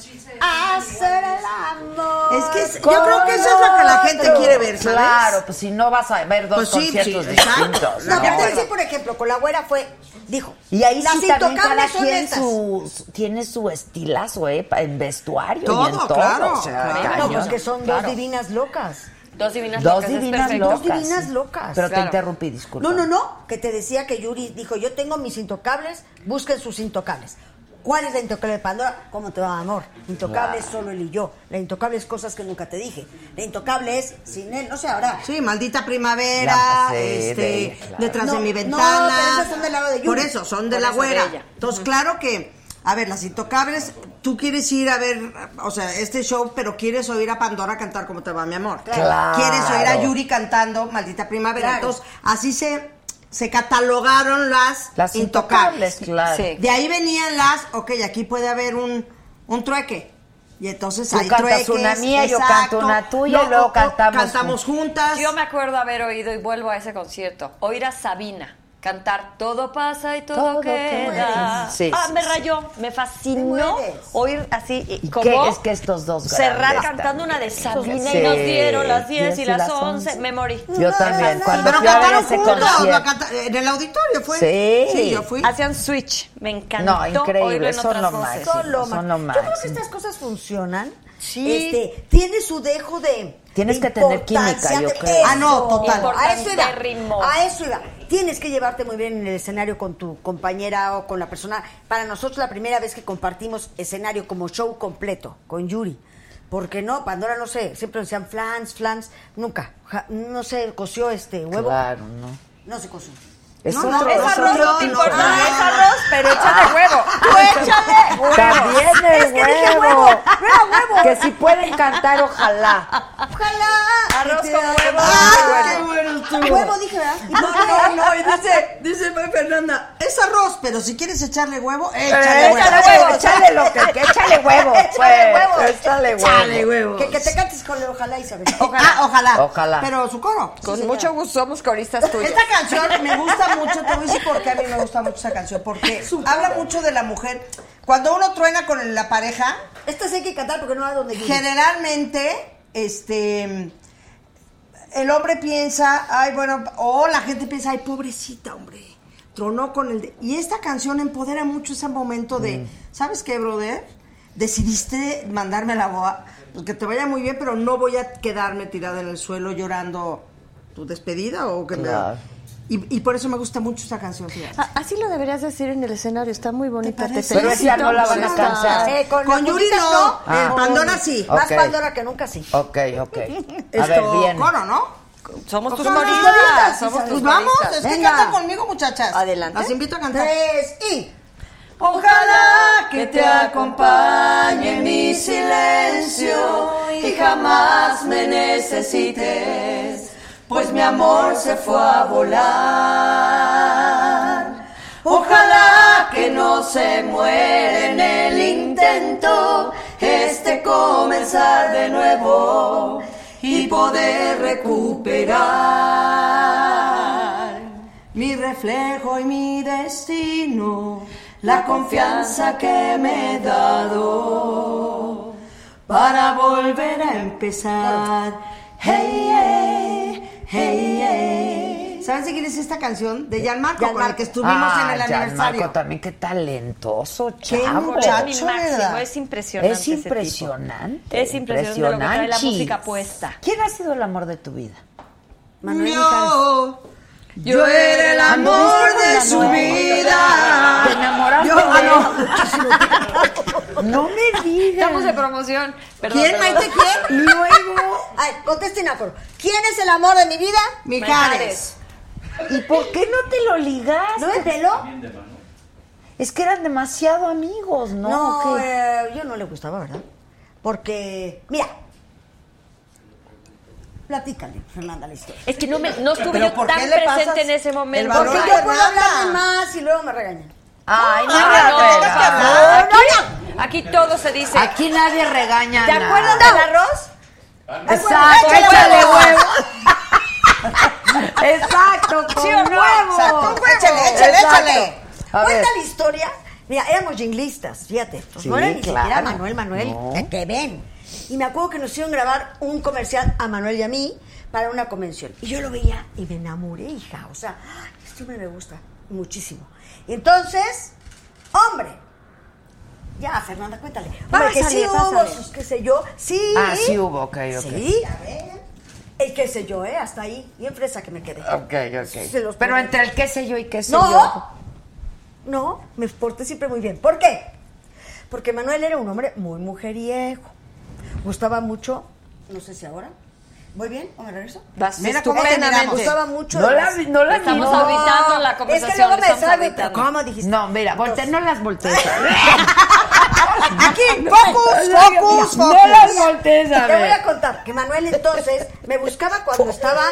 S8: hacer el amor.
S6: Es que es- yo creo que eso es lo que la gente
S1: otro.
S6: quiere ver, ¿sabes?
S1: Claro, pues si no vas a ver dos
S6: Pues sí,
S1: conciertos
S6: sí,
S1: distintos.
S8: No,
S1: ¿no?
S8: pero te voy a decir, por ejemplo, con la güera fue, dijo,
S1: Y ahí
S8: las
S1: sí también cada
S8: intocables son
S1: quien
S8: estas.
S1: su, su- tiene su estilazo, ¿eh? Pa- En vestuario y en
S8: Todo,
S1: todo.
S8: claro,
S1: o sea,
S8: claro.
S1: cañón.
S8: No, porque son
S1: Claro.
S8: dos divinas locas.
S7: Dos divinas
S1: Dos divinas locas.
S8: Dos divinas locas.
S1: Pero te interrumpí, disculpa.
S8: No, no, no, que te decía que Yuri dijo, yo tengo mis intocables, busquen sus intocables. ¿Cuál es la intocable de Pandora? ¿Cómo te va, amor? Intocable es
S6: Claro.
S8: solo él y yo. La intocable es cosas que nunca te dije. La intocable es sin él, no sé, ahora.
S6: Sí, maldita primavera,
S8: La pasé
S6: este,
S8: de ella, claro.
S6: detrás
S8: No,
S6: de mi
S8: no,
S6: ventana.
S8: pero esas son del lado de Yuri.
S6: Por eso, son de
S8: Por
S6: la
S8: eso
S6: güera.
S8: de ella.
S6: Entonces, claro que, a ver, las intocables, tú quieres ir a ver, o sea, este show, pero quieres oír a Pandora cantar como te va, mi amor.
S1: Claro.
S6: Quieres oír a Yuri cantando, maldita primavera.
S1: Claro.
S6: Entonces, así se, se catalogaron las,
S1: Las intocables, claro. Sí.
S6: De ahí venían las, ok, aquí puede haber un, un trueque. Y entonces
S1: Tú
S6: hay
S1: cantas
S6: trueques,
S1: una mía, yo canto una tuya, y luego
S6: o- o
S1: cantamos
S6: cantamos juntas.
S7: Yo me acuerdo haber oído, y vuelvo a ese concierto, oír a Sabina cantar Todo pasa y todo,
S1: Todo
S7: queda.
S1: queda. Sí,
S7: ah,
S1: sí,
S7: me
S1: sí.
S7: rayó, me fascinó oír así y
S1: ¿Qué
S7: como
S1: es que estos dos
S7: cerrar
S1: grandes
S7: cantando
S1: también?
S7: una de Sabina
S1: Sí.
S7: y nos dieron las 10
S1: Diez
S7: y las 11. Me morí.
S1: Yo también, cuando
S6: Pero
S1: fui a ver
S6: cantaron
S1: ese
S6: juntos,
S1: concierto.
S6: lo canta- en el auditorio fue.
S1: Sí.
S6: yo fui.
S7: Hacían switch, me encantó.
S1: No,
S7: oírlo
S1: increíble,
S7: en
S1: son
S7: otras
S1: lo
S7: voces.
S1: máximo,
S8: Solo
S1: son lo
S8: Yo creo que
S1: máximo.
S8: estas cosas funcionan.
S7: Sí.
S8: Este, tiene su dejo de.
S1: Tienes que tener química, yo
S8: importancia de-
S1: creo.
S8: Eso,
S1: Ah, no, total.
S8: A eso iba.
S7: Importantérrimo.
S8: A eso iba. Tienes que llevarte muy bien en el escenario con tu compañera o con la persona. Para nosotros, la primera vez que compartimos escenario como show completo con Yuri. Porque no, Pandora no sé, siempre decían flans, flans, nunca. Ja- no se coció este huevo.
S1: Claro, no.
S8: No se coció.
S1: Es
S8: No,
S1: otro,
S8: no,
S1: es
S8: es
S1: otro
S8: arroz,
S1: tipo.
S8: no, no, no,
S1: Ah.
S8: es arroz, pero échale huevo.
S1: Tú échale huevo. También el
S8: Es que dije
S1: huevo.
S8: huevo, no era huevo.
S1: Que si pueden cantar, ojalá.
S8: Ojalá. Este,
S17: Arroz
S8: Que te
S17: con
S8: haga-
S17: huevo.
S6: Ay, qué
S8: bueno.
S6: bueno
S8: Ah,
S6: estuvo.
S8: Huevo dije, ¿verdad? ¿Y
S6: No,
S8: por qué?
S6: no, no, y dice, dice Fernanda, es arroz, pero si quieres echarle huevo, échale,
S1: Eh, échale huevo, échale lo que- que échale huevo,
S6: Échale
S1: pues,
S6: huevo.
S1: échale huevo.
S6: Échale huevo.
S8: Que, que te cantes con el ojalá, Isabel.
S6: Ojalá. Ah, ojalá.
S1: Ojalá.
S6: Pero su coro.
S8: Con
S7: mucho
S6: gusto somos
S7: coristas
S8: tuyos.
S6: Esta canción me gusta mucho, te voy a decir por qué a mí me gusta mucho esa canción. Porque habla mucho de la mujer. Cuando uno truena con la pareja,
S8: Esta sí hay que cantar porque no va donde Yuri.
S6: generalmente, este. El hombre piensa, ay, bueno, o la gente piensa, ay, pobrecita, hombre. Tronó con el. de-". Y esta canción empodera mucho ese momento de,
S1: Mm.
S6: ¿sabes qué, brother? Decidiste mandarme a la boa. Pues que te vaya muy bien, pero no voy a quedarme tirada en el suelo llorando tu despedida o que me-
S1: Claro.
S6: Y, y por eso me gusta mucho esta canción, fíjate.
S7: Ah, Así lo deberías decir en el escenario, está muy bonita. te
S6: parece? Pero
S1: esa no la van a
S7: felicito.
S1: cantar.
S8: Eh, con
S6: Con
S8: las
S6: Yuri
S8: musitas
S6: no,
S8: no.
S1: Ah,
S6: eh, Pandora sí.
S1: ok.
S8: Más Pandora que nunca sí.
S1: Ok, ok. A ver,
S6: Esto,
S1: bien.
S6: coro, ¿no? Pues
S7: Somos tus
S6: Ojalá.
S7: coristas. Somos
S6: Pues
S7: tus
S6: vamos,
S7: coristas.
S6: es que
S8: Venga.
S6: cantan conmigo, muchachas.
S7: Adelante.
S6: Las invito a cantar.
S8: Tres y.
S17: Ojalá que te acompañe mi silencio y jamás me necesites, pues mi amor se fue a volar. Ojalá que no se muera en el intento este comenzar de nuevo y poder recuperar mi reflejo y mi destino, la confianza que me he dado para volver a empezar. Hey, hey, hey, hey.
S6: ¿Saben si quieres esta canción de Gianmarco
S8: Gianmarco.
S6: con el que estuvimos en
S17: Ah,
S6: el
S1: Ay, Gianmarco
S6: aniversario?
S1: también, qué talentoso,
S6: Qué
S1: chavo.
S7: Es mi
S6: muchacho,
S7: máximo,
S6: ¿verdad?
S7: es impresionante.
S1: Es
S7: ese tipo.
S1: impresionante.
S7: Es impresionante lo que trae la
S1: impresionanchis.
S7: música puesta.
S1: ¿Quién ha sido el amor de tu vida?
S8: Manuel
S6: Yo,
S17: Yo era el amor de su vida.
S1: Te enamoraste
S17: Yo-
S1: de
S17: ah, no.
S1: él. No me digas.
S7: Estamos de promoción. Perdón,
S6: ¿Quién,
S7: perdón.
S6: Maite, quién?
S1: Luego,
S8: Ay, contesten a coro. ¿Quién es el amor de mi vida?
S6: Mijares.
S1: ¿y por qué no te lo ligaste?
S8: ¿No es pelo?
S1: Es que eran demasiado amigos, ¿no?
S8: No,
S1: ¿O qué?
S8: eh, yo no le gustaba, ¿verdad? Porque, mira, platícale, Fernanda, la historia.
S7: Es que no, me, no estuve
S6: ¿Pero
S7: yo
S6: por
S7: tan
S6: qué le pasas
S7: presente en ese
S6: el
S7: momento.
S6: valor
S8: Porque
S6: Pero
S8: yo
S6: Fernanda.
S8: puedo hablar de más y luego me regañan.
S1: Ay, no,
S7: Ah, no,
S1: me
S7: es que
S1: regañas.
S7: aquí- Aquí todo se dice.
S1: Aquí nadie regaña.
S8: ¿Te
S1: nada.
S8: acuerdas del arroz?
S1: Exacto,
S8: Ay, bueno,
S1: échale
S8: huevo.
S1: huevo. Exacto, con
S8: ¿Sí o no?
S1: huevo.
S8: Exacto, con huevo.
S6: Échale, échale,
S1: Exacto.
S6: échale.
S1: A ver,
S8: Cuenta la historia Mira, éramos jinglistas, fíjate. Pues
S1: Sí,
S8: no era ni
S1: claro.
S8: siquiera Manuel Manuel,
S1: No.
S8: te que ven. Y me acuerdo que nos hicieron grabar un comercial a Manuel y a mí para una convención. Y yo lo veía y me enamoré, hija. O sea, ¡ay, este hombre me gusta muchísimo. Y entonces, hombre. Ya, Fernanda, cuéntale. Hombre, que sí
S1: Pásale,
S8: hubo
S1: pásale.
S8: sus, qué sé yo. Sí.
S18: Ah, sí hubo, ok, ok.
S8: Sí, a ver. El qué sé yo, ¿eh? Hasta ahí. Bien fresa que me quedé.
S18: Ok,
S8: Se los
S18: ok. Pero
S8: prometo.
S18: entre el qué sé yo y qué sé
S8: No,
S18: yo.
S8: no, me porté siempre muy bien. ¿Por qué? Porque Manuel era un hombre muy mujeriego. Gustaba mucho, no sé si ahora. ¿Voy bien? ¿O me regreso?
S7: Vas
S8: estupendamente. Gustaba mucho. de las-
S7: Estamos habitando la conversación.
S8: Es que luego me
S7: estamos
S8: salgo,
S7: habitando.
S8: pero ¿cómo dijiste?
S18: No, mira, voltea, no las voltees.
S8: Aquí, focus, focus, focus.
S18: No las voltees a
S8: Te voy
S18: ver.
S8: a contar que Manuel entonces me buscaba cuando estaba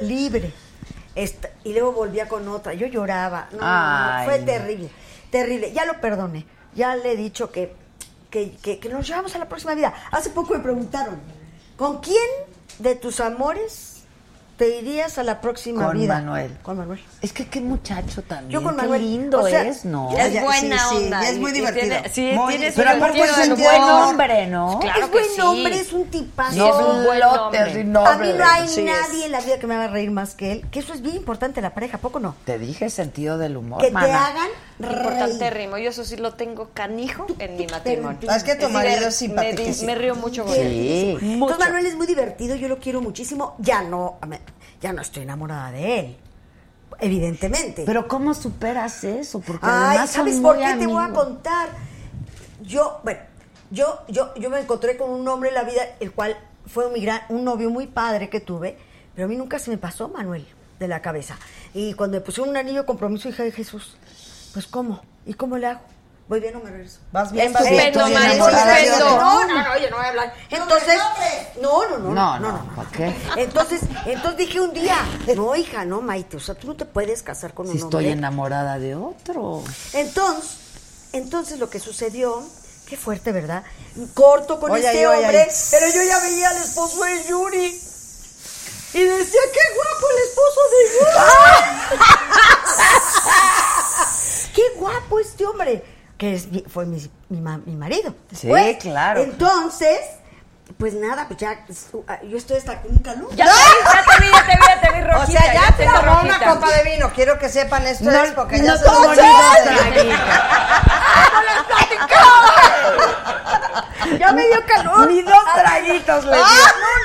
S8: libre. Esta- y luego volvía con otra. Yo lloraba. No, no, no, fue
S18: Ay.
S8: terrible. Terrible. Ya lo perdoné. Ya le he dicho que, que, que- que nos llevamos a la próxima vida. Hace poco me preguntaron, ¿con quién de tus amores te irías a la próxima
S18: Con
S8: vida?
S18: Manuel.
S8: Con Manuel.
S18: Es que qué muchacho también.
S8: Yo con
S18: qué
S8: Manuel,
S18: lindo
S8: o sea,
S18: es, ¿no?
S8: es Ya, buena sí, sí, onda
S18: es muy divertido. Muy-
S8: pero
S18: pero
S8: aparte
S18: aparte es un buen hombre, ¿no?
S8: es buen hombre, es un tipazo.
S18: No, es un bolote, así noble.
S8: A mí no hay
S18: Sí, es.
S8: nadie en la vida que me haga reír más que él. Que eso es bien importante en la pareja, ¿a poco no?
S18: Te dije sentido del humor,
S8: Que te
S18: mana.
S8: hagan
S7: Importante rimo, yo eso sí lo tengo canijo en mi matrimonio.
S6: Es que tu
S7: decir,
S6: marido es
S7: me-
S6: simpaticísimo.
S7: Me, río mucho con
S18: Sí.
S7: él.
S8: Entonces Manuel es muy divertido, yo lo quiero muchísimo. Ya no, me- ya no estoy enamorada de él. Evidentemente.
S18: Pero ¿cómo superas eso? Porque
S8: Ay,
S18: además son
S8: ¿sabes por
S18: muy
S8: qué te voy a
S18: amigos.
S8: contar? Yo, bueno, yo, yo, yo me encontré con un hombre en la vida, el cual fue un, migra- un novio muy padre que tuve, pero a mí nunca se me pasó Manuel de la cabeza. Y cuando me pusieron un anillo de compromiso, hija de Jesús, pues ¿cómo? ¿Y cómo le hago? Voy bien o me regreso.
S6: Vas bien, vas bien.
S8: Estupendo,
S6: Tú
S8: Manuel,
S6: bien, enamorada.
S8: estupendo. No, no, no, yo no voy a hablar. Entonces, no, no, no,
S18: No, no, ¿para qué?
S8: Entonces, entonces dije un día, no, hija, no, Maite, o sea, tú no ¿eh? te puedes casar con
S18: Si
S8: un
S18: estoy
S8: hombre.
S18: enamorada de otro.
S8: Entonces, entonces lo que sucedió, qué fuerte, ¿verdad? Corto con
S6: Oye,
S8: este
S6: ahí, oye,
S8: hombre,
S6: ahí.
S8: pero yo ya veía al esposo de Yuri. Y decía, qué guapo el esposo de Yuri. qué guapo este hombre. Que es, mi- fue mi, mi ma- mi marido.
S18: Sí,
S8: Después,
S18: claro.
S8: Entonces, pues nada, pues ya, yo estoy hasta con un calor.
S7: Ya te vi, ya te vi, ya te vi, ya te vi
S6: O
S7: rojita.
S6: sea, ya
S7: te
S6: te
S7: vi
S6: tomó una
S7: rojita.
S6: copa de vino. Quiero que sepan esto
S18: No,
S6: es porque
S18: no
S6: ya
S18: tomo
S6: somos
S18: ni
S6: amigos.
S18: dos
S8: Ya me dio calor.
S18: Ni dos traguitos le dio.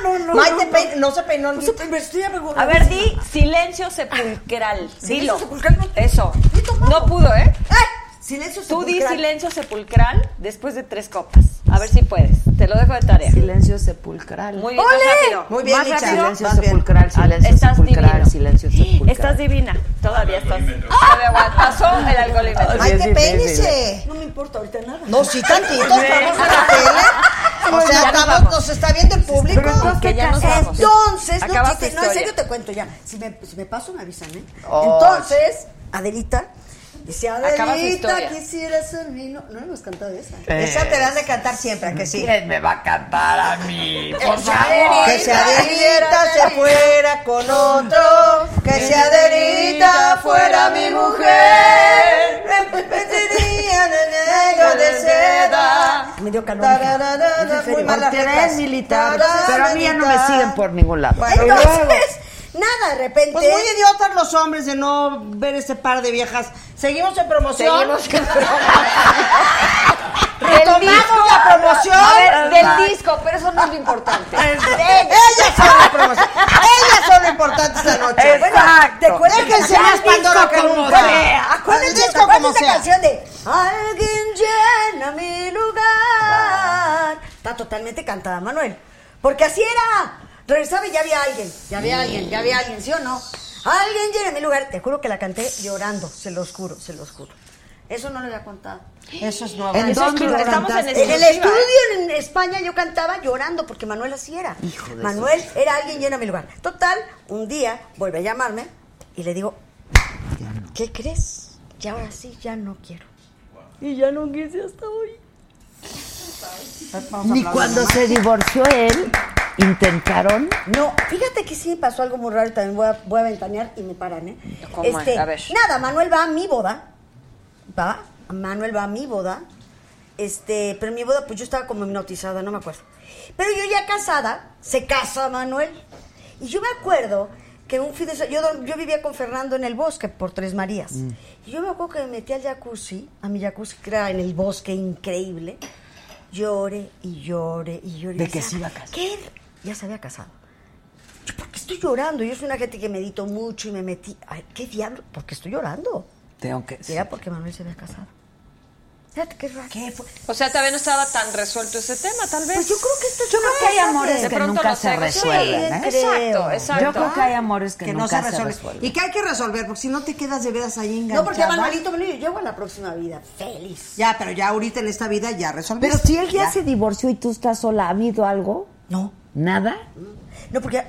S8: no, no, no.
S6: Maite
S8: no,
S6: pein- no se peinó ni-
S8: No se peinó, pues, estoy avergonzada.
S7: A ver, di silencio sepulcral. Dilo.
S8: Silencio sepulcral, no-
S7: Eso.
S8: no he tomado.
S7: No pudo, ¿eh?
S8: ¡Ay! Silencio
S7: Tú di
S8: sepulcral.
S7: silencio sepulcral después de tres copas. A ver si puedes. Te lo dejo de tarea.
S18: Silencio sepulcral.
S7: Muy bien, más
S8: ¡Ole!
S7: rápido.
S6: Muy bien,
S7: más
S6: Licha.
S7: rápido.
S18: Silencio
S6: Vas bien.
S18: sepulcral, silencio
S7: Estás
S18: sepulcral,
S7: divino.
S18: silencio sepulcral.
S7: Estás divina. Todavía estás. Todavía aguantas. Pasó el alcoholímetro.
S18: Ay,
S6: Maite,
S18: Sí, sí, sí,
S6: peínese.
S8: No me importa ahorita nada.
S6: No, sí, tantito. Estamos en la tele. O sea,
S7: Ya nos
S6: estamos,
S7: vamos.
S6: nos está viendo el público.
S7: Pero entonces,
S6: Que ya
S7: ¿qué
S6: nos
S7: haces?
S6: vamos.
S8: Entonces, no,
S7: Acaba
S8: sí te-
S7: tu
S8: no, en
S7: historia.
S8: serio te cuento ya. Si me, si me paso, me avisan, ¿eh?
S18: Oh.
S8: Entonces, Adelita. Dice,
S7: Acaba su
S8: Adelita,
S7: historia.
S8: quisiera ser vino. No hemos cantado esa.
S6: Esa te la han de cantar siempre, ¿a que sí.
S18: ¿Quién me va a cantar a mí? Por favor.
S6: Que se adelita se fuera con otro. Que se adelita fuera mi mujer. Me vestiría de negro de seda.
S8: Me dio calor. hija.
S6: Tarararara,
S8: Es en
S6: Muy
S8: serio.
S6: malas
S18: Porque eres
S6: letras.
S18: militar. Pero a mí ya no me siguen por ningún lado.
S6: Bueno,
S8: Entonces, nada, de repente.
S6: Pues muy idiotas los hombres de no ver este par de viejas. Seguimos en promoción.
S7: Seguimos en
S6: Retomamos
S7: Del disco.
S6: la promoción.
S7: A ver, del disco, pero eso no es lo importante.
S6: Ellas son la promoción. Ellas son lo importante esta noche.
S18: Exacto.
S6: Bueno, Déjense más Pandora que nunca.
S8: ¿Cuál
S6: El
S8: es
S6: disco como
S8: esa
S6: sea.
S8: canción de Alguien llena mi lugar? Está totalmente cantada, Manuel. Porque así era. Regresaba y ya había alguien. Ya había alguien, ya había alguien, ¿sí o no? Alguien llena mi lugar. Te juro que la canté llorando, se los juro, se los juro. Eso no lo había contado.
S6: Eso es nuevo.
S18: ¿En
S7: Eso es
S18: dónde
S7: que
S18: lo
S7: estamos en
S18: cantaste?
S8: En el
S7: Exclusiva, ¿eh?
S8: estudio en España yo cantaba llorando porque Manuel así era.
S18: Hijo de
S8: Manuel era alguien llena mi lugar. Total, un día vuelve a llamarme y le digo, ¿qué crees? Que ahora sí ya no quiero. Y ya no quise hasta hoy.
S18: Ni cuando se divorció él, intentaron.
S8: No, fíjate que sí me pasó algo muy raro, también voy a, voy a ventanear y me paran, ¿eh?
S7: ¿Cómo es? A ver.
S8: Nada, Manuel va a mi boda, va, Manuel va a mi boda. Este, pero en mi boda, pues yo estaba como hipnotizada, no me acuerdo. Pero yo ya casada, se casa Manuel. Y yo me acuerdo que un fin de se- yo, do- yo vivía con Fernando en el bosque por Tres Marías.
S19: Mm.
S8: Y yo me acuerdo que me metí al jacuzzi, a mi jacuzzi que era en el bosque increíble. Lloré y lloré y lloré.
S1: De
S8: Y
S1: que
S8: decía,
S1: se iba a casar.
S8: ¿Qué? Ya se había casado. Yo, ¿Por qué estoy llorando? Yo soy una gente que medito mucho y me metí. Ay, ¿Qué diablo? ¿Por qué estoy llorando?
S1: Tengo que.
S8: Y Era porque Manuel se había casado. Fíjate qué raro.
S7: O sea, todavía no estaba tan resuelto ese tema, tal vez. Pues yo creo
S8: que esto es
S1: Yo creo que hay amores que nunca se resuelven. ¿eh?
S7: Exacto, exacto.
S1: Yo creo que hay amores que,
S6: Que no
S1: nunca
S6: se
S1: se
S6: resuelven.
S1: resuelven.
S6: Y que hay que resolver, porque si no te quedas de veras ahí enganchada.
S8: No, porque Manuelito me dijo, yo llego a la próxima vida feliz.
S6: Ya, pero ya ahorita en esta vida ya resolviste.
S1: Pero si él ya, se divorció y tú estás sola, ¿ha habido algo?
S6: No.
S1: ¿Nada?
S6: No, porque...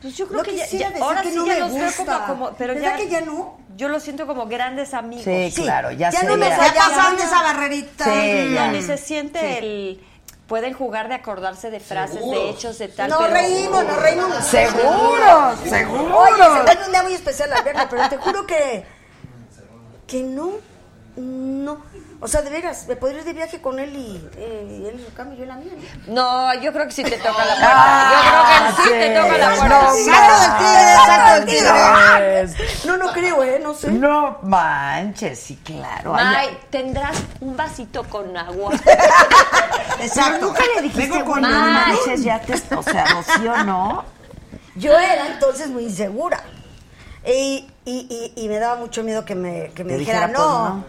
S7: Pues yo creo
S6: No
S7: que ya,
S6: quisiera
S7: ya-
S6: decir
S7: ahora
S6: que
S7: sí
S6: no
S7: ya
S6: me
S7: los veo
S6: gusta.
S7: como, como- pero
S6: ¿Verdad
S7: ya,
S6: que ya no?
S7: Yo los siento como grandes amigos.
S1: Sí, claro, ya
S6: Ya se no me veía.
S7: pasan
S6: ya pasaron de esa barrerita. Sí, ya.
S7: ni se siente
S6: Sí.
S7: el... Pueden jugar de acordarse de frases, de hechos, de tal.
S8: No
S7: pero-
S8: reímos, no reímos.
S1: Seguro, seguro.
S8: Oye, se trata de un día muy especial, Alberto, pero te juro que. que no. No. O sea, de veras, me podría ir de viaje con él y, eh, y él en su cama y yo en la mía.
S7: No, yo creo que sí te toca la
S1: Ah,
S7: puerta. Yo creo que sí te toca la puerta.
S8: saco
S1: del tigre, saco del tigre.
S8: No, no creo, ¿eh? No sé.
S1: No manches, sí, claro. hay-
S7: May, tendrás un vasito con agua.
S1: Pero nunca le dijiste,
S8: Vengo con
S1: bueno, no
S8: el balón".
S1: manches, ya te, o sea, Rocío, ¿no?
S8: Yo era entonces muy insegura. Y, y, y, y me daba mucho miedo que me, que me
S1: Te
S8: dijera,
S1: dijera,
S8: no.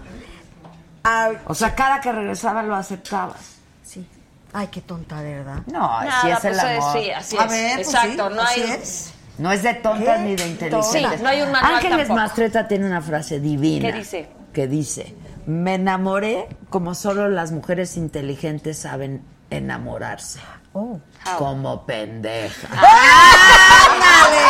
S8: Ah,
S1: O sea, cada que regresaba lo aceptabas.
S8: Sí. Ay, qué tonta, ¿verdad?
S1: No,
S7: Nada,
S1: así es
S7: pues,
S1: el amor.
S7: sí, así
S1: A
S7: es.
S1: ver, pues,
S7: Exacto,
S1: sí,
S7: no hay.
S1: así No es de tontas
S7: ¿Qué?
S1: ni de inteligentes.
S7: Sí, no hay un manual
S1: Ángeles
S7: tampoco.
S1: Mastreta tiene una frase divina.
S7: ¿Qué dice?
S1: Que dice, me enamoré como solo las mujeres inteligentes saben enamorarse.
S6: Oh.
S7: Ah.
S1: Como pendeja.
S8: ¡Ándale!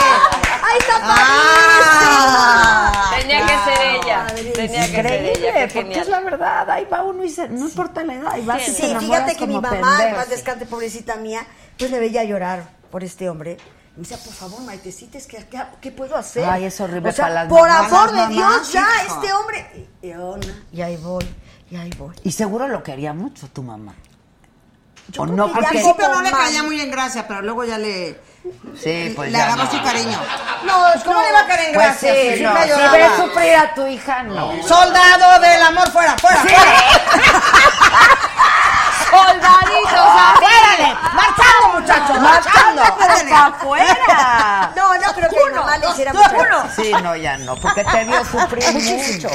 S8: ¡Ahí está
S6: Ah,
S8: padrísimo!
S7: Tenía que ser ella. Tenía que ser
S1: Increíble,
S7: ella. Qué
S1: porque es
S7: genial.
S1: la verdad. Ahí va uno y se, no importa la edad, ahí vas y te
S8: Sí,
S1: enamoras
S8: fíjate que mi
S1: como
S8: mamá,
S1: pendejo.
S8: más descante, pobrecita mía, pues me veía llorar por este hombre. Me decía, por favor, Maitecita, es que, ¿qué, qué puedo hacer?
S1: Ay, es horrible
S8: O sea,
S1: para las
S8: Por
S1: mamás.
S8: amor
S1: Las
S8: de
S1: mamás,
S8: Dios, ya,
S1: hijo.
S8: este hombre. Y, y ona, y ahí voy, y ahí voy.
S1: Y seguro lo quería mucho tu mamá.
S6: Yo
S1: o
S6: creo
S1: no,
S6: que al
S1: porque...
S6: principio no le caía muy en gracia, pero luego ya le,
S1: Sí, pues
S6: le
S1: ya
S6: agarró
S1: no.
S6: su cariño.
S8: No, eh,
S6: ¿cómo le va a caer en
S1: Pues sí,
S6: gracia? Sí,
S1: no,
S6: me
S1: si
S6: lloraba.
S1: ves sufrir a tu hija, no.
S6: Soldado del amor, fuera, fuera, fuera.
S7: Soldaditos,
S1: Ah,
S6: ¡Fuérale! ¡Marchando, muchachos! ¡Marchando!
S8: pues,
S1: ¡Afuera!
S8: No, no creo que mi mamá le hiciera mucho.
S1: Sí, no, ya no, porque te vio sufrir mucho.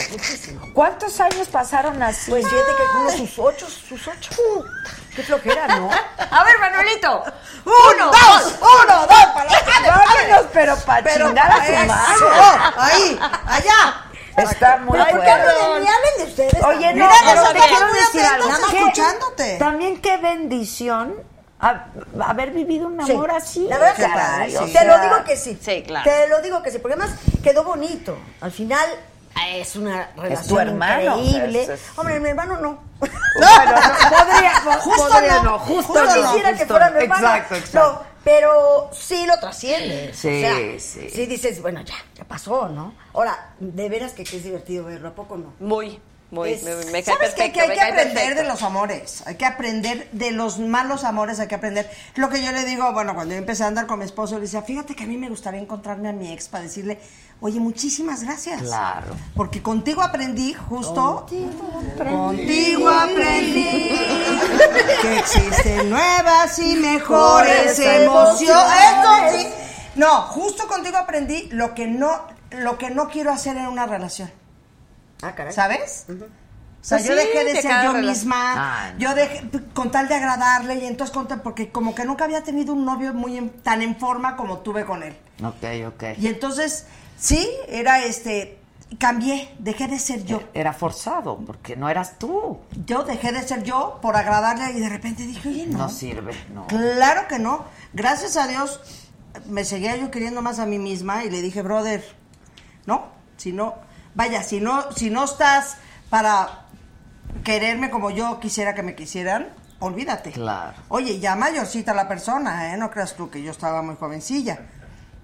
S1: ¿Cuántos años pasaron así?
S8: Pues fíjate que como sus ocho, sus ocho. Qué flojera, ¿no?
S7: A ver, Manuelito.
S6: ¡Uno, dos! ¡Uno, dos! Para
S1: Vámonos, pero pues, para
S6: Pero
S1: chingar a su
S6: eso,
S1: madre.
S6: ¡Ahí! ¡Allá!
S1: Está muy
S8: Ay,
S1: fuerte.
S8: cabrón, ni hablen de ustedes.
S1: Oye, no,
S6: Mira,
S1: pero
S6: nos
S1: te
S6: dejan
S1: quiero
S6: muy
S1: decir
S6: atentos,
S1: algo.
S6: están
S1: ¿Qué-
S6: escuchándote.
S1: También qué bendición ha- haber vivido un
S8: Sí.
S1: amor así.
S8: La verdad que sí.
S1: caray, o
S8: Te
S1: sea,
S8: lo digo que sí.
S7: Sí, claro.
S8: Te lo digo que sí, porque además quedó bonito. Al final es una relación
S1: hermano,
S8: increíble.
S1: es- es-
S8: Hombre, mi hermano no.
S1: Bueno, no, podría,
S8: Justo
S1: podría
S8: no.
S1: no, justo
S8: Yo
S1: no,
S8: quisiera que
S1: justo
S8: fuera
S1: no.
S8: mi hermano.
S1: Exacto, exacto.
S8: No, pero sí lo trasciende.
S1: Sí,
S8: o sea,
S1: sí.
S8: Sí dices, bueno, ya, ya pasó, ¿no? Ahora, de veras que, que es divertido verlo, ¿a poco no?
S7: Muy, muy.
S8: Es-
S7: me, me cae
S6: ¿Sabes
S7: perfecto.
S6: qué? Que hay
S7: me
S6: que
S7: cae
S6: aprender
S7: perfecto.
S6: de los amores. Hay que aprender de los malos amores. Hay que aprender. Lo que yo le digo, bueno, cuando yo empecé a andar con mi esposo, le decía, fíjate que a mí me gustaría encontrarme a mi ex para decirle, oye, muchísimas gracias.
S1: Claro.
S6: Porque contigo aprendí justo. Contigo aprendí que existen nuevas y mejores emociones. Eso sí. No, justo contigo aprendí lo que no, lo que no quiero hacer en una relación.
S8: Ah, caray.
S6: ¿Sabes? O sea,
S7: Pues
S6: yo
S7: sí,
S6: dejé de
S7: de
S6: ser
S7: cada
S6: yo
S7: relación.
S6: misma,
S1: Ah, no.
S6: yo dejé, con tal de agradarle, y entonces con tal- porque como que nunca había tenido un novio muy en- tan en forma como tuve con él.
S1: Ok, ok.
S6: Y entonces, sí, era este, cambié, dejé de ser yo.
S1: Era forzado, porque no eras tú.
S6: Yo dejé de ser yo por agradarle y de repente dije, oye,
S1: No
S6: no.
S1: sirve, no.
S6: Claro que no. Gracias a Dios me seguía yo queriendo más a mí misma y le dije, brother, no, si no, vaya, si no, si no estás para quererme como yo quisiera que me quisieran, olvídate.
S1: Claro.
S6: Oye, ya mayorcita la persona, ¿eh? No creas tú que yo estaba muy jovencilla,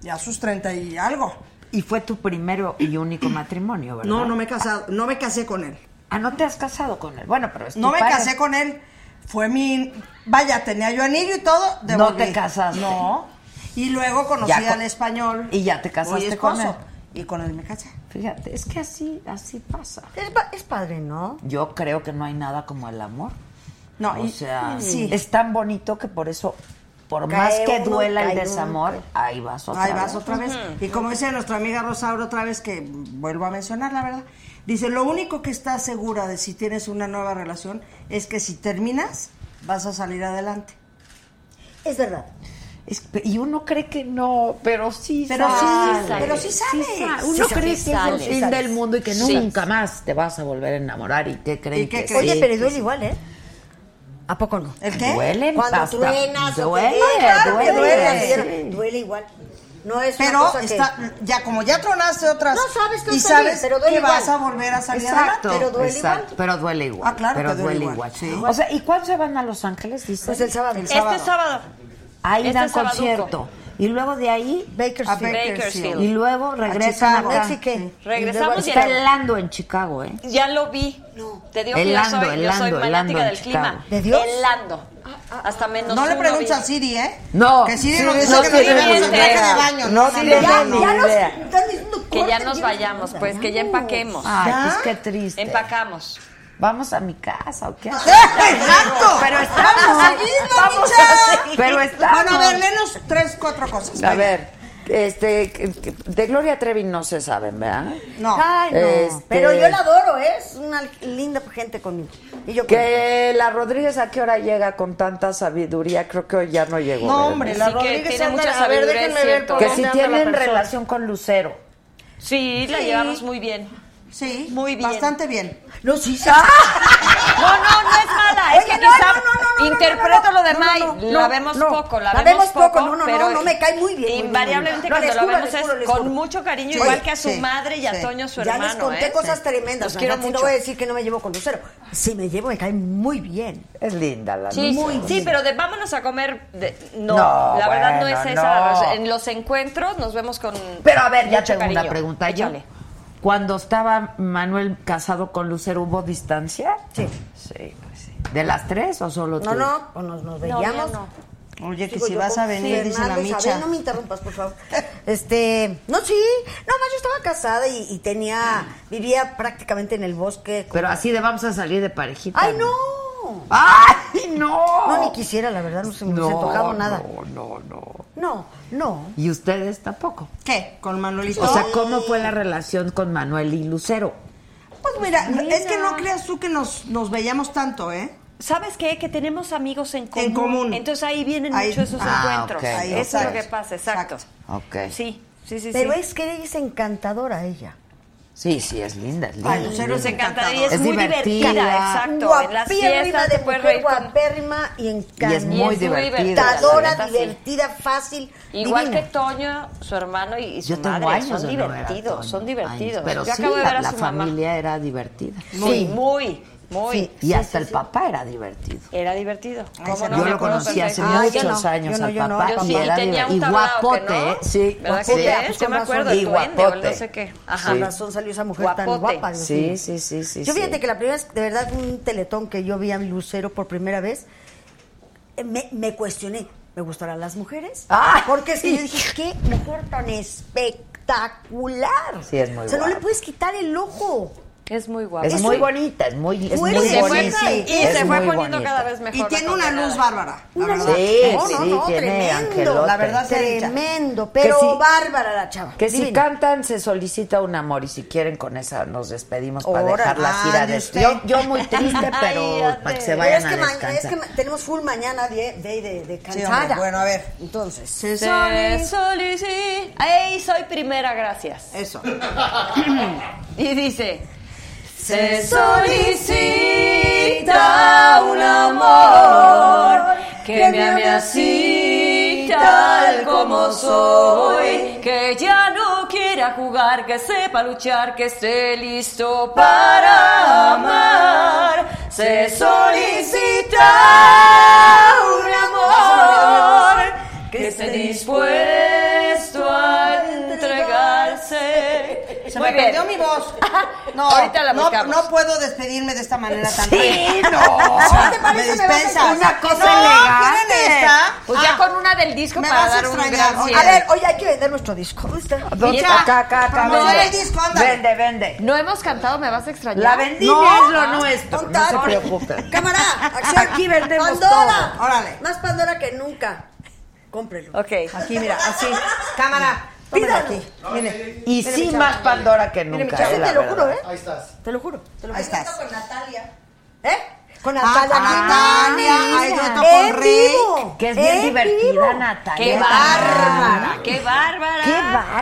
S6: ya sus 30 y algo.
S1: Y fue tu primero y único matrimonio, ¿verdad?
S6: No, no me he casado, no me casé con él.
S20: Ah, no te has casado con él. Bueno, pero es tu
S6: No me
S20: pareja.
S6: casé con él. Fue mi. Vaya, tenía yo anillo y todo. De
S20: No te casaste.
S6: No. Y luego conocí
S20: Ya con-
S6: al español.
S20: Y ya te
S6: Hoy
S20: casaste
S6: esposo,
S20: con él.
S6: Y con él me casé.
S1: Fíjate, es que así, así pasa.
S8: Es, pa- es padre, ¿no?
S1: Yo creo que no hay nada como el amor.
S6: No,
S1: o
S6: y-
S1: sea,
S6: sí.
S1: es tan bonito que por eso, por
S6: Cae
S1: más que
S6: uno,
S1: duela el
S6: cae uno,
S1: desamor, ahí vas otra
S6: Ahí
S1: vez.
S6: vas otra vez. Y como dice nuestra amiga Rosaura otra vez, que vuelvo a mencionar, la verdad, dice, lo único que estás segura de si tienes una nueva relación es que si terminas, vas a salir adelante.
S8: Es verdad.
S1: Es- y uno cree que no, pero sí
S6: Pero sí,
S1: sale.
S6: pero sí sale.
S1: sale.
S8: Sí
S1: Uno cree
S8: sale,
S1: que es el
S8: sale,
S1: fin
S8: sale.
S1: del mundo y que
S8: Sí.
S1: nunca más te vas a volver a enamorar y que cree
S8: ¿Y qué
S1: que
S8: crees? Oye,
S1: sí,
S8: pero
S1: que
S8: duele
S1: sí.
S8: igual, ¿eh? ¿A poco no?
S6: ¿El qué?
S1: Duelen
S8: Cuando
S1: hasta-
S8: truenas o
S1: duele,
S8: te dejan, claro que
S1: duele,
S8: duele,
S1: sí.
S8: duele igual. No es una
S6: Pero
S8: cosa que-
S6: está, ya como ya tronaste otras.
S8: No sabes que
S6: y
S8: está bien,
S6: sabes
S8: pero duele
S6: que
S8: igual.
S6: vas a volver a salir
S1: Exacto,
S6: adelante.
S1: exacto, pero duele igual.
S6: Ah, claro
S1: pero
S6: que duele igual, sí.
S1: O sea, ¿y cuándo se van a Los Ángeles? Dice.
S8: Pues el sábado.
S6: El
S7: Este sábado.
S1: Ahí
S7: Este
S1: dan
S7: sábado.
S1: concierto. Y luego de ahí,
S6: A
S8: Bakersfield.
S7: Bakersfield.
S1: y luego regresan
S6: Chicago.
S1: acá.
S8: Mexique. Y
S7: Regresamos y
S1: Está
S7: en-
S1: helando en Chicago, ¿eh?
S7: Ya lo vi. Te digo
S1: Helando,
S7: que yo soy, yo soy
S1: helando, helando
S7: fanática
S1: en
S7: del clima.
S1: Chicago.
S8: ¿De Dios?
S7: Helando. Hasta menos
S6: Ah, No le
S7: uno
S6: preguntes
S7: vi.
S6: a Siri, ¿eh?
S1: No.
S6: Que Siri
S1: sí,
S6: nos dice
S1: no
S6: que
S1: tiene ni
S6: nos vayamos en traje
S1: idea.
S6: de baño.
S1: No
S6: Ya,
S1: tiene
S8: Ya,
S1: ni
S8: ya nos
S1: idea.
S8: están diciendo
S7: Que ya
S8: corten,
S7: nos
S8: ya
S7: vayamos, pues, que ya empaquemos.
S6: Ah,
S1: Ay,
S8: ¿Ya?
S1: pues qué triste.
S7: Empacamos.
S1: Vamos a mi casa, ¿o qué?
S6: ¡Exacto!
S1: Pero estamos-
S6: ¡Vamos a seguirlo,
S1: vamos
S6: Micha.
S1: a seguir. Pero estamos-
S6: Bueno, a ver, menos tres, cuatro cosas.
S1: A
S6: Vaya.
S1: ver, este, que- que- de Gloria Trevi no se saben, ¿verdad?
S6: No.
S8: Ay, no.
S1: Este-
S8: Pero yo la adoro, ¿eh? es una linda gente conmigo. Y yo con ella.
S1: Que la Rodríguez a qué hora llega con tanta sabiduría, creo que hoy ya no llegó.
S6: No,
S1: ¿verdad?
S6: hombre, la
S7: Sí, que
S6: Rodríguez
S7: tiene
S6: anda-
S7: mucha
S6: A ver,
S7: sabiduría,
S6: déjenme
S7: es
S6: ver
S7: cierto.
S6: por
S1: que
S6: dónde
S1: si
S6: anda la
S1: tienen
S6: persona.
S1: relación con Lucero.
S7: Sí, la
S6: Sí.
S7: llevamos muy bien.
S6: Sí,
S7: Muy bien.
S6: Bastante bien.
S8: No, sí, sí.
S7: No, no, no es mala. es
S8: Oye,
S7: que
S8: no,
S7: quizá
S8: no, no, no, no,
S7: interpreto
S8: no, no,
S7: lo de
S8: no,
S7: May.
S8: no, no,
S7: la
S8: no,
S7: vemos
S8: no.
S7: poco, la,
S8: La
S7: vemos
S8: vemos
S7: poco.
S8: poco, no, no,
S7: pero
S8: no, no me cae muy bien, muy bien,
S7: Invariablemente
S8: muy bien. No, les
S7: cuando
S8: juro,
S7: lo vemos
S8: les juro,
S7: es
S8: les
S7: con
S8: juro.
S7: mucho cariño,
S6: Sí,
S7: igual que a su
S6: sí,
S7: madre y a
S6: sí.
S7: Toño, su
S8: ya
S7: hermano.
S8: les conté
S7: ¿eh?
S8: cosas
S7: Sí.
S8: tremendas.
S7: Los quiero
S8: Nancy,
S7: mucho.
S8: No voy a decir que no me llevo con Lucero. Si me llevo, me cae muy bien.
S1: Es linda la
S7: Sí,
S1: Lucero.
S7: sí, pero de vámonos a comer. de- no,
S1: No,
S7: la verdad no es
S1: bueno,
S7: esa. la
S1: no.
S7: razón. En los encuentros nos vemos con.
S1: Pero a ver, ya
S7: mucho
S1: tengo una
S7: cariño.
S1: pregunta yo.
S7: Échale.
S1: Cuando estaba Manuel casado con Lucero, ¿hubo distancia? Sí. Sí, pues sí. ¿De las tres o solo tú?
S8: No, no, o nos, nos
S7: No,
S8: veíamos.
S7: ya no.
S6: Oye, que
S8: Digo,
S6: si
S8: yo "Oh,
S6: vas
S8: con
S6: a venir, dice la
S8: Fernando, Isabel,
S6: Micha.
S8: no me interrumpas, por favor. Este, no, sí, no, más yo estaba casada y, y tenía, vivía prácticamente en el bosque. con-
S1: Pero así de vamos a salir de parejita.
S8: ¡Ay, no!
S1: ¡Ay, no!
S8: No, ni quisiera, la verdad, no se me ha tocado nada.
S1: No, no, no.
S8: No, no.
S1: ¿Y ustedes tampoco?
S6: ¿Qué? Eh, ¿Con Manuelito?
S1: O sea, ¿cómo fue la relación con Manuel y Lucero?
S6: Pues mira, es que no creas tú que nos, nos veíamos tanto, ¿eh?
S7: ¿Sabes qué? Que tenemos amigos en común.
S6: En común.
S7: Entonces ahí vienen
S6: Ahí-
S7: muchos esos
S1: Ah,
S7: encuentros.
S1: ok, Ahí
S7: Eso es lo
S1: está.
S7: que pasa, exacto.
S1: Ok.
S7: Sí, sí, sí.
S8: Pero
S7: sí.
S8: es que ella es encantadora, ella.
S1: Sí, sí, es linda, es linda.
S6: Ay, Lucero es
S7: Nos encanta y es,
S6: encantadora.
S1: Es
S7: muy divertida,
S1: divertida.
S7: exacto. en las
S8: Guapérrima
S7: fiestas
S8: de
S7: te puedes
S8: mujer,
S7: reír con-
S8: guapérrima y
S1: Y es
S8: encantadora,
S7: es
S1: muy
S7: muy
S1: divertida.
S7: divertida.
S1: la
S7: neta, sí.
S8: divertida, fácil,
S7: Igual
S8: divina.
S7: que Toño, su hermano y, y su
S1: Yo tengo
S7: madre
S1: años
S7: son
S1: de no ver a
S7: divertidos,
S1: Toño,
S7: son divertidos.
S1: años,
S7: Yo
S1: Pero sí,
S7: acabo de
S1: la,
S7: ver a
S1: la
S7: su mamá.
S1: familia era divertida.
S7: Muy,
S1: Sí.
S7: muy, muy.
S1: Sí, y hasta el papá era divertido.
S7: Era divertido. ¿Cómo
S6: se-
S7: no?
S1: yo
S7: Me
S1: lo
S7: acuerdo
S1: conocí hace
S7: perfecto. Ah,
S8: Ay, yo
S1: muchos
S8: no,
S1: años
S8: yo no,
S1: al
S8: yo no,
S1: papá
S8: yo
S1: y
S8: sí
S1: era
S7: tenía
S1: divertido.
S7: un
S1: Y
S7: tablao,
S1: guapote,
S7: ¿que no?
S1: ¿eh? sí,
S7: ¿Verdad que
S1: guapote.
S7: sí? Yo me acuerdo
S1: Y
S7: del duende o el no sé qué.
S1: guapote.
S7: Ajá.
S8: Con
S1: Sí.
S8: razón salió esa mujer tan
S7: Guapote.
S8: guapa. Dios mío.
S1: Sí, sí, sí, sí.
S8: Yo
S1: sí.
S8: fíjate que la primera vez, de verdad, fue un teletón que yo vi a Lucero por primera vez, eh, me, me cuestioné, ¿me gustarán las mujeres?
S1: Ah,
S8: Porque es que
S1: sí.
S8: yo dije, qué mujer tan espectacular.
S1: Sí, es muy
S8: O sea, no
S1: guapa.
S8: le puedes quitar el ojo.
S7: Es muy guapo.
S1: Es
S8: Es
S1: muy
S8: un-
S1: bonita, es muy, es
S8: Muy
S1: muy
S7: y se fue,
S1: bonita.
S7: y
S1: es
S7: se fue
S1: muy
S7: poniendo
S1: bonita.
S7: cada vez mejor.
S6: Y
S7: la
S6: tiene una
S7: condenada.
S6: luz bárbara. la
S8: Una
S6: verdad.
S8: luz-
S1: Sí,
S8: No, no,
S1: sí,
S8: no,
S1: tiene
S8: tremendo.
S1: angelote.
S6: La verdad sea dicha.
S8: Tremendo, pero
S1: si-
S8: bárbara la chava.
S1: Que si
S8: Divina.
S1: cantan se solicita un amor y si quieren con esa nos despedimos para
S8: Órale.
S1: dejar la gira
S6: Ande
S1: de
S6: usted.
S1: yo, yo muy triste,
S7: Ay,
S1: pero
S7: ande.
S1: para que se
S8: Pero
S1: vayan
S8: es que,
S1: a
S8: ma-
S1: descansar.
S8: es que ma- tenemos full mañana de, de, de, de
S6: Sí,
S8: cansada.
S6: hombre, bueno, a ver.
S8: Entonces,
S6: Se
S7: Se solicita. ¡Ey, soy primera, gracias!
S6: Eso.
S7: Y dice.
S21: Se solicita un amor que me ame así tal como soy.
S7: Que ya no quiera jugar, que sepa luchar, que esté listo para amar. Se solicita un amor que esté dispuesto a entregarse.
S6: Se me perdió mi voz. No,
S22: Ahorita la
S6: no,
S22: buscamos.
S6: no puedo despedirme de esta manera tan
S22: Sí,
S6: rápida.
S22: no.
S6: ¿Cómo te
S22: Me
S6: parece? Me vas a
S22: dispensas.
S6: extrañar.
S22: Una cosa
S6: no, ¿quieren
S22: elegante.
S6: esta?
S22: Pues
S7: Ah,
S22: ya con una del disco
S6: me
S22: para
S6: vas a
S22: dar un
S6: extrañar.
S22: gran
S6: Oye,
S22: cierre.
S6: A ver,
S8: oye, hay que vender nuestro disco. ¿Dónde está?
S22: ¿Dónde?
S6: Ya.
S22: Acá, acá, acá,
S6: No,
S22: vende.
S6: el disco, ándale.
S22: Vende,
S8: vende.
S7: No hemos cantado, me vas a extrañar.
S1: La vendimia
S7: No.
S1: es lo
S7: Ah.
S1: nuestro, no se
S8: Contacto.
S1: preocupen.
S8: Cámara, acción.
S1: Aquí vendemos
S8: Pandora.
S1: todo. Órale.
S8: Más Pandora que nunca. Cómprelo.
S7: Ok.
S6: Aquí, mira, así. Cámara. Tómelo
S8: Pídalo.
S6: aquí. Mire.
S1: Y
S6: Mire,
S1: sí,
S6: mi
S1: más
S6: chava.
S1: Pandora que
S6: Mire, mi
S1: nunca.
S6: chava,
S1: eh, la
S6: te lo
S1: verdad.
S6: juro, ¿eh?
S4: Ahí estás.
S8: Te lo juro. Te lo
S6: Ahí
S8: presento
S6: estás.
S8: con Natalia. ¿Eh? Con
S6: Ah,
S8: Natalia.
S6: con Natalia, ay, yo toco
S8: En
S6: con Rey.
S8: vivo.
S1: Que es bien
S8: En
S1: divertida,
S8: vivo.
S1: Natalia.
S7: ¡Qué bárbara! ¡Qué bárbara!
S1: ¡Qué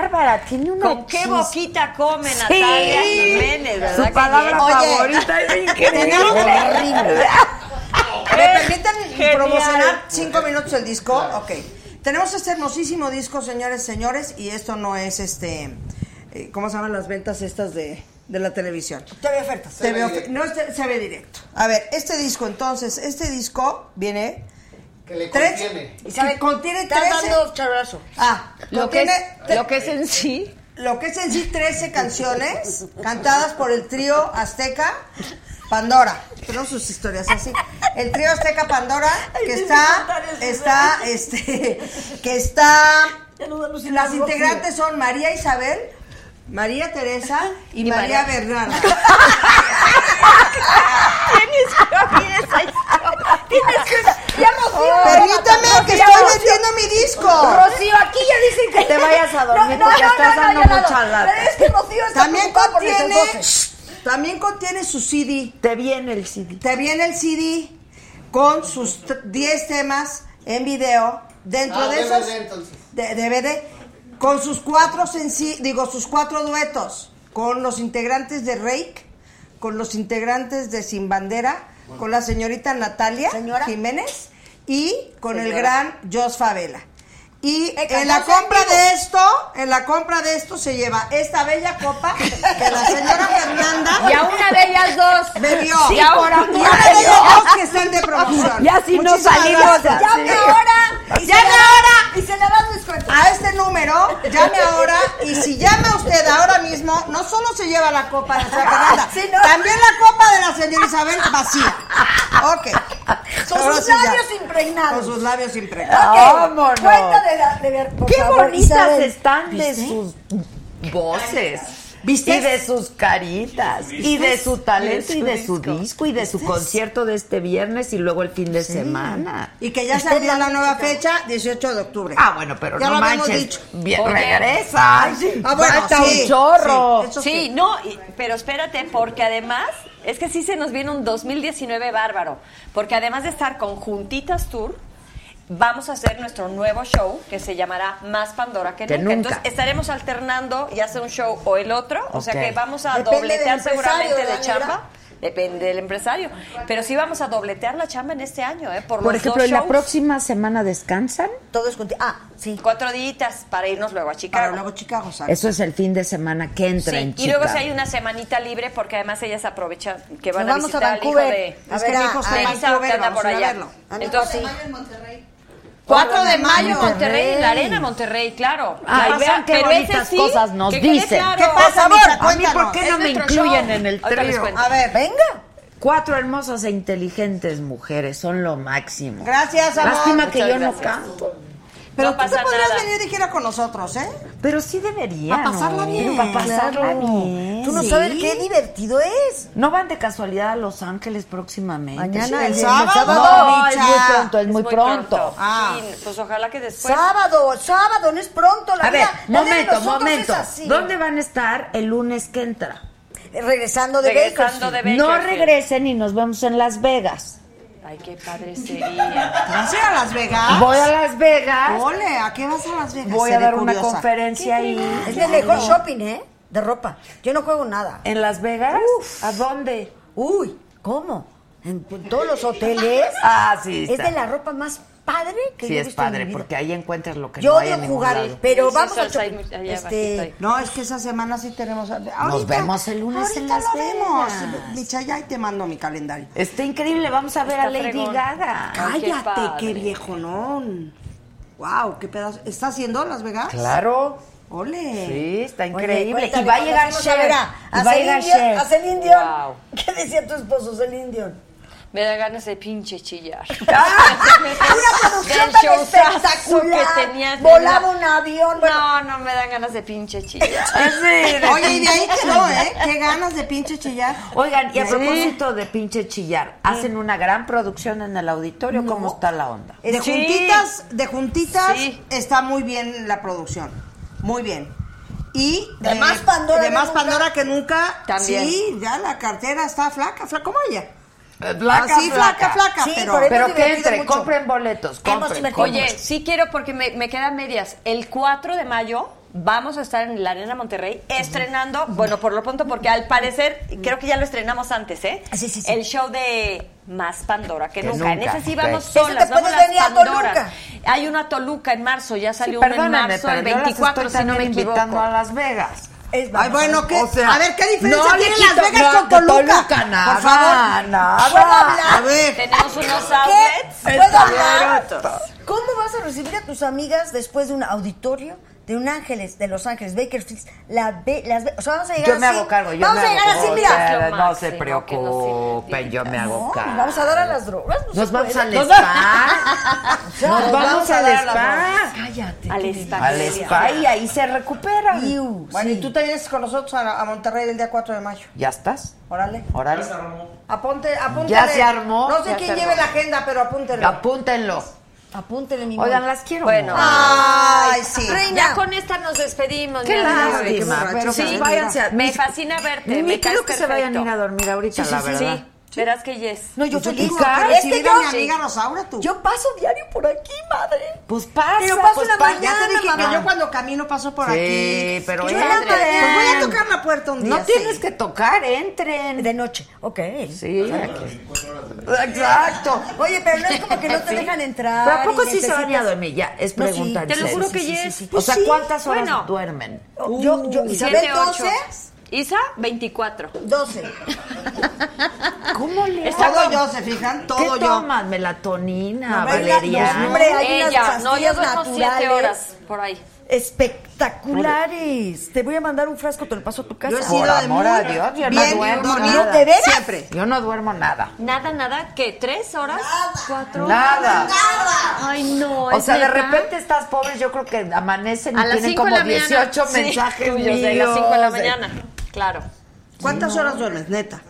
S1: bárbara! Tiene una
S7: ¿Con qué boquita come Natalia Jiménez, verdad?
S1: Su palabra
S7: que sí?
S1: favorita es increíble.
S6: Tenemos horrible. ¿Me
S7: Es
S6: permiten
S7: genial.
S6: promocionar cinco minutos el disco? Ok. Tenemos este hermosísimo disco, señores, señores, y esto no es este. eh, ¿Cómo se llaman las ventas estas de, de la televisión?
S8: TV ofertas.
S6: Se ve ofe- no, este- se ve directo. A ver, este disco, entonces, este disco viene.
S4: Que le
S6: Tres.
S4: contiene.
S6: Y sabe, contiene
S8: Está
S6: 13.
S8: dando charrazo.
S6: Ah,
S7: Lo que,
S6: contiene
S7: es, lo que es en sí.
S6: lo que es en sí 13 canciones cantadas por el trío Azteca Pandora. Tenemos sus historias así. El trío Azteca Pandora que está está este que está las integrantes son María Isabel, María Teresa y,
S7: Y
S6: María,
S7: María.
S6: Bernarda.
S7: Tienes que oír esa historia. Tienes que. ¡Ya
S1: Oh,
S7: emoción!
S6: Permítame que estoy vendiendo mi disco.
S8: Rocío, aquí ya dicen que
S1: Te vayas a dormir porque estás dando
S8: ya no.
S1: mucha lata.
S8: Pero es que Rocío está
S6: También
S8: preocupada por nuestras
S6: contiene
S8: voces.
S6: también contiene su CD
S1: Te viene el CD.
S6: Te viene el CD con sus t- 10 temas en video dentro
S4: Ah,
S6: de
S4: DVD
S6: esos
S4: entonces.
S6: de DVD con sus cuatro senci- digo sus cuatro duetos con los integrantes de Rake, con los integrantes de Sin Bandera, con la señorita Natalia
S8: Señora.
S6: Jiménez y con el
S8: Señora.
S6: gran Jos Favela. Y
S8: Eh,
S6: en la
S8: cantó en
S6: compra
S8: vivo.
S6: de esto, en la compra de esto se lleva esta bella copa que la señora Fernanda
S7: Y a una de ellas dos.
S6: bebió.
S7: Sí, ahora
S6: Y ahora de los dos que están de promoción.
S1: Ya si no
S6: Muchísimas
S1: salimos
S6: gracias.
S1: así.
S6: Llame ahora. y
S8: Ya
S6: se
S8: es
S6: la-
S8: hora. Y se la dan descuento.
S6: A este número, llame ahora. Y si llama usted ahora mismo, no solo se lleva la copa de nuestra Fernanda,
S8: Sí, no.
S6: también la copa de la señora Isabel vacía. Ok.
S8: Con
S6: Ahora
S8: sus
S6: sí ya.
S8: labios impregnados.
S6: Con sus labios impregnados.
S1: ¡Vámonos!
S8: Cuenta de la- de ver, por
S1: ¡Qué
S8: favor,
S1: bonitas
S8: Isabel.
S1: están
S8: ¿Viste?
S1: de sus voces!
S6: ¿Viste?
S1: Y de sus caritas, y de su talento, y de su disco, y de su concierto de este viernes y luego el fin de semana. Este
S6: Y que ya salió la nueva fecha, 18 de octubre.
S1: Ah, bueno, pero
S6: Ya
S1: no
S6: lo habíamos
S1: manches.
S6: dicho.
S1: Bien,
S7: Oye.
S1: regresa.
S6: Ah, bueno,
S1: Falta
S6: sí,
S1: un chorro.
S6: sí, eso
S7: Sí, no, y- pero espérate, porque además es que sí se nos viene un 2019 bárbaro, porque además de estar con Juntitas Tour, vamos a hacer nuestro nuevo show que se llamará Más Pandora que,
S1: Que
S7: nunca.
S1: nunca.
S7: Entonces estaremos alternando ya sea un show o el otro, o sea
S1: Ok.
S7: que vamos a
S8: Depende del
S7: dobletear
S8: empresario,
S7: seguramente de
S8: ¿verdad,
S7: chamba.
S8: Negra?
S7: Depende del empresario, pero sí vamos a dobletear la chamba en este año, ¿eh? Por,
S1: Por
S7: los
S1: ejemplo,
S7: dos
S1: ¿la
S7: shows.
S1: próxima semana descansan?
S8: Todo es contigo. Ah, sí.
S7: Cuatro días para irnos luego a Chicago.
S6: Para luego Chicago, ¿sabes?
S1: Eso es el fin de semana que entra
S7: Sí,
S1: en
S7: y luego si
S1: Chicago.
S7: hay una semanita libre porque además ellas aprovechan que van
S8: Nos
S7: a
S8: vamos a
S7: visitar al hijo
S8: Vancouver.
S7: de
S8: A ver, a- a
S7: de Elisa
S6: Vancouver,
S7: que anda
S6: vamos
S7: por
S6: a ir a
S7: allá.
S6: verlo.
S7: Entonces,
S6: 4 de mayo.
S7: Mayo Monterrey,
S1: Monterrey.
S7: la arena Monterrey, claro.
S1: Ay,
S7: Claro,
S1: vean
S7: o sea,
S1: qué
S7: pero
S1: bonitas
S7: ese sí,
S1: cosas nos
S7: que quede
S1: dicen.
S7: claro.
S6: ¿Qué pasa,
S1: Por
S6: Micha?
S1: favor, a mí
S6: Cuéntanos.
S1: por qué no
S7: Es
S1: me
S7: nuestro
S1: incluyen
S7: show.
S1: en el
S7: Ahorita les
S1: trío.
S7: cuento.
S6: A ver,
S8: Venga.
S1: Cuatro hermosas e inteligentes mujeres son lo máximo.
S6: Gracias, amor.
S1: Lástima que
S7: Muchas
S1: yo no
S7: gracias.
S1: canto.
S6: pero
S7: no
S6: tú te
S7: pasa
S6: podrías
S7: nada.
S6: venir de gira con nosotros, ¿eh?
S1: Pero sí debería.
S6: Para pasarla
S1: ¿no?
S6: bien.
S1: Para pasarla
S6: Claro.
S1: bien.
S8: Tú no
S1: Sí.
S8: sabes qué divertido es.
S1: ¿No van de casualidad a Los Ángeles próximamente?
S8: Mañana
S6: el
S8: el,
S6: sábado.
S1: No, es
S6: Micha.
S1: muy pronto, es muy pronto.
S6: Ah.
S7: Sí, pues ojalá que después.
S8: Sábado, sábado, no es pronto. La
S1: A ver,
S8: vida- la vida de
S1: momento,
S8: nosotros
S1: momento.
S8: es así.
S1: ¿Dónde van a estar el lunes que entra?
S8: Eh, Regresando de
S7: Regresando
S8: Bakersfield.
S7: de
S1: No
S7: Bakersfield.
S1: regresen y nos vemos en Las Vegas.
S7: Ay, qué padre sería.
S6: ¿Te vas a ir a Las Vegas?
S1: Voy a Las Vegas.
S6: Ole, ¿a qué vas a Las Vegas?
S1: Voy a
S6: Seré
S1: dar una
S6: curiosa.
S1: conferencia ahí.
S8: Es el mejor shopping, ¿eh? De ropa. Yo no juego nada.
S1: ¿En Las Vegas? ¿A dónde?
S8: Uy, ¿cómo? En todos los hoteles.
S1: Ah, sí.
S8: Es
S1: está.
S8: de la ropa más padre que
S1: Sí,
S8: yo he
S1: es
S8: visto en mi
S1: padre,
S8: vida.
S1: porque ahí encuentras lo que
S8: Yo
S1: no hay
S8: odio
S1: en ningún
S8: jugar,
S1: lado.
S8: pero
S7: Sí,
S8: vamos
S7: sí,
S8: a
S7: Salsa,
S8: chop-
S7: ahí abajito
S8: este,
S7: hay.
S6: No, es que esa semana sí tenemos. Ahorita,
S1: vemos el lunes
S6: Ahorita
S1: en Las
S6: lo
S1: Vegas.
S6: vemos. Micha, ya ahí te mando mi calendario.
S1: Está increíble, vamos a ver
S7: Está
S1: a Lady
S7: fregón.
S1: Gaga.
S7: Ay, qué
S6: Cállate, qué,
S7: padre.
S6: viejonón. Wow, qué pedazo. ¿Está haciendo Las Vegas?
S1: Claro.
S8: Ole.
S1: Sí, está
S8: Oye,
S1: increíble.
S8: cuéntame,
S1: y va a llegar
S8: vamos
S1: Cher.
S8: ver
S1: Y
S8: a
S1: va a
S8: Celine
S1: llegar
S8: Dion-
S1: Cher.
S8: a Celine Dion.
S7: Wow.
S8: ¿Qué decía tu esposo, Celine Dion?
S7: Me da ganas de pinche chillar.
S8: Una producción
S7: Del
S8: tan
S7: showzazo
S8: espectacular.
S7: que tenías,
S8: Volaba
S7: ¿verdad?
S8: un avión.
S7: No, no me dan ganas de pinche chillar.
S6: Oye, y de ahí quedó, ¿eh? Qué ganas de pinche chillar.
S1: Oigan, y a
S6: Sí.
S1: propósito de pinche chillar, hacen una gran producción en el auditorio. ¿Cómo está la onda?
S6: De
S1: Sí.
S6: juntitas, de juntitas está muy bien la producción. Muy bien. Y eh,
S8: De más Pandora
S6: de
S8: que
S6: más
S8: nunca.
S6: Pandora que nunca.
S8: También.
S6: Sí, ya la cartera está flaca, flaca como ella.
S1: Flaca,
S6: Así, Ah, flaca, flaca,
S1: Sí,
S6: pero-
S1: pero,
S6: pero
S1: que
S6: divertido
S1: entre,
S6: mucho.
S1: compren boletos, compren.
S7: Oye, sí quiero porque me, me quedan medias. El 4 de mayo vamos a estar en la Arena Monterrey estrenando, bueno, por lo pronto, porque al parecer, creo que ya lo estrenamos antes, ¿eh? El show de Más Pandora que,
S1: Que
S7: nunca. En
S1: nunca,
S7: ese sí vamos
S1: ok.
S7: solas,
S1: Ese te
S7: vamos
S1: puedes
S7: las
S1: venir a
S7: Pandoras.
S1: Toluca.
S7: Hay una Toluca en marzo, ya salió una en
S1: perdóname,
S7: marzo,
S1: pero
S7: el
S1: yo las
S7: 24,
S1: estoy
S7: si no me
S1: también
S7: equivoco.
S1: invitando a Las Vegas.
S6: Ay, bueno, ¿qué?
S1: O sea,
S6: a ver, ¿qué diferencia
S1: no le
S6: tiene
S1: quito-
S6: Las Vegas
S1: no,
S6: con Toluca?
S1: Toluca, nada,
S6: Por favor.
S1: nada.
S6: Puedo hablar. A ver.
S7: Tenemos unos
S8: ¿Qué?
S7: outlets.
S8: ¿Puedo
S7: Está
S8: hablar?
S7: abierto.
S8: ¿Cómo vas a recibir a tus amigas después de un auditorio de un Ángeles, de Los Ángeles, Bakersfield? La Ve- las Ve- o sea, vamos a llegar
S1: Yo me
S8: así.
S1: hago cargo, yo
S8: vamos
S1: me
S8: a llegar
S1: hago
S8: así,
S1: cargo.
S8: mira.
S1: Ustedes No se preocupen, yo me hago
S8: No,
S1: cargo.
S8: y vamos a dar a las drogas. no
S1: Nos
S8: se
S1: vamos
S8: puede.
S1: al spa.
S8: Ya,
S1: Nos vamos
S8: a
S1: al
S8: dar a las
S1: spa.
S8: drogas. Cállate.
S7: Al
S8: querida.
S7: spa.
S1: Al spa y ahí se recuperan.
S6: Bueno, y tú te vienes con nosotros a, a Monterrey el día 4 de mayo.
S1: ¿Ya estás?
S6: Órale.
S1: Órale.
S6: Aponte, apúntale.
S1: Ya se armó,
S6: No sé
S1: ya se
S6: quién lleve
S1: armó.
S6: la agenda, pero apúntelo.
S1: Apúntenlo.
S8: Apúntele mi
S1: Oigan,
S8: amor.
S1: las quiero.
S7: Bueno.
S1: mucho.
S6: Ay, sí.
S8: Reina.
S7: Ya con esta nos despedimos.
S1: Qué
S7: mi amor.
S1: lástima, pero
S7: Sí,
S1: pues váyanse a-
S7: Me fascina verte.
S1: Ni
S7: me
S1: creo
S7: caes
S1: que se vayan a ir a dormir ahorita,
S7: perfecto.
S1: la verdad.
S7: Sí, verás que yes.
S8: No, yo
S1: Pues yo
S8: feliz.
S1: quisiera
S8: porque
S6: recibir
S8: es que
S6: a
S8: yo-
S6: mi amiga Rosaura, tú.
S8: Yo paso diario por aquí, madre.
S1: Pues pasa.
S8: Pero pasa
S1: pues
S8: una
S1: pasa.
S6: Ya te
S8: mañana,
S6: dije
S8: mamá.
S6: que yo cuando camino paso por
S1: Sí,
S6: aquí.
S1: pero
S6: Yo
S1: entren.
S6: la madre, pues voy a tocar la puerta un día.
S1: No tienes que tocar, entren.
S8: De noche, ok.
S1: Sí, aquí.
S8: Exacto. Oye, pero no es como que no te
S1: Sí.
S8: dejan entrar.
S1: Pero ¿a poco
S8: y
S1: sí se van a
S8: necesitas-
S1: dormir? Ya, es
S8: No, sí,
S1: pregunta. en
S7: te lo
S1: serio.
S7: juro que yes.
S1: O sea,
S8: Pues sí,
S1: ¿cuántas horas
S7: bueno.
S1: duermen?
S8: Yo, yo, Isabel,
S7: Siete, ocho.
S8: 12.
S7: Isa, 24.
S8: 12.
S1: ¿Cómo le
S7: Está
S1: hago?
S6: Todo yo, ¿se fijan?
S1: ¿Qué
S6: Todo yo.
S1: tomas? Melatonina,
S8: No,
S1: Valeria.
S8: no, hombre, hay unas
S7: Ella, no, yo
S8: pastillas
S7: duermo siete
S8: naturales.
S7: horas por ahí.
S8: Espectaculares. Te voy a mandar un frasco, te lo paso a tu casa.
S6: Yo he sido
S1: Por
S6: de
S1: amor
S6: muy
S1: a Dios, yo
S6: bien
S1: no duermo
S6: dormida.
S1: nada.
S8: ¿De veras?
S6: Siempre.
S1: Yo no duermo nada.
S7: Nada, nada, ¿qué? ¿Tres horas? ¿Cuatro?
S1: Nada.
S7: Ay, no.
S1: O
S7: es
S1: sea, de
S7: neta.
S1: repente estas pobres, yo creo que amanecen
S7: A
S1: y
S7: las
S1: tienen
S7: cinco de
S1: como
S7: la mañana.
S1: 18
S7: Sí,
S1: mensajes
S7: tuyos de
S1: míos,
S7: las cinco de la
S1: de-
S7: mañana. Claro.
S6: ¿Cuántas horas duermes, neta?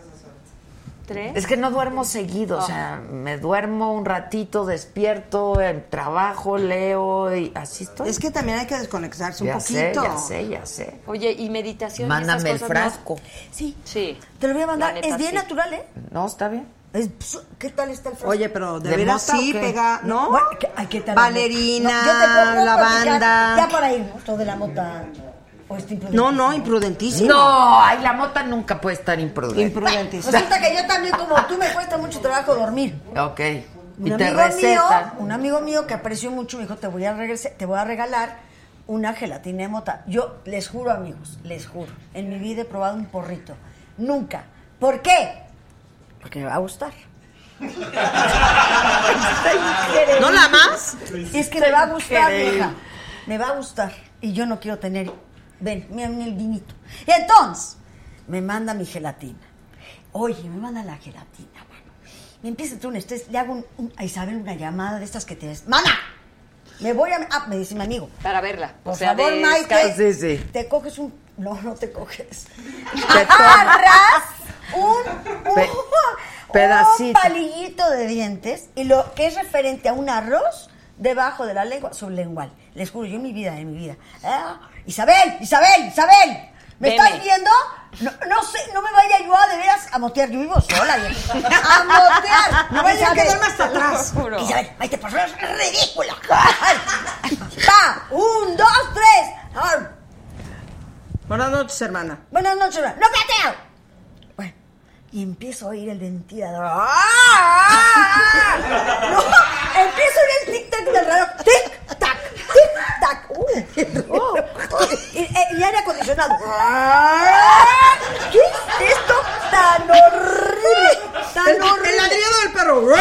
S7: ¿Tres?
S1: Es que no duermo seguido, o sea, me duermo un ratito, despierto, eh, trabajo, leo y así estoy.
S6: Es que también hay que desconectarse un
S1: ya sé,
S6: poquito.
S1: ya sé, ya sé.
S7: Oye, ¿y meditación? y esas
S1: Mándame el
S7: cosas,
S1: frasco.
S8: Sí,
S7: ¿no? Sí.
S8: te lo voy a mandar.
S7: La neta,
S8: es bien
S7: sí.
S8: natural, ¿eh?
S1: No, está bien.
S8: Es- pss, ¿Qué tal está el frasco?
S6: Oye, pero de,
S1: ¿De
S6: veras
S1: mota o
S6: sí
S1: qué?
S6: pega, ¿no?
S8: Bueno, ¿qué- ay, qué tal?
S6: Valerina,
S8: No, yo te puedo platicar,
S6: lavanda.
S8: Ya para irnos, todo de la mota. O este imprudente.
S6: No, no, imprudentísimo.
S1: No, ay, la mota nunca puede estar imprudente.
S6: Imprudentísimo.
S8: Resulta que yo también, como tú, me cuesta mucho trabajo dormir.
S1: Ok.
S8: Un
S1: Y te
S8: amigo
S1: recetan.
S8: mío, un amigo mío que aprecio mucho me dijo, te voy a regresar, te voy a regalar una gelatina de mota. Yo les juro, amigos, les juro, en mi vida he probado un porrito. Nunca. ¿Por qué? Porque me va a gustar.
S6: ¿No la más?
S8: Es que me va a gustar,
S1: increíble.
S8: vieja. Me va a gustar. Y yo no quiero tener. Ven, mira mira el vinito. Y entonces, me manda mi gelatina. Oye, me manda la gelatina, mano. Me empieza a tener un estrés. Le hago un- un- a Isabel una llamada de estas que tienes. ¡Mana! Me voy a. Ah, me dice mi amigo.
S7: Para verla.
S8: Por
S7: o sea,
S8: favor,
S7: de
S8: Mike.
S7: Skype.
S1: Sí, sí.
S8: Te coges un. No, no te coges.
S1: Te
S8: Agarras un, un,
S1: Pe- pedacito.
S8: un palillito de dientes y lo que es referente a un arroz debajo de la lengua, sublengual. Les juro, yo en mi vida, en mi vida. Ah, Isabel, Isabel, Isabel, ¿me
S7: Deme.
S8: estás viendo? No, no sé, no me vaya yo a de veras a motear. Yo vivo sola, vieja. A motear.
S6: No vaya a
S8: Isabel.
S6: quedarme hasta atrás.
S7: Juro.
S8: Isabel, ahí te pasó, es ridícula. Va, un, dos, tres. Ah,
S6: Buenas noches, hermana.
S8: Buenas noches, ma- no pateo. Bueno, y empiezo a oír el ventilador. ¡Ah! ¡Ah! No, empiezo a oír el tic-tac del reloj. Tic-tac, tic-tac. Uh, oh, oh, y, y- y aire acondicionado. ¡Ah! ¿Qué es esto tan horrible? Tan
S6: El,
S8: horrible.
S6: el ladrido del perro.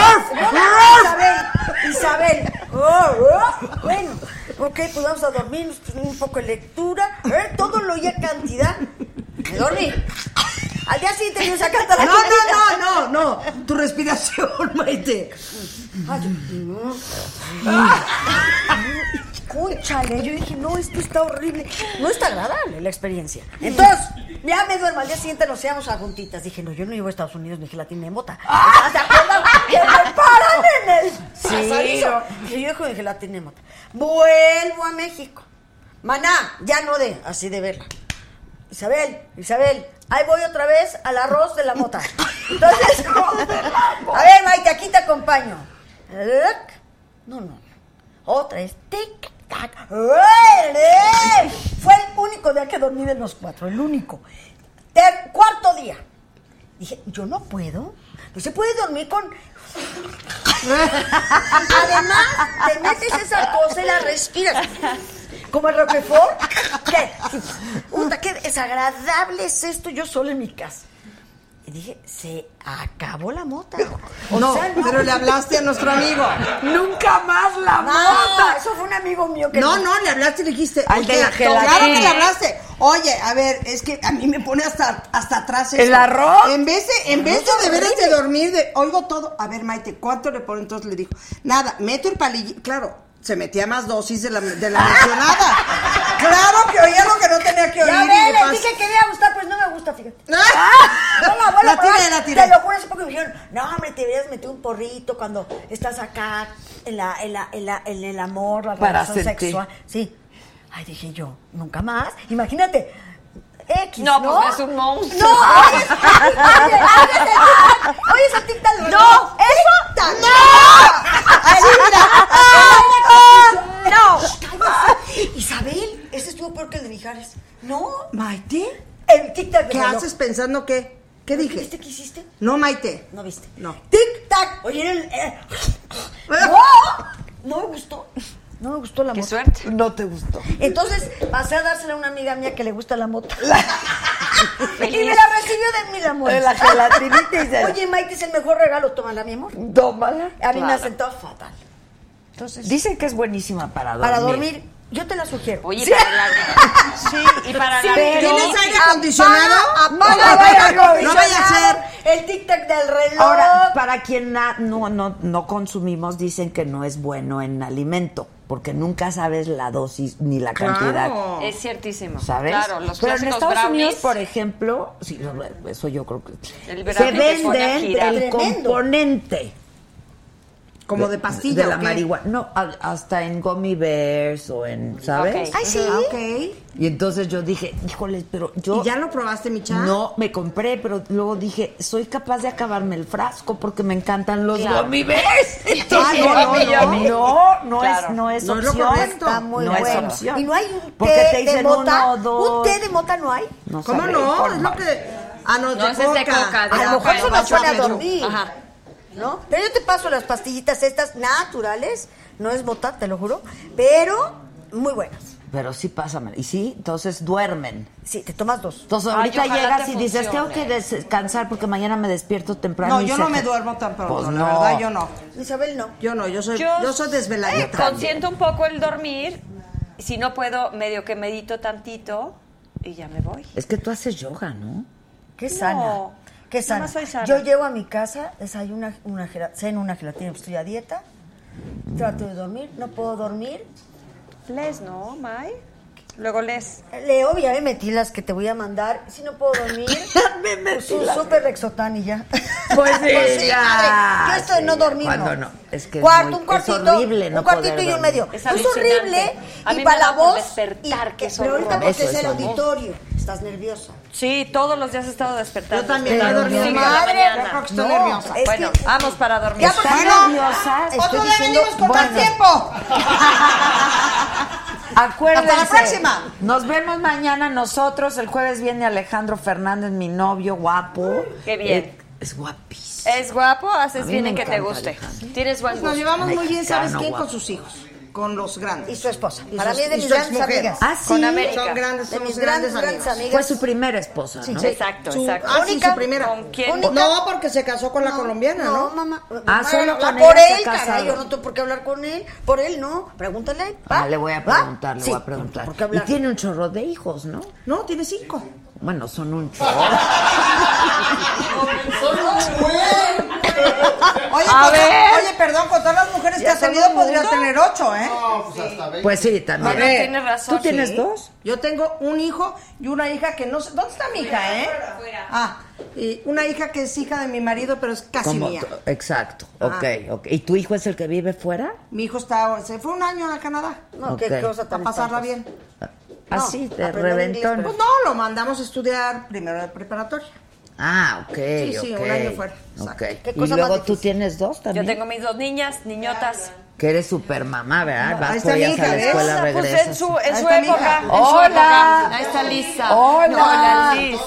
S8: Isabel, Isabel. Oh, oh, Bueno, ok, pues vamos a dormir, un poco de lectura, ¿eh? todo lo oía cantidad. Me dormí. Al día siguiente yo sacaste la
S6: No, no, no, no, no. Tu respiración, Maite.
S8: Cónchale, yo dije, no, esto está horrible. No está agradable la experiencia. Entonces, ya me duermo. Al día siguiente nos íbamos a juntitas. Dije, no, yo no llevo a Estados Unidos ni gelatina en bota. ¿Te acuerdas? Que me paran en el pasadizo. Dije, yo dejo de gelatina en bota. Vuelvo a México. Maná, ya no de, así de verla. Isabel, Isabel, ahí voy otra vez al arroz de la mota. Entonces, a ver, Maite, aquí te acompaño. Lac. No, no. Otra es tic, tac. ¡Ole! Fue el único día que dormí de los cuatro, el único. Ter- cuarto día. Dije, yo no puedo. No se puede dormir con. Además, te metes esa cosa y la respiras. Como el Roquefort. ¿Qué? Puta, qué desagradable es esto yo solo en mi casa. Y dije, se acabó la mota. O
S6: no,
S8: sea, no.
S6: pero le hablaste a nuestro amigo.
S8: Nunca más la
S6: No,
S8: mota. Eso fue un amigo mío que
S6: No, no, le hablaste y le dijiste.
S8: Al
S6: oye,
S8: de la
S6: Claro
S8: gelatina.
S6: que le hablaste. Oye, a ver, es que a mí me pone hasta, hasta atrás eso.
S8: ¿El arroz?
S6: En vez de, en vez
S8: Arroz
S6: de veras de
S8: horrible.
S6: dormir, de, oigo todo. A ver, Maite, ¿cuánto le pone? Entonces le dijo, nada, meto el palillo. Claro, se metía más dosis de la, de la mencionada. claro que oía lo que no tenía que oír.
S8: Ya
S6: y le
S8: ve,
S6: pas-
S8: les dije que me iba a gustar, pues no me gusta, fíjate. No la
S6: Ah,
S8: voy a
S6: la tiré,
S8: probar.
S6: la tiré.
S8: Te lo juro, hace poco me dijeron, no, hombre, te deberías meter un porrito cuando estás acá en, la, en, la, en, la- en el amor, la
S1: Para
S8: relación
S1: sentir.
S8: sexual. Sí. Ay, dije yo, nunca más. Imagínate. X,
S7: No,
S8: no,
S7: pues es un monstruo.
S8: No, oye, es- oye, oye, es el tic-tac, oye, es el tic-tac.
S6: No,
S8: eso, tan-
S6: Así, mira.
S8: no. Cállate. Isabel, ese estuvo peor que el de Mijares. No,
S6: Maite,
S8: el tic-tac.
S6: ¿qué haces pensando qué? ¿Qué
S8: ¿Qué viste
S6: dije?
S8: que hiciste?
S6: No, Maite.
S8: No viste.
S6: No.
S8: Tic tac. Oye, era el. eh, ¡No! No me gustó. No me gustó la
S7: Qué
S8: mota.
S7: suerte.
S1: No te gustó.
S8: Entonces pasé a dársela a una amiga mía que le gusta la mota. y
S7: Feliz.
S8: me la recibió de mí la mota.
S1: De la gelatinita y se-
S8: Oye, Mike, es el mejor regalo. Tómala, mi amor. A mí
S1: Tómala.
S8: me
S7: Claro.
S8: asentó fatal. Entonces,
S1: Dicen que es buenísima para dormir.
S8: para dormir, yo te la sugiero.
S7: Oye, para la... Sí, y para la...
S8: Pero-
S6: ¿Tienes aire acondicionado?
S8: Apaga,
S6: No vaya-
S8: apaga el aire
S6: no vaya a
S8: acondicionado, El tic-tac del reloj.
S1: Ahora, para quien na- no, no, no consumimos, dicen que no es bueno en alimento, porque nunca sabes la dosis ni la
S6: Claro.
S1: cantidad.
S7: Es ciertísimo.
S1: ¿Sabes?
S7: Claro, los
S1: Pero en
S7: clásicos
S1: Estados
S7: brownies.
S1: Unidos, por ejemplo, sí, no, eso yo creo que
S7: El
S1: se
S7: brownie que pone a
S1: venden
S7: girar.
S1: el
S8: Tremendo.
S1: componente
S6: Como de pastilla.
S1: de la
S6: ¿o qué?
S1: marihuana, no, a- hasta en gummy bears o en, ¿sabes?
S7: Ok.
S8: Ay, sí.
S6: Ah, ok.
S1: Y entonces yo dije, híjoles, pero yo
S6: ¿Y ya lo probaste, Micha?
S1: no me compré, pero luego dije, soy capaz de acabarme el frasco porque me encantan los
S7: Claro.
S1: gummy bears.
S6: Ah, no, no, no.
S1: No, no
S7: Claro.
S1: es, no es
S6: No es lo
S1: opción.
S6: correcto.
S8: Está muy
S1: no
S8: bueno.
S1: es opción.
S8: Y no hay un
S1: Porque
S8: té
S1: te
S8: de
S1: dicen
S8: mota.
S1: uno, dos.
S8: Un té de mota no hay.
S1: No
S6: ¿Cómo
S1: sabe
S6: no?
S1: cómo.
S6: Es lo que. Ah, no,
S7: No,
S6: de
S7: ese es de coca, de
S6: Ah,
S8: A lo mejor
S7: Pero
S8: se
S7: va
S8: nos pone a
S7: chupando.
S8: dormir.
S7: Ajá.
S8: ¿No? Pero yo te paso las pastillitas estas naturales. No es bota, te lo juro. Pero muy buenas.
S1: Pero sí pásame. Y sí, entonces duermen.
S8: Sí, te tomas dos.
S1: Entonces
S7: Ay,
S1: ahorita
S7: ojalá
S1: llegas
S7: te
S1: y dices, tengo
S7: funcione.
S1: que descansar porque mañana me despierto temprano.
S6: No,
S1: y
S6: yo
S1: se
S6: no me
S1: ejer-
S6: duermo tan pronto,
S1: Pues
S6: la
S1: no.
S6: verdad, yo no.
S8: Isabel no.
S6: Yo no, yo soy, yo,
S7: Yo
S6: soy
S7: eh,
S6: desveladita.
S7: consiento un poco el dormir. Si no puedo, medio que medito tantito y ya me voy.
S1: Es que tú haces yoga, ¿no?
S8: Qué
S7: No.
S8: sana. Qué
S7: Nada
S8: sana.
S7: más soy sana.
S8: Yo llego a mi casa, desayuno una, una, gela- ceno una gelatina, pues estoy a dieta. Trato de dormir, no puedo dormir.
S7: Les, ¿no, May? Luego les.
S8: Leo, ya me metí las que te voy a mandar. Si no puedo dormir, pues un súper Rexotan y ya.
S1: Pues sí,
S8: madre,
S1: ya,
S8: Yo esto de
S1: sí,
S8: no dormir.
S1: cuando no. Es que es
S8: Cuarto,
S1: muy-
S8: un cuartito.
S1: es horrible no
S8: un cuartito
S1: poder
S8: y un
S1: dormir.
S8: medio.
S7: Es
S8: Es,
S7: alucinante.
S8: horrible.
S7: A mí
S8: Y
S7: me
S8: para la
S7: da por
S8: voz.
S7: despertar,
S8: y,
S7: que es
S8: pero ahorita
S7: horroroso.
S8: porque es
S1: Eso es
S8: el
S1: horrible.
S8: auditorio. Estás nerviosa.
S7: Sí, todos los días he estado despertando.
S6: Yo también
S7: Estoy
S6: he dormido
S7: dormida
S6: mal.
S7: la mañana.
S6: Yo creo que estoy nerviosa.
S8: es
S7: Bueno,
S8: que-
S7: vamos para dormir.
S8: Ya, pues, porque
S6: Bueno,
S1: nerviosa, estoy
S6: Otro día
S1: diciendo,
S6: venimos con más
S1: bueno.
S6: tiempo.
S1: Acuérdense.
S6: Hasta la próxima.
S1: Nos vemos mañana nosotros. El jueves viene Alejandro Fernández, mi novio guapo.
S7: Qué bien.
S1: Eh, es guapísimo.
S7: Es guapo,
S1: A
S7: haces
S1: mí
S7: bien
S1: me
S7: en que te
S1: encanta,
S7: guste.
S1: Alejandra.
S7: Tienes buen
S6: Pues Nos
S7: gusto.
S6: llevamos muy bien, ¿sabes
S1: Mexicano,
S6: quién? Con
S1: guapo.
S6: sus hijos. con los grandes.
S8: Y su esposa.
S6: Y
S8: Para
S6: sus-
S8: mí es de
S6: y
S8: mis
S6: sus
S8: grandes
S6: exmujeres.
S8: amigas.
S6: Ah,
S8: Con
S6: sí.
S8: América.
S6: Son grandes,
S8: De
S6: somos
S8: mis
S6: grandes
S8: grandes, grandes
S6: amigas.
S8: amigas.
S1: Fue su primera esposa,
S8: Sí,
S1: ¿no?
S8: sí.
S6: Exacto, exacto.
S8: Ah, sí, su
S6: primera.
S8: No,
S6: No, porque se casó con la colombiana,
S8: no,
S6: ¿no?
S8: mamá. Ah,
S1: solo con
S8: por
S1: ella se
S8: él,
S1: casaron.
S8: caray, yo no tengo por qué hablar con él. Por él, no. Pregúntale. a él.
S1: Ah, le voy a
S8: ¿Va?
S1: preguntar, le
S8: Sí,
S1: voy a preguntar.
S8: ¿por qué
S1: y
S8: hablar?
S1: tiene un chorro de hijos, ¿no?
S6: No, tiene cinco.
S1: Bueno, son un chorro.
S6: Ah, Oye,
S1: A
S6: con-
S1: ver.
S6: oye, perdón, con todas las mujeres que
S1: Ya
S6: has tenido
S1: todo el
S6: podrías
S1: mundo.
S6: tener ocho, ¿eh?
S1: Pues sí, también.
S6: A ver,
S1: ¿Tú tienes dos?
S6: Yo tengo un hijo y una hija que no sé. ¿Dónde está mi hija, eh? Ah, y una hija que es hija de mi marido, pero es casi
S1: Como
S6: Ah, mía. Ah.
S1: t- Exacto,
S6: Ajá.
S1: ok, ok. ¿Y tu hijo es el que vive fuera?
S6: Mi hijo está, se fue un año a Canadá.
S1: No, qué Ok. cosa tan
S6: A pasarla bien.
S1: Así,
S6: No,
S1: Ah, de
S6: aprender
S1: reventón.
S6: inglés, pues no, lo mandamos a estudiar primero de preparatoria.
S1: Ah, ok,
S6: Sí, sí,
S1: ok.
S6: un año fuera,
S1: Ok.
S6: exacto. ¿Qué
S1: Y
S6: cosa más
S1: luego tú tienes dos también.
S7: Yo tengo mis dos niñas, niñotas.
S1: Que eres super mamá, ¿verdad?
S7: Ahí
S1: Vas
S7: está
S1: por
S7: mi
S1: ellas
S7: hija,
S1: a la
S7: ¿ves?
S1: escuela,
S7: Pues en
S1: regresas.
S7: su- en
S1: Ahí
S7: su
S1: está mi
S7: época,
S1: hija.
S7: en su
S1: Hola.
S7: época. Ahí está Lisa.
S1: Hola.
S7: Hola, Liz.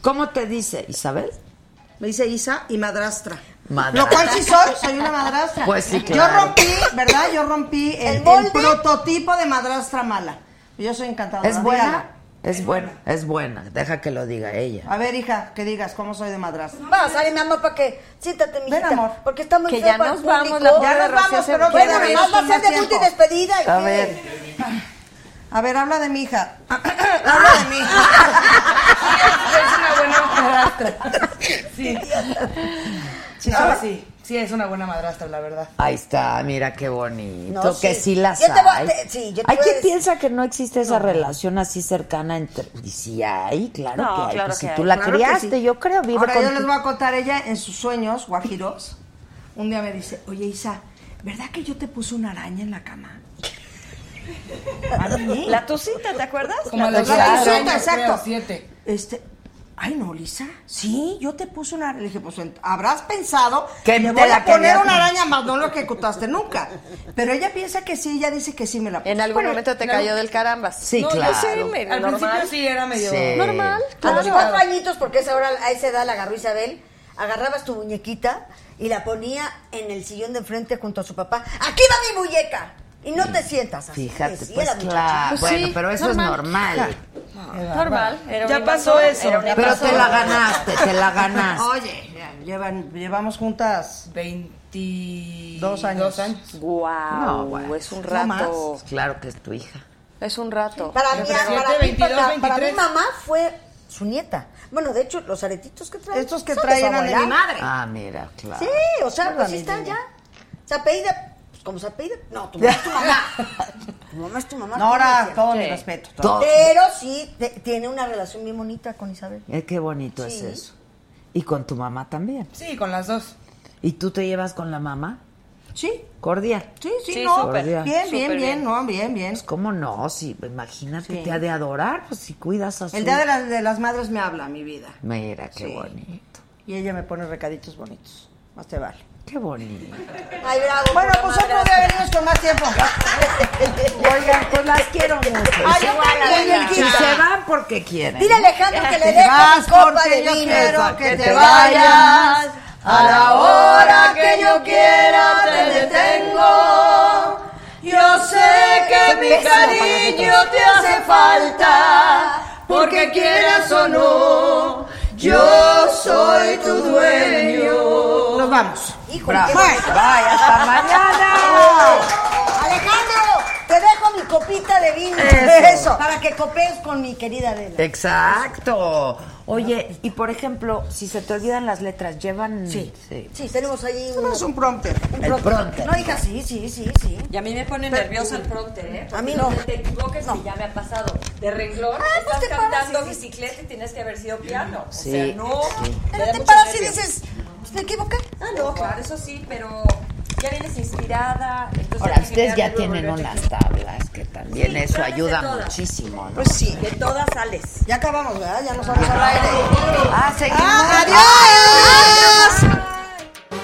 S1: ¿Cómo te dice, Isabel?
S6: Me dice Isa y madrastra.
S1: Madrastra.
S6: Lo cual sí soy, soy una madrastra.
S1: Pues sí,
S6: Yo
S1: claro.
S6: rompí, ¿verdad? Yo rompí el, el prototipo de madrastra mala. Yo soy encantadora.
S1: ¿Es buena?
S6: dígalo.
S1: Es buena, es buena. Deja que lo diga ella.
S6: A ver, hija, que digas cómo soy de madrastra.
S8: Va, sale mi mamá para que siéntate, mijita. amor. Porque está muy
S6: Que
S8: feo
S6: ya
S8: para
S6: nos
S8: el público.
S6: vamos, la pobre
S8: Ya nos
S6: Rocío
S8: vamos,
S6: se
S8: pero
S6: puede
S8: bueno,
S6: reír
S8: nada más
S6: sin
S8: va a
S6: más
S8: ser de multi
S6: tiempo.
S8: despedida.
S6: A
S8: ¿qué?
S6: ver. A ver, habla de mi hija. habla de mi Sí. Sí, soy
S1: Ah.
S6: así. Sí, es una buena madrastra, la verdad.
S1: Ahí está, mira qué bonito.
S6: No,
S1: que
S6: sí.
S1: sí las
S6: Yo te voy a-
S1: hay.
S6: te- sí, yo te
S1: hay
S6: voy a
S1: quien
S6: decir-
S1: piensa que no existe esa relación así cercana entre. Y sí hay, claro
S6: No,
S1: que hay.
S6: claro
S1: pues si
S6: que
S1: tú
S6: hay.
S1: la
S6: Claro que
S1: criaste,
S6: sí.
S1: yo creo, vive
S6: Ahora
S1: con
S6: yo
S1: tu-
S6: les voy a contar ella en sus sueños guajiros. Un día me dice, oye Isa, ¿verdad que yo te puse una araña en la cama?
S7: La tucita, ¿te acuerdas?
S6: Como a
S7: La
S6: los
S7: Tucita.
S6: seis, siete,
S7: Creo,
S6: exacto.
S7: siete.
S6: Este, ay no, Lisa, sí, yo te puse una. Le dije, pues ent- habrás pensado que le
S1: te
S6: voy
S1: la
S6: a poner
S1: querías-
S6: una araña más, no lo que ejecutaste nunca. Pero ella piensa que sí, ella dice que sí me la puse.
S7: En algún
S6: Bueno,
S7: momento te
S6: no.
S7: cayó del carambas.
S1: Sí,
S7: No, yo
S1: claro.
S7: sí, medio
S6: Al
S7: normal.
S6: principio sí era medio-
S1: Sí.
S7: Normal,
S1: eh,
S8: A los
S7: claro.
S8: cuatro añitos, porque esa hora, a esa edad la agarró Isabel, agarrabas tu muñequita y la ponía en el sillón de enfrente junto a su papá. ¡Aquí va mi muñeca! Y no te sientas así.
S1: Fíjate,
S8: decía
S1: pues
S8: la muchacha.
S1: claro.
S8: Pues
S1: bueno,
S8: sí,
S1: pero eso es normal.
S7: Normal. Era
S6: Ya
S7: un
S6: pasó
S7: invasor,
S6: eso.
S7: era un
S6: Ya
S1: Pero
S6: pasó.
S1: te la ganaste, te la ganaste.
S6: Oye, ya llevan, llevamos juntas 22 años.
S7: Dos años. Wow,
S1: No, bueno.
S7: es un
S1: No
S7: rato.
S1: Pues, Claro que es tu hija.
S7: Es un rato.
S8: Para, mí, para, mí, para- para mi
S7: 23.
S8: mamá fue su nieta. Bueno, de hecho, los aretitos que trae.
S6: Estos que
S8: son de
S6: trae
S8: su
S6: eran de mi
S8: abuela.
S6: madre.
S1: Ah, mira, claro.
S8: Sí, o sea, pues sí están ya. Se apellida, pues como se apellida. No, tu mamá es tu mamá. tu mamá es tu mamá.
S6: No, ahora,
S8: ¿cómo
S6: todo
S8: le
S6: mi
S8: decían?
S6: respeto.
S1: Todo.
S8: Pero sí, te- tiene una relación bien bonita con Isabel.
S1: Eh, qué bonito es
S8: Sí.
S1: eso. Y con tu mamá también.
S6: Sí, con las dos.
S1: ¿Y tú te llevas con la mamá?
S6: Sí,
S1: Cordial.
S6: sí, sí,
S1: Sí,
S6: no.
S1: súper,
S6: bien, bien,
S1: súper
S6: bien,
S1: bien.
S6: no, bien, bien.
S1: Pues cómo no, si imagínate,
S6: Sí.
S1: te ha de adorar, pues si cuidas a su...
S6: El día de, las- de las madres me habla, mi vida.
S1: Mira, qué
S6: Sí.
S1: bonito,
S6: Y ella me pone recaditos bonitos. Más te vale.
S1: qué bonito.
S8: Ay, bravo.
S6: Bueno,
S8: por la
S6: pues
S8: madre.
S6: otro día venimos con más tiempo.
S1: Oigan, pues las quiero mucho.
S6: Ay,
S1: Y se
S6: yo
S1: van,
S6: también,
S1: oigan,
S6: chica.
S1: Y se van porque quieren.
S8: Dile a Alejandro que le
S6: Te
S8: deje
S6: vas
S8: mi copa
S6: porque
S8: de
S6: yo
S8: vino.
S6: quiero que te
S23: vayas.
S8: a
S23: la hora que yo quiera te detengo. Yo sé que mi cariño te hace falta, porque quieras o no, yo soy tu dueño.
S6: Nos vamos.
S8: Hijo,
S1: Bravo.
S8: qué
S1: Bye,
S8: bonito.
S1: hasta mañana.
S8: Alejandro, te dejo mi copita de vino.
S6: Eh.
S1: Eso.
S8: Para que copees con mi querida Adela.
S1: Exacto. Oye, y por ejemplo, si se te olvidan las letras, llevan... Sí.
S8: Sí, tenemos ahí un,
S6: Somos un prompter.
S8: un
S1: El pronto.
S8: prompter. No, hija, sí, sí, sí, sí.
S7: Y a mí me pone nerviosa el prompter, ¿eh? Porque
S8: A mí no.
S7: donde te equivoques, que ya me ha pasado. De renglón,
S8: Ah, pues
S7: estás
S8: te paras,
S7: cantando
S8: sí, sí.
S7: bicicleta y tienes que haber sido piano.
S1: Sí,
S7: O sea, no.
S1: sí.
S7: me da
S8: Pero te
S7: mucho
S8: paras y
S7: nervio.
S8: dices, pues, me equivoqué. Ah, no.
S7: Claro, eso sí, pero ya vienes inspirada. entonces
S1: Ahora,
S7: hay que
S1: ustedes ya
S7: llegar luego,
S1: tienen
S7: luego, luego.
S1: unas tablas que también
S7: Sí,
S1: eso
S7: tablas de
S1: ayuda
S7: todas.
S1: muchísimo, ¿no?
S6: Pues sí.
S7: De todas sales.
S6: Ya acabamos, ¿verdad? Ya nos vamos al aire.
S1: Ah, seguimos.
S6: ¡Adiós!